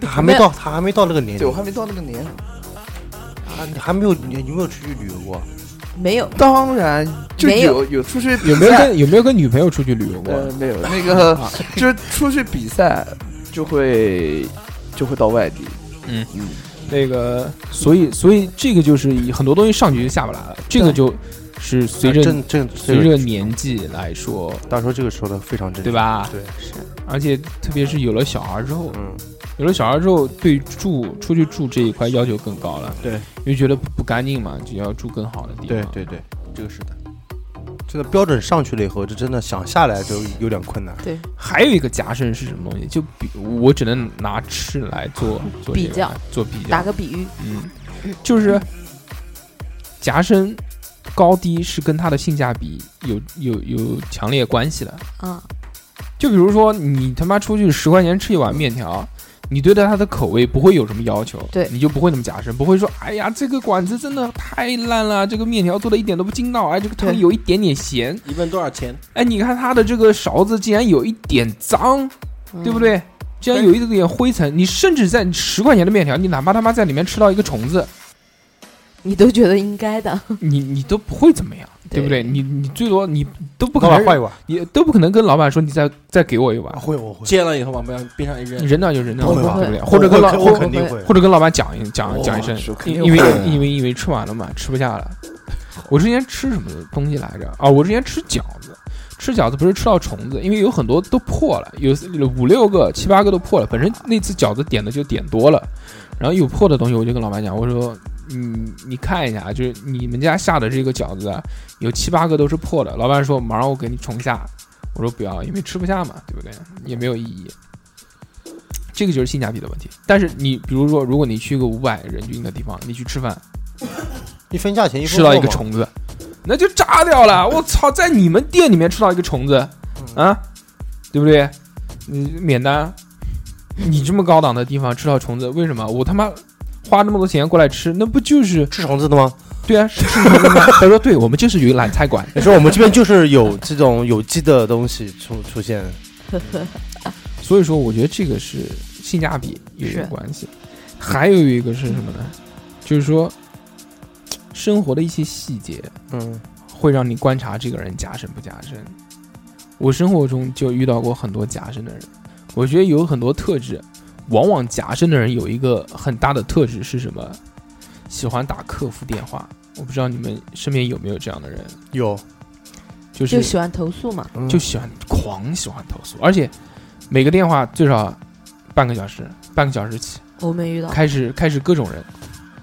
他还没到，他还没到那个年对我龄，还没到那个年龄。他你还没有，你你有没有出去旅游过？没有当然，就没有有有出去比赛有没有跟有没有跟女朋友出去旅游过？呃没有那个就是出去比赛就会就会到外地，那个，所以所以这个就是很多东西上去就下不来了，这个就是随着正正随着年纪来说，大叔这个说的非常正确，对？吧？对，是而且特别是有了小孩之后，嗯，有了小孩之后，对住出去住这一块要求更高了。对，因为觉得不不干净嘛，就要住更好的地方。对对对，这个是的，这个标准上去了以后，这真的想下来都有点困难。对还有一个夹生是什么东西？就比我只能拿吃来做做这个比较做比较，打个比喻，嗯，就是夹生高低是跟它的性价比有有有强烈关系的。啊，就比如说你他妈出去十块钱吃一碗面条。你对待它的口味不会有什么要求，对你就不会那么夹生，不会说，哎呀，这个馆子真的太烂了，这个面条做的一点都不筋道，哎，这个汤对有一点点咸，一问多少钱？哎，你看它的这个勺子竟然有一点脏，嗯对不？对？竟然有一点灰尘，你甚至在十块钱的面条，你哪怕他妈在里面吃到一个虫 子，你都觉得应该的，你你都不会怎么样，对对不对？你你最多你都不可老板换一能，碗，你都不可能跟老板说你再再给我一哦碗，啊会我会，接了以后往边边上一你扔，人那就人那，不对会吧不对？不或者跟老我或肯定会，或者跟老板讲一讲哇讲一声哦是，肯定因因为会的因为因为吃完了嘛，吃不下了。我之前吃什么东西来着？啊，我之前吃饺子，吃饺子不是吃到虫子，因为有很多都破了，有五六个、七八个都破了。本身那次饺子点的就点多了，然后有破的东西，我就跟老板讲，我说。你你看一下，就是你们家下的这个饺子啊，有七八个都是破的。老板说马上我给你重下，我说不要，因为吃不下嘛，对不对？也没有意义。这个就是性价比的问题。但是你比如说，如果你去一个五百人均的地方，你去吃饭，一分价钱一分吃到一个货嘛，虫子，那就炸掉了。我操，在你们店里面吃到一个虫子，啊，对不对？你免单，你这么高档的地方吃到虫子，为什么？我他妈花那么多钱过来吃，那不就是吃虫子的吗？对啊？是是虫子吗？他说，对我们就是有一个懒菜馆，你说我们这边就是有这种有机的东西出出现，所以说，我觉得这个是性价比也有是关系。还有一个是什么呢？就是说，生活的一些细节嗯，会让你观察这个人夹生不夹生。我生活中就遇到过很多夹生的人，我觉得有很多特质。往往夹生的人有一个很大的特质是什么？喜欢打客服电话。我不知道你们身边有没有这样的人，有，就是就喜欢投诉嘛，嗯就喜欢狂喜欢投诉，而且每个电话最少半个小时，半个小时起，我没遇到，开始开始各种人，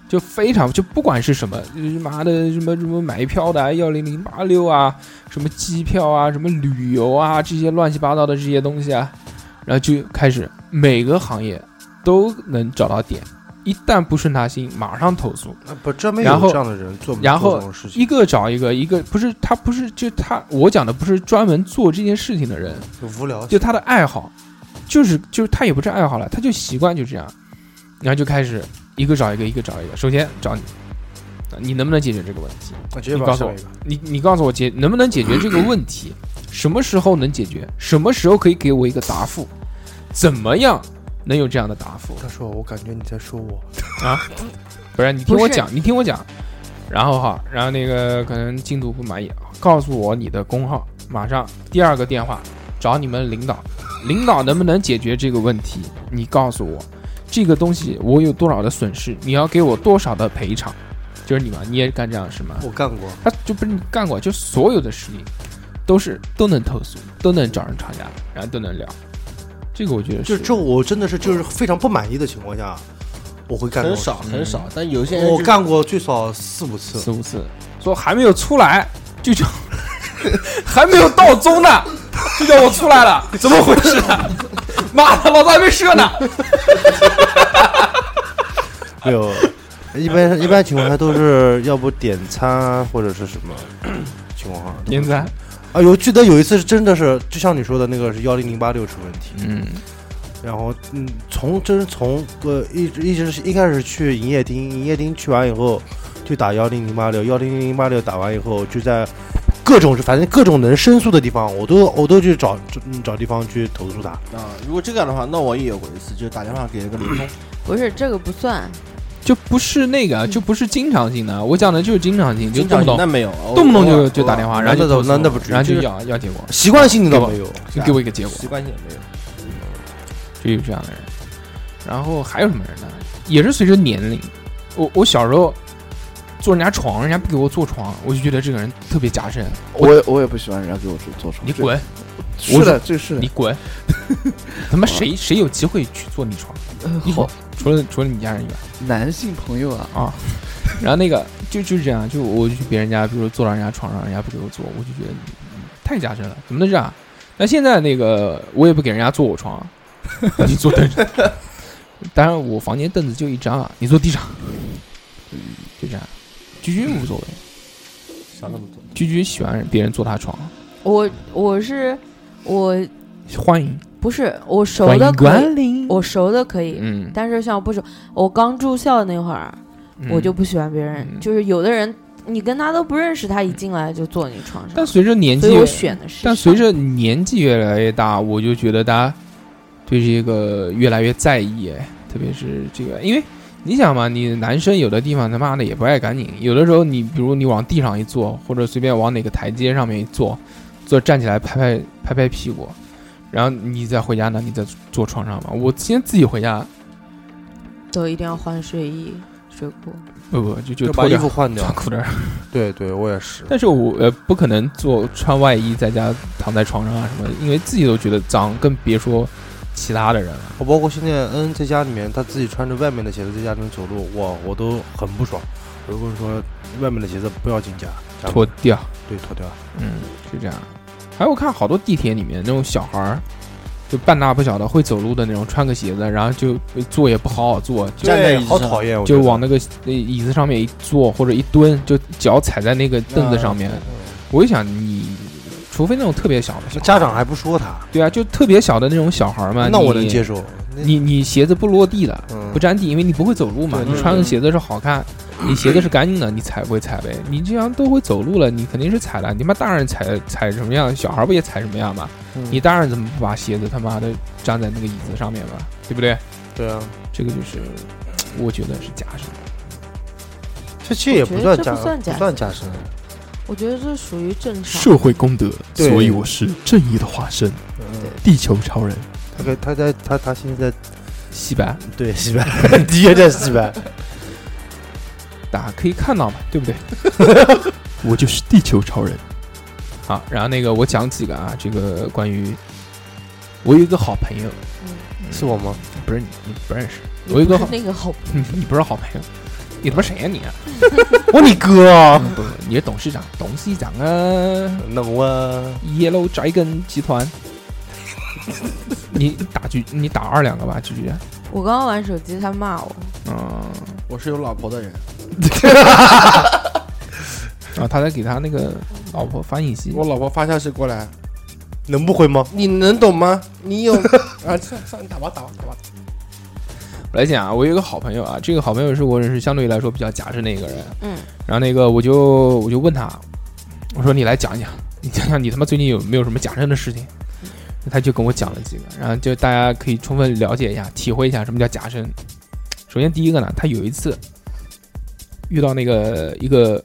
就非常就不管是什么，就是妈的什么什么买票的啊幺零零八六啊，什么机票啊，什么旅游啊，这些乱七八糟的这些东西啊，然后就开始每个行业都能找到点，一旦不顺他心，马上投诉。那不专门然有后这样的人做不然做后这种事情，一个找一个，一个不是他不是就他，我讲的不是专门做这件事情的人，无聊，就他的爱好，就是就是他也不是爱好了，他就习惯就这样，然后就开始一个找一个，一个找一个。首先找你，啊你能不能解决这个问题？我直接你把告它诉下我一个，你你告诉我解能不能解决 这个问题？什么时候能解决？什么时候可以给我一个答复？怎么样能有这样的答复？啊大叔，我感觉你在说我，不然你听不我是讲，你听我讲。然后哈，然后那个可能进度不满意，告诉我你的工号，马上第二个电话找你们领导，领导能不能解决这个问题？你告诉我，这个东西我有多少的损失，你要给我多少的赔偿？就是你嘛，你也干这样的事吗？我干过，他就不是你干过，就所有的事情都是都能投诉，都能找人吵架，然后都能聊。这个我觉得就是是这我真的是就是非常不满意的情况下，我会干这很种事少很少，但有些人我就是干过最少四五次，四五次，说还没有出来就 叫还没有到钟呢，就叫我出来了，怎么回事、啊？ 妈的，老子还没射呢！没有，一般一般情况下都是要不点餐啊，或者是什么情况下点赞，啊。有记得有一次是真的是，就像你说的那个是幺零零八六出问题，嗯然后嗯，从真是从呃一直一直是一开始去营业厅，营业厅去完以后就打幺零零八六，幺零零八六打完以后就在各种反正各种能申诉的地方，我都我都去找嗯找地方去投诉他。啊，如果这样的话，那我也有过一次，就是打电话给那个联通，不是这个不算，就不是那个，就不是经常性的。我讲的就是经常性，就经动常不动那没有，偶尔动不动偶就尔就打电话，然后那就倒投诉那那不至于然后就就是要要结果，习惯性的倒没有，啊就给我一个结果，习惯性没有。就有这样的人。然后还有什么人呢？也是随着年龄，我我小时候坐人家床，人家不给我坐床，我就觉得这个人特别夹生，我也我也不喜欢人家给我做做床。你滚，是的，这是的你滚， 他妈谁谁有机会去坐你床？呃你好除了除了你家人以外。男性朋友啊，啊。然后那个就就是这样，就我就去别人家，比如说坐到人家床上，人家不给我坐，我就觉得嗯太夹生了，怎么能这样？那现在那个我也不给人家坐我床，啊你坐凳子。当然我房间凳子就一张啊，你坐地上，嗯就这样。居居无所谓，想那么多，居居喜欢别人坐他床，我我是我欢迎不是我熟欢的迎可以，光临。我熟的可以，嗯，但是像我不熟，我刚住校那会儿，嗯我就不喜欢别人，嗯就是有的人你跟他都不认识，他一进来就坐你床上但，随着年纪所以越我选的是上。但随着年纪越来越大，我就觉得大家对这个越来越在意，哎特别是这个，因为你想嘛，你男生有的地方他妈的也不爱干净，有的时候你比如你往地上一坐，或者随便往哪个台阶上面一坐，坐站起来拍拍拍拍屁股，然后你再回家呢，你再坐床上嘛。我今天自己回家，都一定要换睡衣、睡裤，不不就就就把脱衣掉服换掉 穿。裤衩儿，对对，我也是。但是我呃不可能做穿外衣在家躺在床上啊什么的，因为自己都觉得脏，更别说其他的人了。哦我包括现在恩在家里面，他自己穿着外面的鞋子在家里面走路，我我都很不爽。我就跟你说，外面的鞋子不要进家，家脱掉，对脱掉。嗯，是这样。还有我看好多地铁里面那种小孩儿，就半大不小的会走路的那种，穿个鞋子，然后就呃坐也不好好坐，就站在哎椅子好上讨厌，我就觉得往那个呃椅子上面一坐或者一蹲，就脚踩在那个凳子上嗯面。我一想你，除非那种特别小的小孩儿家长还不说他，对啊，就特别小的那种小孩儿嘛，那我你能接受。那你你鞋子不落地的，嗯不沾地，因为你不会走路嘛。对你穿的鞋子是好看，你鞋子是干净的，你踩归踩呗。你这样都会走路了，你肯定是踩了。你妈大人踩踩什么样，小孩不也踩什么样嘛？嗯你大人怎么不把鞋子他妈的粘在那个椅子上面嘛？对不对？对啊，这个就是我觉得是假设。这其实也我觉得算这加不算加算加深，我觉得这属于正常。会公德，对所以我是正义的化身，嗯，地球超人。他给他在他他现在西白，对西 班牙的确在西班牙，大家可以看到嘛，对不对？ 我就是地球超人，好，然后那个我讲几个啊，这个关于我有一个好朋友，是我吗？不是你，你不认识，嗯你我有一不个是好，那个好，你你不是好朋友，你他妈谁呀、你、 啊我你哥 啊！嗯不，你是董事长，董事长啊那我，Yellow Dragon 集团。你打狙，你打二两个吧，狙狙。我刚刚玩手机，他骂我，嗯，我是有老婆的人，然后他在给他那个老婆发信息，我老婆发消息过来，能不回吗？你能懂吗？你有啊？算算，打吧打吧打吧。我来讲啊，我有一个好朋友啊，这个好朋友是我认识相对来说比较夹着那个人，嗯，然后那个我就我就问他，我说你来讲一讲，你讲讲你他妈最近有没有什么夹生的事情？他就跟我讲了几个，然后就大家可以充分了解一下，体会一下什么叫夹生。首先第一个呢，他有一次遇到那个一个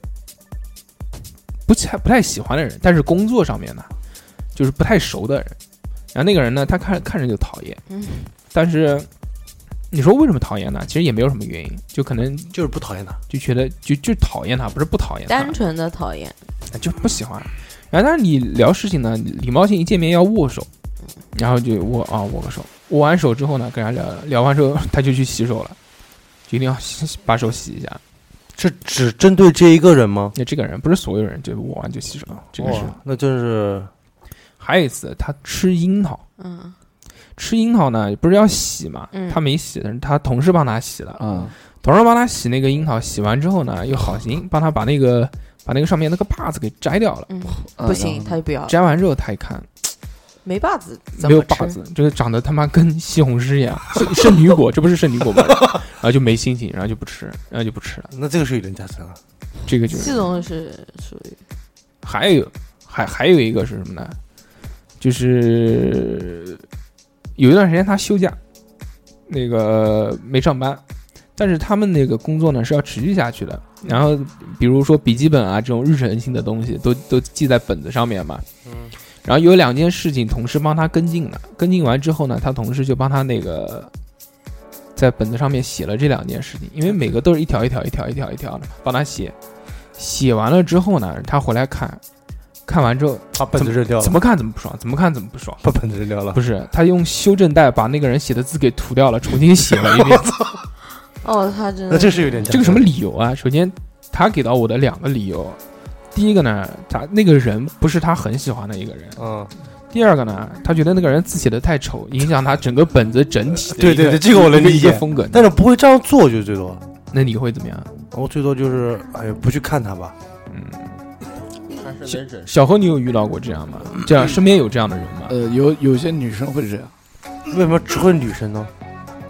不太不太喜欢的人，但是工作上面呢就是不太熟的人，然后那个人呢，他看看着就讨厌，嗯，但是你说为什么讨厌呢？其实也没有什么原因，就可能就是不讨厌他，就觉得就就讨厌他，不是不讨厌他单，纯的讨厌，就不喜欢。然后但是你聊事情呢，礼貌性一见面要握手，然后就握啊握个手，握完手之后呢，跟人家聊聊完之后， 他就去洗手了，就一定要洗把手洗一下。这只针对这一个人吗？那这个人不是所有人，就握完就洗手，这个是。哇，那真是还有一次，他吃樱桃，嗯，吃樱桃呢，不是要洗嘛？嗯他没洗，但是他同事帮他洗了。啊，同事帮他洗那个樱桃，洗完之后呢，又好心帮他把那个把那个上面那个把子给摘掉了。哦嗯，啊不行，然后他就不要了，摘完之后，他一看没把子，怎没有么把吃？子，这个长得他妈跟西红柿一样，圣圣女果，这不是 圣女果吗？ 然后就没心情，然后就不吃，然后就不吃了。那这个是有点加成了。这个就是系统是属于还有还还有一个是什么呢？就是有一段时间他休假，那个没上班，但是他们那个工作呢是要持续下去的。然后比如说笔记本啊这种日程性的东西都都记在本子上面嘛。嗯。然后有两件事情同事帮他跟进了，跟进完之后呢，他同事就帮他那个。在本子上面写了这两件事情，因为每个都是一条一条一条一条一条的嘛，帮他写。写完了之后呢，他回来看，看完之后把本子扔掉了怎，么看怎么不爽，怎么看怎么不爽。啊把本子扔掉了不？是，他用修正带把那个人写的字给涂 掉了，重新写了一遍。哦，他真的 嗯那这是有点加成这个什么理由啊？首先，他给到我的两个理由，第一个呢，他那个人不是他很喜欢的一个人；嗯，第二个呢，他觉得那个人字写的太丑，影响他整个本子整 体的对一个对对这个我能一理一个解风格。但是不会这样做就最多，那你会怎么样？我最多就是哎呀不去看他吧。嗯，还是能忍。小何，你有遇到过这样吗？这样身边有这样的人吗？呃，有有些女生会这样，为什么只会女生呢？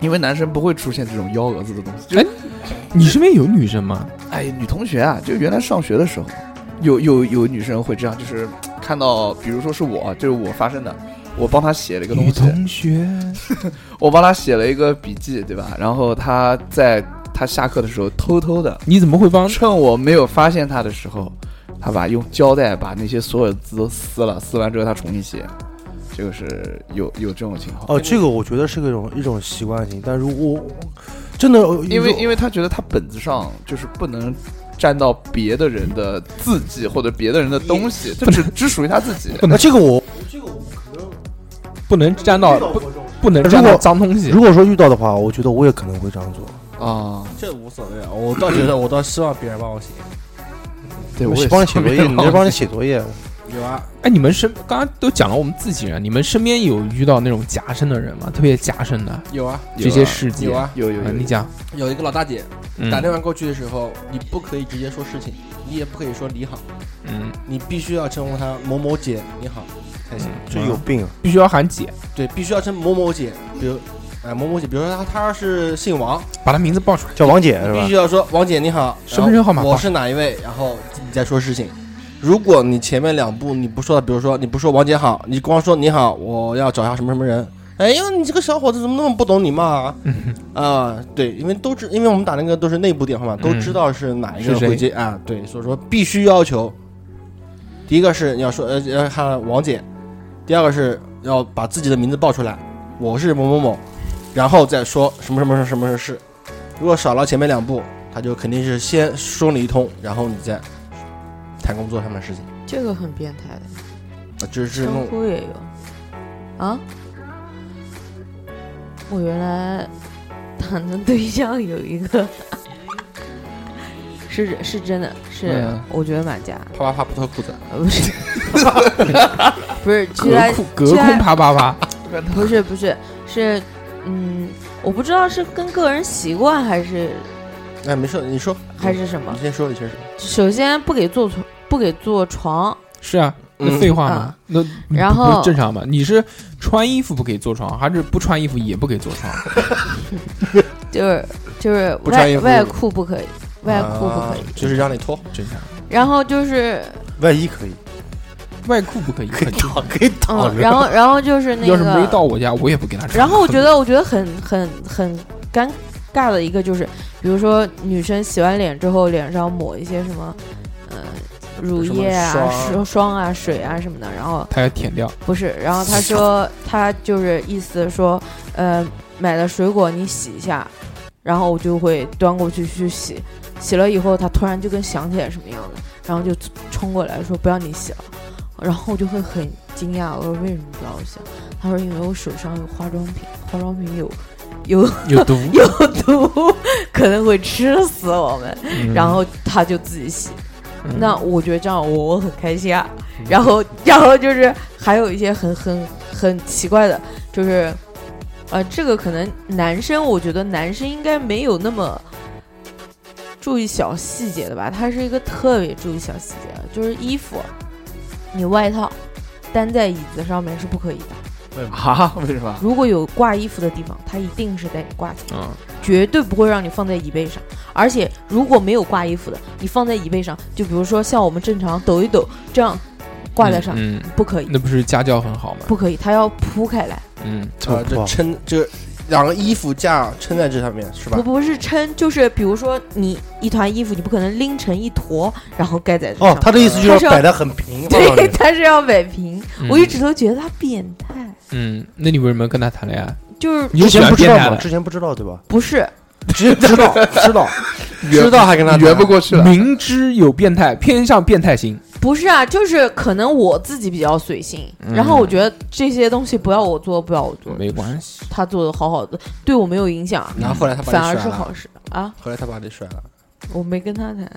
因为男生不会出现这种幺蛾子的东西。就哎你身边有女生吗？哎，女同学啊，就原来上学的时候，有有有女生会这样，就是看到，比如说是我，就是我发生的，我帮她写了一个东女西，同学，我帮她写了一个笔记，对吧？然后她在她下课的时候偷偷的，你怎么会帮趁我没有发现她的时候，她把用胶带把那些所有字都撕了，撕完之后她重新写，这个是有有这种情况。哦，这个我觉得是个一种一种习惯性，但如果真的呃因为为因为他觉得他本子上就是不能沾到别的人的字迹或者别的人的东西，这只只属于他自己。那这个我不能沾到不不能如沾到果脏东西？如果说遇到的话，我觉得我也可能会这样做。哦啊，这无所谓啊，我倒觉得我倒希望别人帮我写。对我我也帮你写作业，你这这帮你写作业，有啊，哎，你们身刚刚都讲了我们自己人，你们身边有遇到那种夹生的人吗？特别夹生的有啊，这些事迹有啊，有有啊有你讲，有一个老大姐嗯打电话过去的时候，你不可以直接说事情，你也不可以说你好，嗯，你必须要称呼她某某姐你好才行。这有病啊！必须要喊姐，对，必须要称某某姐，比如。哎，某某姐，比如说她，她要是姓王，把他名字报出来。叫王姐是必吧须？要说王姐你好，身份证号码然后我是哪一位，然后你再说事情。如果你前面两步你不说，比如说你不说王姐好，你光说你好，我要找一下什么什么人。哎呦，你这个小伙子怎么那么不懂礼貌 啊？啊，对，因为都知，因为我们打那个都是内部电话嘛，都嗯知道是哪一个是人谁会接啊。对，所以说必须要求，第一个是你要说呃要喊王姐，第二个是要把自己的名字报出来，我是某某某，然后再说什么什么什么什么事。如果少了前面两步，他就肯定是先说你一通，然后你再谈工作上面的事情。这个很变态的，啊，这是那称种呼也有啊。我原来谈的对象有一个 是是真的是嗯，我觉得蛮假，啪啪啪不脱裤子，呃不是 不是，居隔然空隔空啪啪啪，不是不是是嗯，我不知道是跟个人习惯还是哎，没事，你说，还是什么你。先说，你先说。首先不给做床，不给做床，是啊， 那嗯废话嘛，那不然不后是正常嘛？你是穿衣服不给坐床，还是不穿衣服也不给坐床？ 就是就是不穿外衣服外裤不可以，嗯外裤不可以。啊就是让你脱。正常，然后就是万一 可以，哦外裤不可以，很正常可以哦躺嗯，着。然啊后然后就是那要是没到个，我家，我也不给他穿。然后我 觉得我觉得很很很尴尬的一个就是，比如说女生洗完脸之后脸上抹一些什么，呃，乳液啊、什么霜啊霜霜啊、水啊什么的，然后他要舔掉，不是，然后他说他就是意思说，呃，买了水果你洗一下，然后我就会端过去去洗，洗了以后他突然就跟想起来什么样子，然后就冲过来说不要你洗了，然后我就会很惊讶，我说为什么不要我洗？他说因为我手上有化妆品，化妆品有有有 毒。有 嗯毒，可能会吃死我们，然后他就自己洗。那我觉得这样我我很开心啊。然后， 然后就是还有一些很很很奇怪的，就是，呃，这个可能男生，我觉得男生应该没有那么注意小细节的吧。他是一个特别注意小细节的，就是衣服，你外套单在椅子上面是不可以的。哈，为什 么？如果有挂衣服的地方，它一定是得挂起来。嗯，绝对不会让你放在椅背上。而且如果没有挂衣服的，你放在椅背上，就比如说像我们正常抖一抖这样挂在上，嗯，嗯不可以，那不是家教很好吗？不可以，它要铺开来。嗯，啊，这撑这两个衣服架撑在这上面是吧不？不是撑，就是比如说你一团衣服，你不可能拎成一坨，然后盖在这上。哦，他的意思就他是是要要摆的很平，放到 对，那它是要摆平。嗯我一直都觉得他变态，嗯，那你为什么跟他谈恋爱？就是你就之喜前欢不知变道态的嘛，之前不知道对 吧？不是知知道 知道知道还跟他圆不过去了。明知有变态，偏向变态型。不是啊，就是可能我自己比较随性，嗯然后我觉得这些东西不要我做，不要我做，没关系，他做的好好的，对我没有影响啊，然后后来他把反你而甩是了，好事啊。后来他把你甩了，我没跟他谈，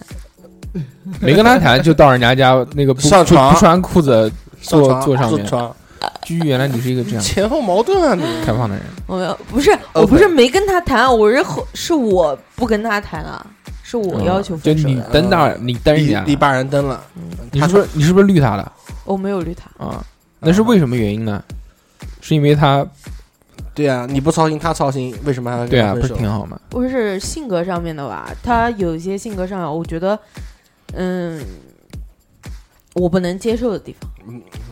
没跟他谈就到人家家那个不上床不不穿裤子上坐床坐上上面嗯床，居原来你是一个这样前后矛盾啊你。开放的人，我没有，不是，我不是没跟他谈，我是后是我不跟他谈啊，是我要嗯求哦就分手你的，蹬那儿，你啊嗯蹬人你家，你把人蹬了，你是不是你是不是绿他的我没有绿他，啊？那是为什么原因呢？是因为他对啊，你不操心他操心，为什么还要对跟啊，他不分是手？挺好吗？不是性格上面的吧？他有一些性格上，我觉得，嗯，我不能接受的地方，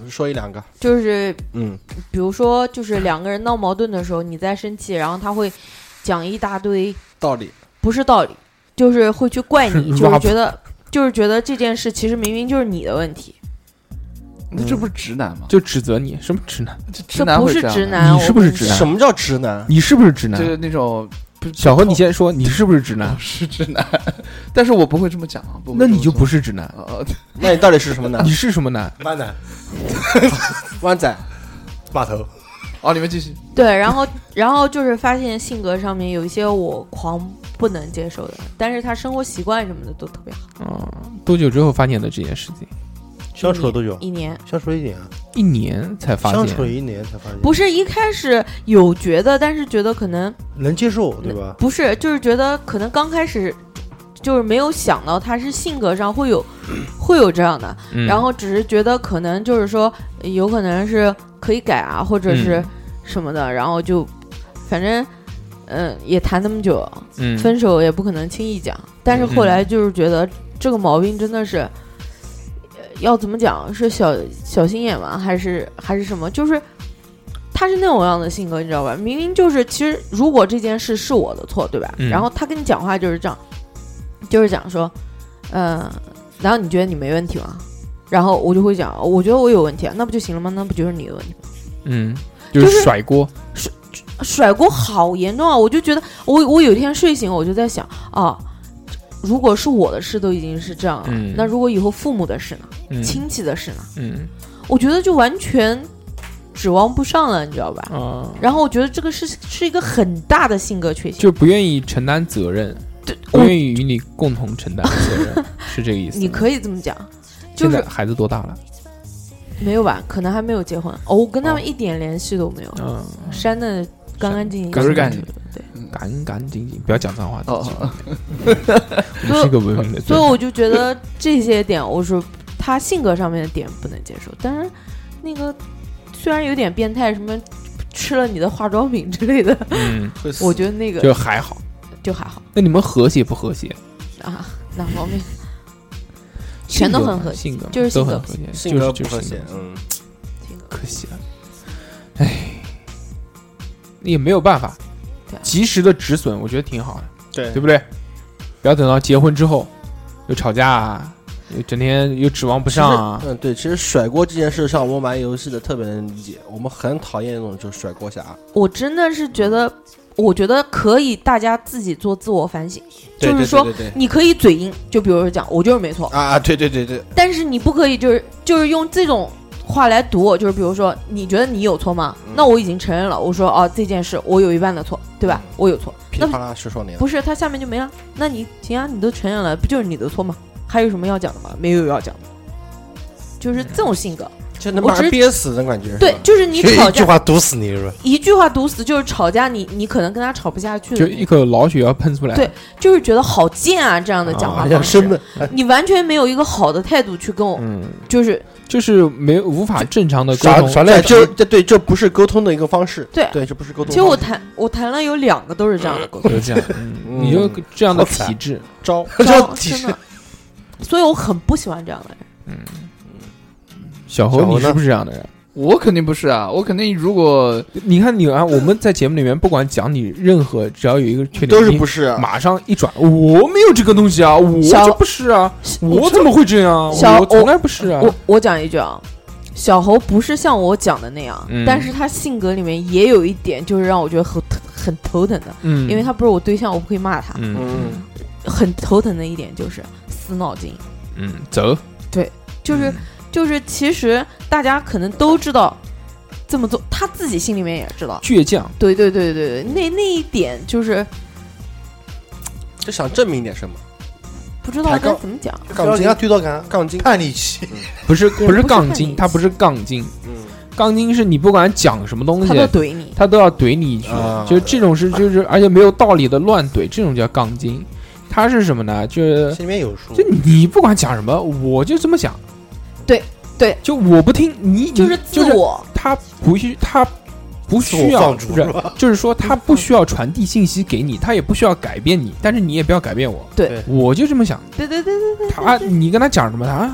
说一两个，就是嗯，比如说，就是两个人闹矛盾的时候，你在生气，然后他会讲一大堆道理。不是道理，就是会去 怪你，就是拉觉得就是觉得这件事其实明明就是你的问题，那这不是直男吗？就指责你什么直男？这直这男不会是这样直吗，男，你我是不是跟直你男什么叫 直男？你是不是直男就？是那种不小何，你先说你是不是直男不？是直男， 但是我不会这么讲啊。不会那你就这么不是直男，说呃，那你到底是什么男你？是什么男？慢 点，湾仔，码头哦，你们继续。对，然后然后就是发现性格上面有一些我狂不能接受的，但是他生活习惯什么的都特别好。啊，多久之后发现的这件事情？相处了多久？一年相处一年啊，一年才发相处了现。一年才发现，不是一开始有觉得，但是觉得可能能接受对吧？不是，就是觉得可能刚开始就是没有想到他是性格上会有会有这样的，嗯然后只是觉得可能就是说有可能是可以改啊，或者是嗯什么的，然后就反正嗯、也谈那么久，嗯，分手也不可能轻易讲。但是后来就是觉得这个毛病真的是，呃要怎么讲是小小心眼吗？还是还是什么？就是他是那种样的性格，你知道吧？明明就是，其实如果这件事是我的错，对吧？嗯然后他跟你讲话就是这样，就是讲说，嗯、然后你觉得你没问题吗？然后我就会讲，哦我觉得我有问题啊，那不就行了吗？那不就是你的问题吗？嗯，就是就是甩锅。甩锅好严重啊！我就觉得我我有一天睡醒，我就在想啊，如果是我的事都已经是这样了，嗯那如果以后父母的事呢，嗯亲戚的事呢，嗯我觉得就完全指望不上了，你知道吧？啊，然后我觉得这个是是一个很大的性格缺陷。就不愿意承担责任，不愿意与你共同承担责任， 是这个意思吗。嗯你可以这么讲，就现是在孩子多大了？没有吧？可能还没有结婚哦，我跟他们一点联系都没有，嗯，删的干干净净，干干净对。赶赶紧紧，不要讲脏话。哦哦，你是个文明的，所以我就觉得这些点，我说他性格上面的点不能接受，但是那个虽然有点变态，什么吃了你的化妆品之类的，嗯，会死我觉得那个就还好。就还好那你们和谐不和谐？啊，哪方面全都很和谐性格嘛就是都性格很和谐，性格就是不就是和性谐格，嗯，性格可惜了，唉，也没有办法对啊，及时的止损，我觉得挺好的，对对不对？不要等到结婚之后又吵架啊，又整天又指望不上啊其实，嗯，对，其实甩锅这件事上，我玩游戏的特别能理解，我们很讨厌那种就是甩锅侠，我真的是觉得，我觉得可以大家自己做自我反省，对就是对说对对对你可以嘴硬，就比如说讲我就是没错，啊啊，对对对对，但是你不可以就是就是用这种话来堵我，就是比如说你觉得你有错吗？嗯那我已经承认了，我说哦这件事我有一半的错，对吧？我有错，噼那里啪啦十少年，不是他下面就没了，那你行啊，你都承认了，不就是你的错吗？还有什么要讲的吗？没有要讲的，就是这种性格。就能把我只人憋死的感觉。是吧对，，就是你就吵一句架话毒死你是吧？一句话毒死，就是吵架你你可能跟他吵不下去呃了，就一口老血要喷出来。对就是觉得好贱啊这样的讲话啊方式，的，你完全没有一个好的态度去跟我，嗯，就是就是没有无法正常的沟耍通。耍赖对，皮就这对，这不是沟通的一个方式。对对，这不是沟通方式。其实我谈我谈了有两个都是这样的沟通就这 样，嗯你就这样的好惨体质，招，招，真的，所以我很不喜欢这样的人。小小侯侯你是呢不是这样的人？我肯定不是啊，我肯定如果你看你啊，我们在节目里面不管讲你任何，只要有一个缺点，都是你不是啊？马上一转，我没有这个东西啊，我小这不是啊，我我怎么会这样啊？小我从来不是啊。我我讲一句啊，小侯不是像我讲的那样，嗯但是他性格里面也有一点，就是让我觉得很很头疼的，嗯，因为他不是我对象，我不可以骂他。嗯嗯，很头疼的一点就是死脑筋，嗯走，就是、嗯就是，其实大家可能都知道这么做，他自己心里面也知道。倔强，对对对对对，那那一点就是就想证明点什么，不知道抬该高怎么讲，让人家对到感，杠精。叛逆期，不是不不是是杠叛精，逆他不是杠精，嗯，杠精是你不管讲什么东他西都，怼你。他都要怼你一句啊，就是这种是就是而且没有道理的乱怼，这种叫杠精。他是什么呢？就是嗯心里面有数就。你不管讲什么，我就这么想。对对，就我不听你，就你是嗯就自是我，他不需他不自需我要，放逐不是是吧？就是说他不需要传递信息给你，他也不需要改变你，但是你也不要改变我。对对我就这么想。对对对对，他你跟他讲什么，他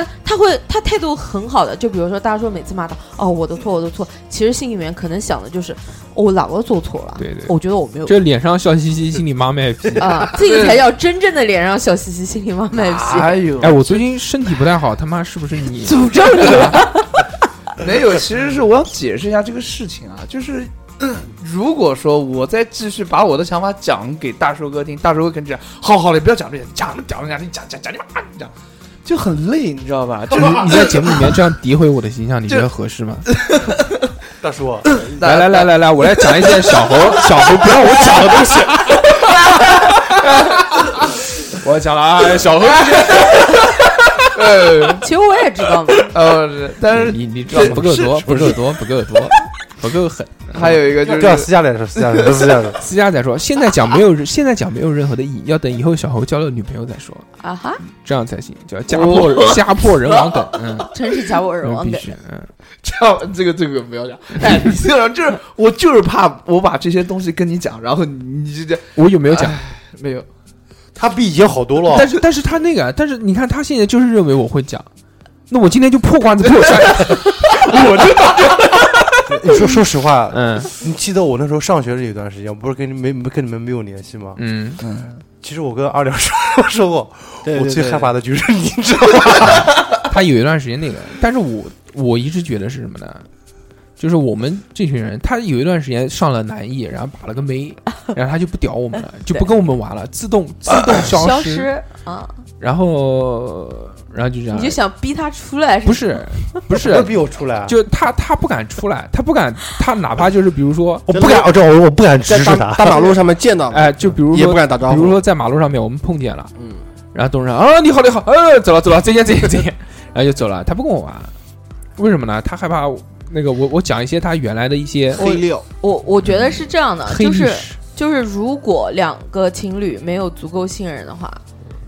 他他会他态度很好的，就比如说大家说每次骂他，哦我的错我的错，其实心里面可能想的就是、哦我哪个做错了，对对我觉得我没有这脸上笑嘻嘻，心里妈卖 批。啊，这个才叫真正的脸上小嘻嘻，心里妈卖批。哎呦哎，我最近身体不太好，他妈是不是 你？诅咒你没有，其实是我想解释一下这个事情啊，就是。嗯如果说我再继续把我的想法讲给大叔哥听，大叔哥肯定讲，好好了，不要讲这些，讲了讲了讲你讲讲讲你妈，你讲就很累，你知道吧？就是你你在节目里面这样诋毁我的形象，你觉得合适吗？大叔，啊来来来，来来，我来讲一些小猴小猴不让我讲的东西。我讲了啊，小猴，呃其实我也知道嘛， 呃，但是你你知道吗不够多，不够多，不够多，不够狠。还有一个就这样 是啊私下来说， 私下来说，私下来说，私下再说，现在讲没有，现在讲没有任何的意义，要等以后小猴交了女朋友再说，啊哈，这样才行，叫家破家破人亡梗，嗯，真是假我耳嗯王必的。须，嗯，这样，这个这个不要讲。哎，你这样就是我就是怕我把这些东西跟你讲，然后你你就这我有没有讲？没有他比以前好多了但。是但是他那个，但是你看他现在就是认为我会讲，那我今天就破罐子破摔，我就 你说说实话，嗯你记得我那时候上学的有段时间，我不是跟你没没跟你们没有联系吗？嗯，其实我跟二两说说过，对我对最对害怕的就是你知道他有一段时间那个，但是我我一直觉得是什么呢？就是我们这群人，他有一段时间上了南艺，然后把了个妹，然后他就不屌我们了，就不跟我们玩了，自动自动消失失啊！然后，然后就这样，你就想逼他出来不是是不不是，逼我出来啊，就他他不敢出来，他不敢，他哪怕就是比如说，我不敢，我这我我不敢直在视大他。大马路上面见到，哎、就比如也不说，敢打招比如呼。说在马路上面我们碰见了，嗯，然后董事长啊，你好你好，呃，走了走了，再见再见再见， 然后就走了，他不跟我玩，为什么呢？他害怕那个我我讲一些他原来的一些黑六，我，我觉得是这样的，黑就历是史，就是，如果两个情侣没有足够信任的话，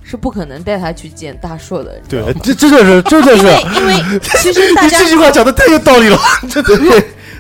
是不可能带他去见大硕的。对，这这就是这就因是，为因为其实大 你家这句话讲的太有道理了。 就对，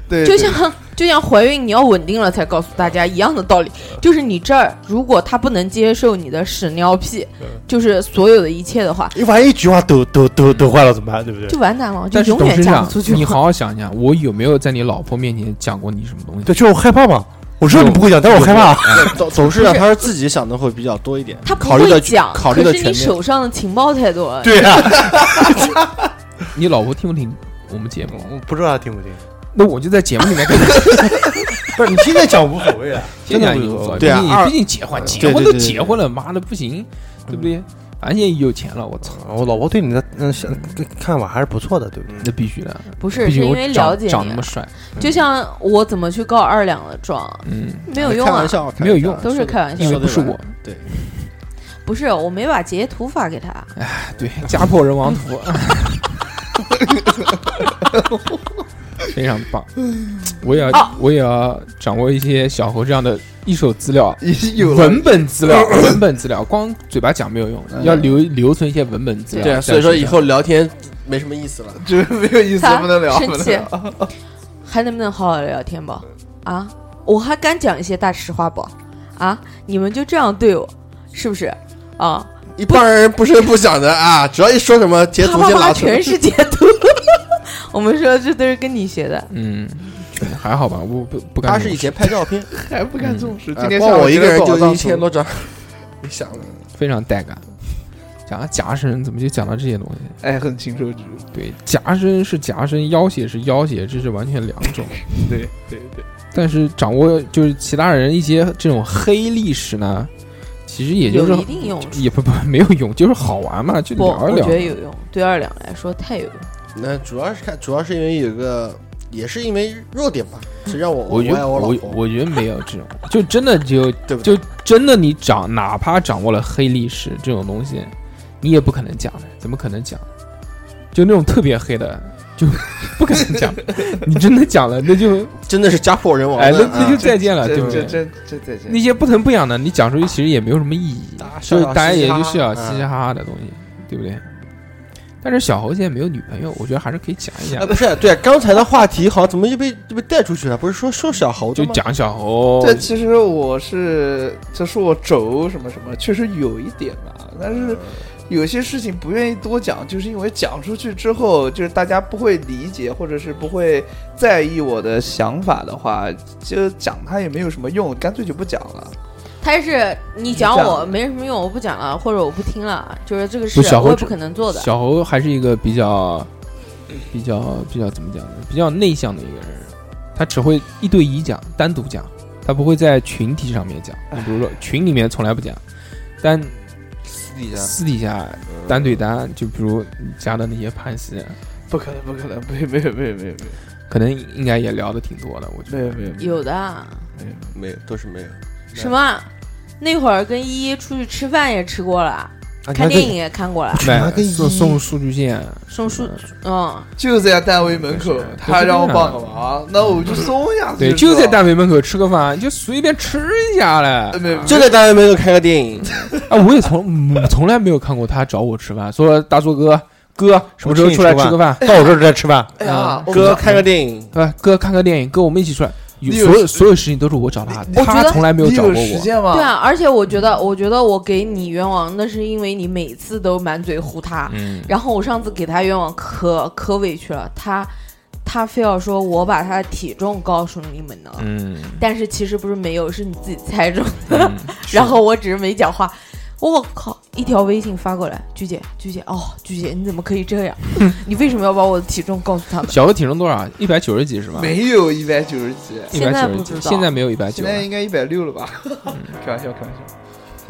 对像就像怀孕你要稳定了才告诉大家一样的道理，就是你这儿如果他不能接受你的屎尿屁，就是所有的一切的话，你万一一句话抖抖抖抖坏了怎么办？对不对就？完蛋了，就但是永董远事嫁长不出，去。你好，好想想，我有没有在你老婆面前讲过你什么东西？对，就是我害怕嘛。我知道你不会讲，但是我害怕。董董事长哎他是自己想的会比较多一点，他不考虑会的讲，考虑的可是全你面。手上的情报太多了。对 啊，你老婆听不听我们节目？我不知道他听不听。那我就在节目里面跟他不是你现在讲无所谓啊，现真在的已无经所走，谓。对啊毕竟二毕竟结婚，结对婚对都对结婚了，妈的不行，对不对？俺现在有钱了，我操，我老婆对你的嗯想看法还是不错的，对不对？那必须的，不是，毕是竟因我为了长解长你那啊么，帅，就像我怎么去告二两的状，嗯，没有用哎开啊玩，笑，开玩笑没有用都是开玩笑因为不说对是吧我，对，不是，我没把截图发给他。啊对，家破人亡图， 非常棒。我也要，我也要掌握一些小猴这样的一手资料，有了文本资 料，文本资料，光嘴巴讲没有用，嗯要留留存一些文本资料。对啊，所以说以后聊天没什么意思了。这个没有意思，他不能聊，生不能气聊。 还能不能好好聊天吧？啊，我还敢讲一些大实话不？啊，你们就这样对我，是不是？啊，一帮人不声不响的啊，只要一说什么截啪图啪先啪，拿出来全。是截图。 我们说这都是跟你学的，嗯，还好吧，我不不敢。他是以前拍照片，还不干重视，哎今天光下午我一觉个得人宝就藏一千 图多张，你想了非常带感。讲到夹生，怎么就讲到这些东西？哎，很禽兽之物。对，夹生是夹生，要挟是要挟，这是完全两种。 对对对，但是掌握就是其他人一些这种黑历史呢，其实也就有一是定用处。也不不没有用，就是好玩嘛，就不，聊一我聊觉。得有用，对二两来说太有用。那主要是看，主要是因为有个，也是因为弱点吧。谁让我我觉爱得我老我婆，我觉得没有这种，就真的就对不对？就真的你掌哪怕掌握了黑历史这种东西，你也不可能讲的，怎么可能讲？就那种特别黑的，就 不可能讲。你真的讲了，那就真的是家破人亡哎，那的，那就啊再见了，这对不这对？这这这这那些不疼不痒的，你讲出去其实也没有什么意义，就是大家也就是要嘻嘻哈哈的东西，对不对？但是小猴现在没有女朋友，我觉得还是可以讲一哎，讲，不是，对，刚才的话题好像怎么就被就被带出去了？不是说说小猴子就吗？讲小猴这其实我是，这是我轴什么什么，确实有一点吧，但是有些事情不愿意多讲，就是因为讲出去之后，就是大家不会理解，或者是不会在意我的想法的话，就讲它也没有什么用，干脆就不讲了。他是你讲这样我没什么用，我不讲了，或者我不听了，就是这个事不小我猴也这不可能做的。小猴还是一个比较、比较、比较怎么讲呢？比较内向的一个人，他只会一对一讲，单独讲，他不会在群体上面讲。哎你比如说群里面从来不讲，但私底下私底下单对单，就比如你加的那些潘西，不可能，不可能，没有没有没有没有可能应该也聊的挺多的，我觉没得。有没有没有，有的啊没有，都是没有。啊什么？啊那会儿跟依依出去吃饭也吃过啊了，看电影也看 过了，买跟送一送数据线，送书，嗯，就在单位门口是的，他让我帮个忙，那我就松下去。对，就在单位门口吃个饭，就随便吃一下嘞。没有，就在单位门口看个电影，啊，我也从我从来没有看过他找我吃饭，说大作哥哥什么时候出来吃个饭？到我这儿来吃饭，哎呀，我哥看个电影，哎，哥看个电影，哥我们一起出来。有你有所有时所有事情都是我找他，我觉啊他得从来没有你找有过时我。间吗？对啊，而且我觉得，我觉得我给你冤枉，那是因为你每次都满嘴胡他。嗯，然后我上次给他冤枉可可委屈了，他他非要说我把他的体重告诉你们呢，嗯，但是其实不是没有，是你自己猜中的。 嗯然后我只是没讲话。我靠！一条微信发过来，鞠姐，鞠姐，哦，鞠姐，你怎么可以这样？你为什么要把我的体重告诉他们？小的体重多少？一百九十几是吧？没有一百九十几，一百现在九不十几，知道现在没有一百现九。啊嗯在应该一百六了吧？开玩笑，开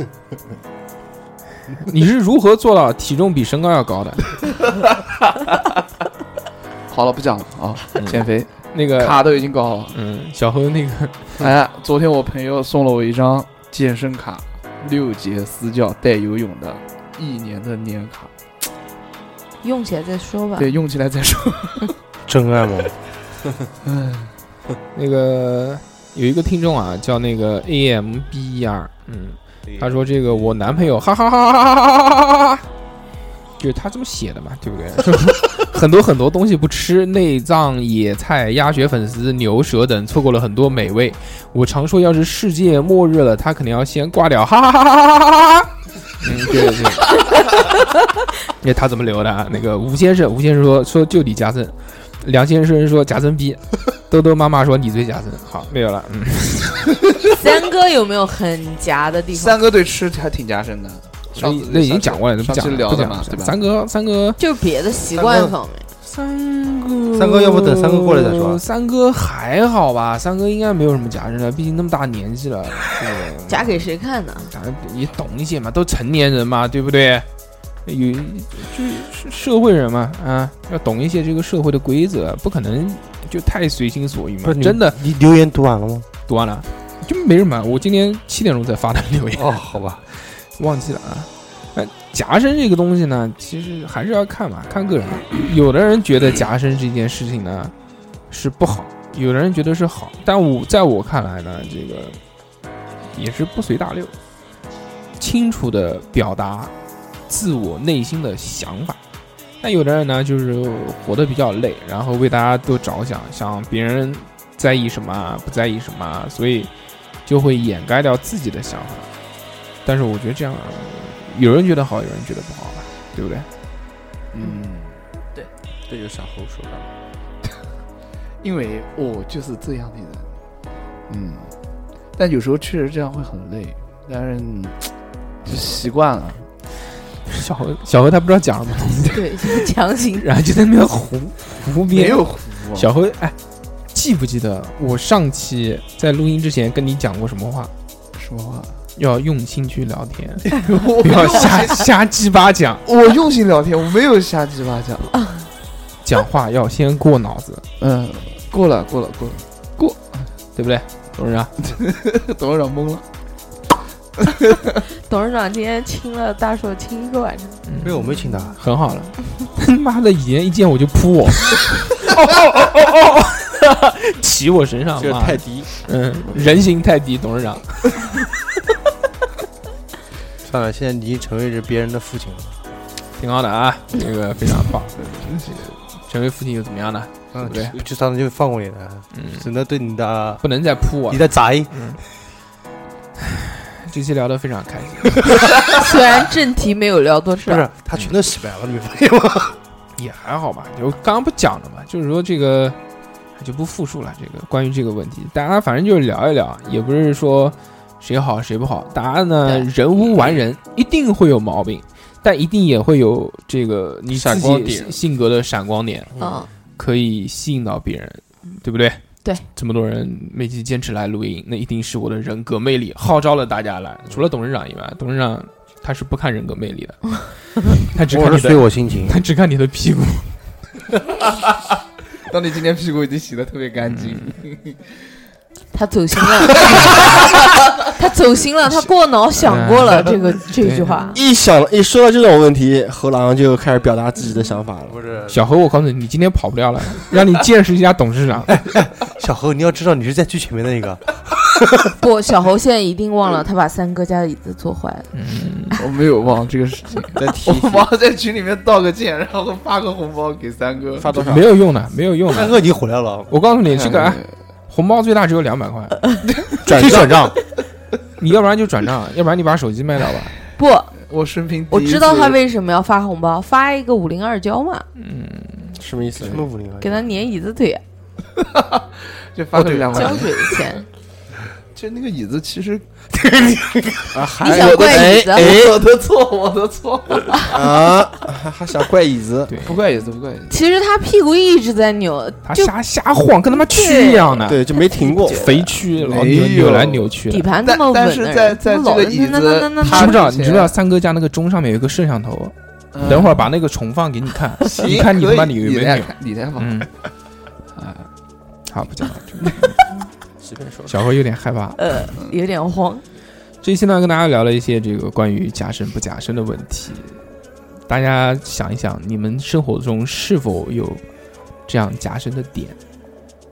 玩笑。你是如何做到体重比身高要高的？好了，不讲了啊，减肥那个， 卡都已经搞好了。嗯，小何那个，嗯哎，昨天我朋友送了我一张健身卡，六节私教带游泳的，一年的年卡，用起来再说吧。对，用起来再说。真爱吗？那个有一个听众啊，叫那个 A M B E R，嗯，他说这个我男朋友，哈哈哈哈哈哈哈哈哈，就是他这么写的嘛，对不对？很多很多东西不吃，内脏、野菜、鸭血粉丝、牛舌等，错过了很多美味。我常说，要是世界末日了，他肯定要先挂掉，哈哈哈哈哈哈哈哈。嗯，对对对。那他怎么留的啊？那个吴先生，吴先生说说就你加森，梁先生说加森逼，兜兜妈妈说你最加森。好，没有了，嗯。三哥有没有很夹的地方？三哥对吃还挺加深的，上次那已经讲过了，那不上次讲聊不的讲嘛不，讲对吧？三哥，三哥，就是别的习惯方面，三哥，三哥要不等三哥过来再说三哥还好吧，三哥应该没有什么夹生的，毕竟那么大年纪了。 对，夹给谁看呢？咱也懂一些嘛，都成年人嘛，对不对？有就是社会人嘛，啊，要懂一些这个社会的规则，不可能就太随心所欲不嘛是。你真的，你留言读完了吗？读完了就没什么。我今天七点钟才发的留言。哦，好吧，忘记了啊。那夹生这个东西呢，其实还是要看嘛，看个人。有的人觉得夹生这件事情呢是不好，有的人觉得是好。但我在我看来呢，这个也是不随大流，清楚的表达自我内心的想法。那有的人呢，就是活得比较累，然后为大家都着想，想别人在意什么啊不在意什么啊，所以就会掩盖掉自己的想法。但是我觉得这样，有人觉得好，有人觉得不好吧，对不对？嗯，这就小猴说的， 因为我就是这样的人，嗯，但有时候确实这样会很累，但是嗯就习惯了。小何，小何他不知道讲什么东西， 对，就是强行然后就在那边胡胡编。没有糊啊小何，哎，记不记得我上期在录音之前跟你讲过什么话？什么话？要用心去聊 天，我 不要瞎瞎鸡巴讲，我用心聊天，我没有瞎鸡巴讲。讲话要先过脑子，嗯，过了，过了，过了。对不对？董事长，董事长懵了，董事长今天亲了大硕亲一个晚上，嗯没有，我没请他。很好了。他妈的，以前一见我就扑我，哦哦哦哦哦，骑我身上，这妈的是泰迪，嗯，人形泰迪董事长，算了，现在你已经成为是别人的父亲了。挺好的啊，这个非常棒。成为父亲又怎么样呢？嗯，对就就上次就放过你了，嗯，只能对你的不能再扑我你了。的杂音。这期聊得非常开心， 虽然正题没有聊多不少，是，他全都洗白了，你 没发现吗？也还好吧。就刚刚不讲了嘛，就是说这个就不复述了。这个关于这个问题，大家反正就是聊一聊，也不是说谁好谁不好。大家呢，人无完人，一定会有毛病，但一定也会有这个你自闪光己点性性格的闪光点。嗯，可以吸引到别人，对不对？对，这么多人每期坚持来录音，那一定是我的人格魅力号召了大家来。除了董事长以外，董事长他是不看人格魅力的，他只看你的，我心情。他只看你的屁股。当你今天屁股已经洗得特别干净，嗯他走心了， 他走心了，他过脑想过了 这个这句话，一想一说到这种问题，何狼就开始表达自己的想法 了。不是小何，我告诉你，你今天跑不掉了，让你见识一下董事长。哎小何，你要知道你是在最前面的那 个。不，小侯现在一定忘了，他把三哥家的椅子坐坏了。 我没有忘这个事 情，再提 我一提忙在群里面道个歉，然后发个红包给三哥。发多少没？有用的，没有用三的。哥，你回来了，我告诉你，这个、哎、红包最大只有两百块，转可以转账。你要不然就转账，要不然你把手机卖掉吧。不，我生平我第一知道次他为什么要发红包，发一个五零二交嘛，什么意思什？么五零二？给他粘椅子腿，就发个两浇 万，水钱。就那个椅子其实啊，你还想怪椅子哎我的错，我的错，哎啊，还还想怪椅 子？对，不怪椅子，不怪椅子。其实他屁股一直在扭，他就瞎瞎晃，跟他妈蛆一样的，对，就没停 过。肥蛆老没扭扭有来扭去的底。盘那但么稳但的是人，在在他老这个椅那那那子那，你他知不知道？之你前知不知道三哥家那个钟上面有一个摄像头？嗯等会儿把那个重放给你看，你看你他妈可以有你没有来扭？看，你来吧。嗯，啊，好，不讲 了。随便说，小何有点害怕。呃，有点慌。这一期呢，跟大家聊了一些这个关于夹生不夹生的问题。大家想一想，你们生活中是否有这样夹生的点？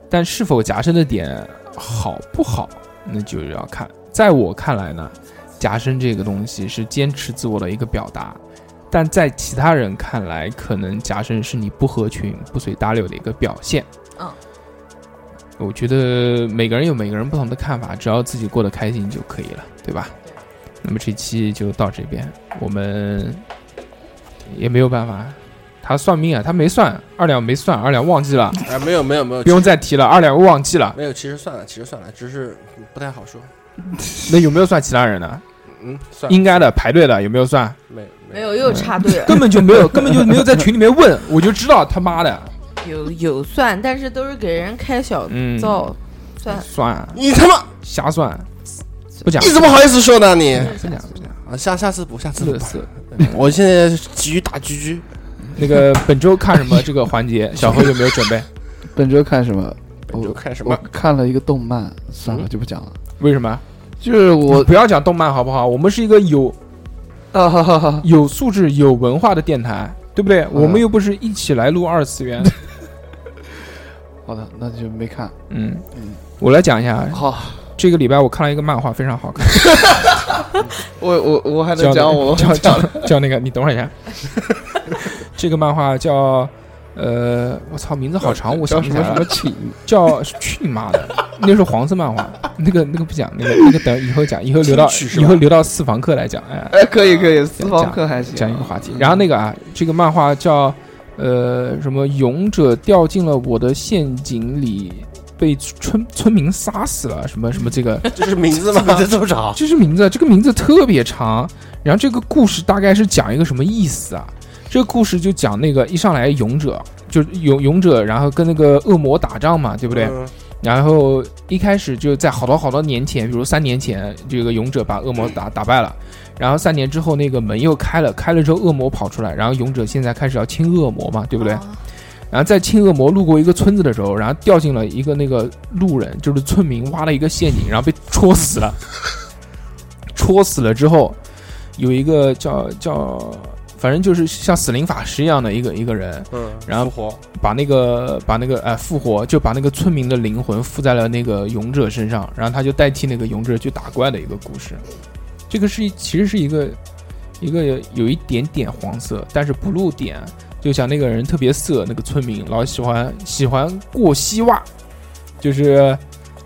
但是否夹生的点好不好，那就要看。在我看来呢，夹生这个东西是坚持自我的一个表达，但在其他人看来，可能夹生是你不合群、不随大流的一个表现。嗯，我觉得每个人有每个人不同的看法，只要自己过得开心就可以了，对吧？那么这期就到这边，我们也没有办法。他算命啊，他没算，二两没算，二两忘记了。哎，没有没有没有，不用再提了，二两我忘记了。没有，其实算了，其实算了，只是不太好说。那有没有算其他人呢？嗯，算了，应该的，排队的有没有算？没有没有，又插队了。 根本就没 有，根本就没有在群里面问，我就知道他妈的，有有算，但是都是给人开小嗯，灶算。算你他妈瞎算，不讲，你怎么好意思说呢你？不讲不讲，啊，下下次补，下次乐补。死。我现在急于打狙狙，那个本周看什么这个环节，小何有没有准备？本周看什么？本周看什我么？看了一个动漫，算了就不讲了。为什么？就是我 不要讲动漫好不好？我们是一个有啊哈哈哈！有素质、有文化的电台，对不对？嗯我们又不是一起来录二次 元。好的，那就没看。嗯，我来讲一下，好，这个礼拜我看了一个漫画，非常好看，我我我还叫能 讲那我叫叫叫那个，你等会儿一 下。这个漫画叫呃，我操，名字好长，我想叫不什起么来什了么。请叫去你妈的，那是黄色漫画，那个那个不讲，那个那个等以后讲，以后留到听取是吧以后留到私房课来讲，哎，哎，可以可以，私房课还行。讲一个话题。嗯然后那个啊，这个漫画叫呃什么勇者掉进了我的陷阱里，被村村民杀死了，什么什么这个，这是名字 吗？名字这么长，这是名字，这个名字特别长。然后这个故事大概是讲一个什么意思啊？这个故事就讲那个一上来勇者就是勇勇者，然后跟那个恶魔打仗嘛，对对不对？嗯然后一开始就在好多好多年前，比如三年前，这个勇者把恶魔打打败了，然后三年之后那个门又开了，开了之后恶魔跑出来，然后勇者现在开始要亲恶魔嘛，对不对？然后在亲恶魔路过一个村子的时候，然后掉进了一个那个路人，就是村民挖了一个陷阱，然后被戳死了。 戳死了之后，有一个叫叫，反正就是像死灵法师一样的一个一个人，嗯，然后活，把那个把那个呃复活，就把那个村民的灵魂附在了那个勇者身上，然后他就代替那个勇者去打怪的一个故事。这个是一其实是一个一个有一点点黄色，但是不露点，就像那个人特别色，那个村民老喜欢喜欢过膝袜，就是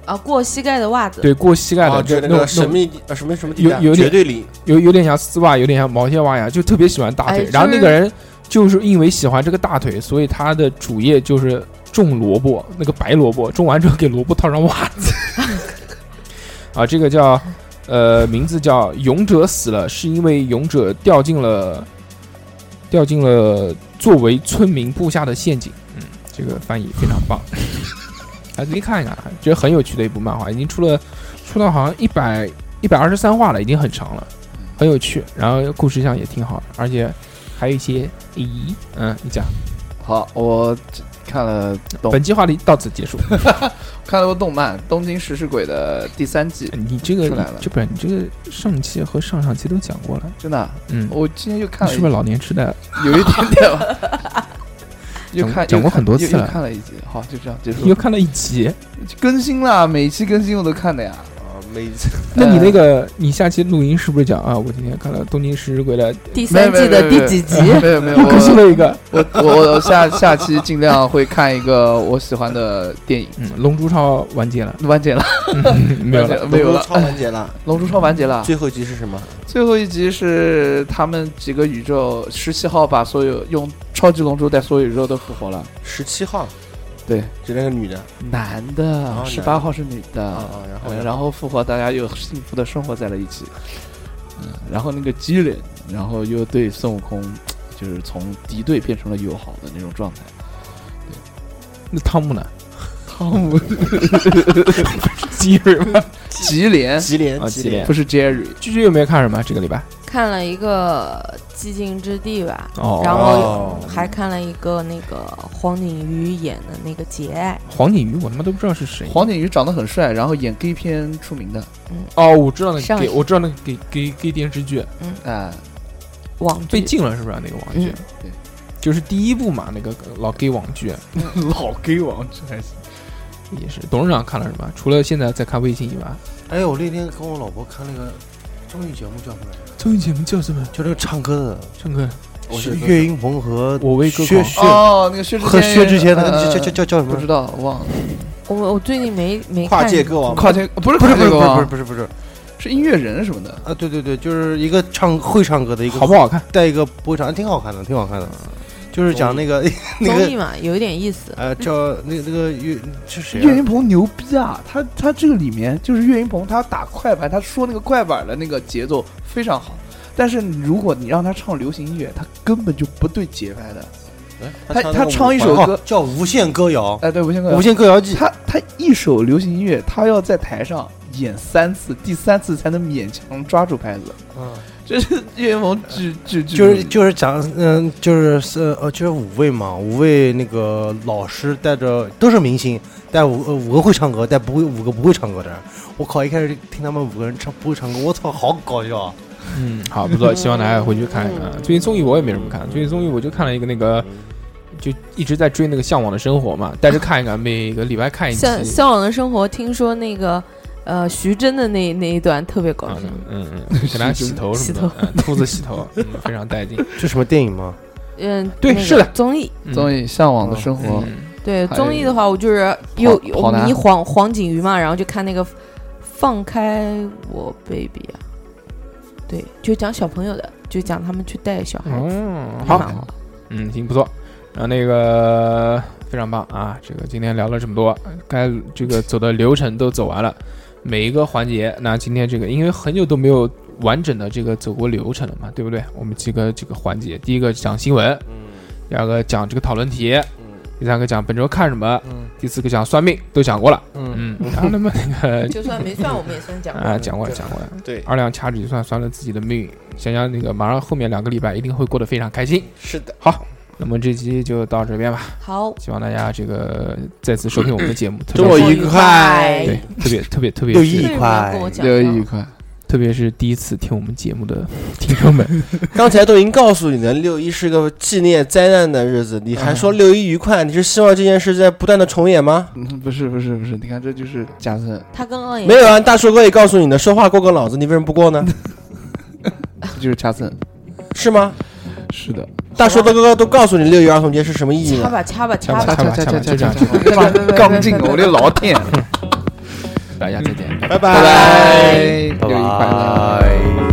啊，过膝盖的袜子，对过膝盖的、啊，就那那种个神秘地呃什么什么地带有有点绝对零，有有点像丝袜，有点像毛线袜呀，就特别喜欢大腿。哎然后就那是个人就是因为喜欢这个大腿，所以他的主业就是种萝卜，那个白萝卜，种完之后给萝卜套上袜子。 啊，这个叫呃，名字叫勇者死了，是因为勇者掉进了掉进了作为村民布下的陷阱。嗯，这个翻译非常棒， 还可以看一看，觉得很有趣的一部漫画，已经出了出到好像一百一百二十三话了，已经很长了，很有趣，然后故事上也挺好，而且还有一些咦，嗯，你讲，好，我看了动本期话题到此 结束。看了部动漫《东京食尸鬼》的第三季，你这个出来了这不是你这个上期和上上期都讲过了，真的，啊嗯，我今天又看你了一，是不是老年痴呆了？有一点点吧？ 又看讲过很多次又看了又又看了一集，好，就这样结束又。看了一集，更新了，每一期更新我都看的呀。啊，每次那你那个你下期录音是不是讲啊？我今天看了《东京食尸鬼》的，呃第没有三季的第几集？ 没有没有，哎又更新我了一个，我我我下下期尽量会看一个我喜欢的电影。嗯，《龙珠超》完结了，完结了，嗯没有完了，结没有了。啊超完结了，龙珠超完结了，最后一集是什么？最后一集是他们几个宇宙十七号把所有用超级龙珠带所有宇宙都复活了。十七号，对，就那个女的男的，哦十男八的号是女啊的，啊，然呃后然后复活，大家又幸福的生活在了一起。嗯，然后那个机人，然后又对孙悟空，就是从敌对变成了友好的那种状态。那汤姆呢？汤姆吉瑞吗？吉连吉莲啊吉吉莲莲，不是 Jerry，居居有没有看什么？这个礼拜看了一个《寂静之地》吧，哦然后哦还看了一个那个黄景瑜演的那个《节爱黄景瑜，我他妈都不知道是谁。黄景瑜长得很帅，然后演 gay 片出名的。哦，我知道那个上 gay，一我知道那个 gay gay gay 电视剧啊，》网被剧，禁了，是不是啊？那个网剧嗯，对，就是第一部嘛，那个老 gay 网剧 老 gay 王这还行。也是。董事长看了什么？除了现在在看微信以外，哎，我那天跟我老婆看那个综艺节目叫什么来着？综艺节目叫什么？就那个唱歌的，唱歌我是是岳云鹏和我为歌薛狂薛哦，那个薛之和薛之谦那呃个叫叫叫叫什不么知？道忘了，我我最近没没跨看界歌王，跨界不是不跨是不界是歌不是王，不是不是是音乐人什么的。啊！对对对，就是一个唱会唱歌的一个，好不好看？带一个不会唱，挺好看的，挺好看的。就是讲那个那综艺个嘛，有一点意思。呃，叫那个那个岳是谁岳啊？云鹏牛逼啊！他他这个里面就是岳云鹏，他打快板，他说那个快板的那个节奏非常好。但是你如果你让他唱流行音乐，他根本就不对节拍的。哎他唱他那个唱一舞首环歌哦，叫《无限歌谣》，哎，对，无限哥， 《啊无限歌谣记》他他一首流行音乐，他要在台上演三次，第三次才能勉强抓住拍 子。嗯，这是岳云鹏 巨巨巨就是就是讲，嗯，就是是呃，就是五位嘛，五位那个老师带着都是明星，带五呃五个会唱歌，带不会五个不会唱歌的人。我靠，一开始听他们五个人唱不会唱歌，我操，好搞笑啊！嗯，好，不错，希望大家回去看一看啊。最近综艺我也没什么看，最近综艺我就看了一个那个，就一直在追那个《向往的生活》嘛，但是看一看，每个礼拜看一集。向向往的生活，听说那个呃徐峥的那那一段特别搞笑嗯，嗯嗯，嗯给他洗头什么的，嗯兔子洗头，嗯非常带劲。这什么电影吗？嗯，对那个是的综艺，嗯 综艺《向往的生活》嗯对还有综艺的话，我就是有跑跑我男迷黄黄景瑜嘛，然后就看那个放开我 baby 啊，对，就讲小朋友的，就讲他们去带小孩，哦，还好蛮，嗯好。嗯，行，不错。然后那个非常棒啊！这个今天聊了这么多，该这个走的流程都走完了，每一个环节。那今天这个因为很久都没有完整的这个走过流程了嘛，对不对？我们几个这个环节，第一个讲新闻，第二个讲这个讨论题，第三个讲本周看什么，第四个讲算命，都讲过了。嗯，然后那么那个就算没算，我们也算讲啊，讲过了，讲过了。对，二两掐指一算，算了自己的命运，想想那个马上后面两个礼拜一定会过得非常开心。是的，那么这期就到这边吧，好，希望大家这个再次收听我们的节目，特周末别是愉快对，特别特别特别六是一为什么要跟我讲六一愉快，特别是第一次听我们节目的听众们，刚才都已经告诉你了，六一是个纪念灾难的日子，你还说六一愉快，你是希望这件事在不断的重演吗？嗯，不是不是不是，你看这就是加深，他刚嗯刚也没有啊，大叔哥也告诉你的，说话过过脑子，你为什么不过呢？这就是加深，是吗？ 是的，大叔的哥哥都告诉你六一儿童节是什么意义掐了，吧掐吧掐掐吧吧，掐吧加掐吧，就这样，刚进我的老天，大家再见。拜拜拜拜，六拜一快乐。拜。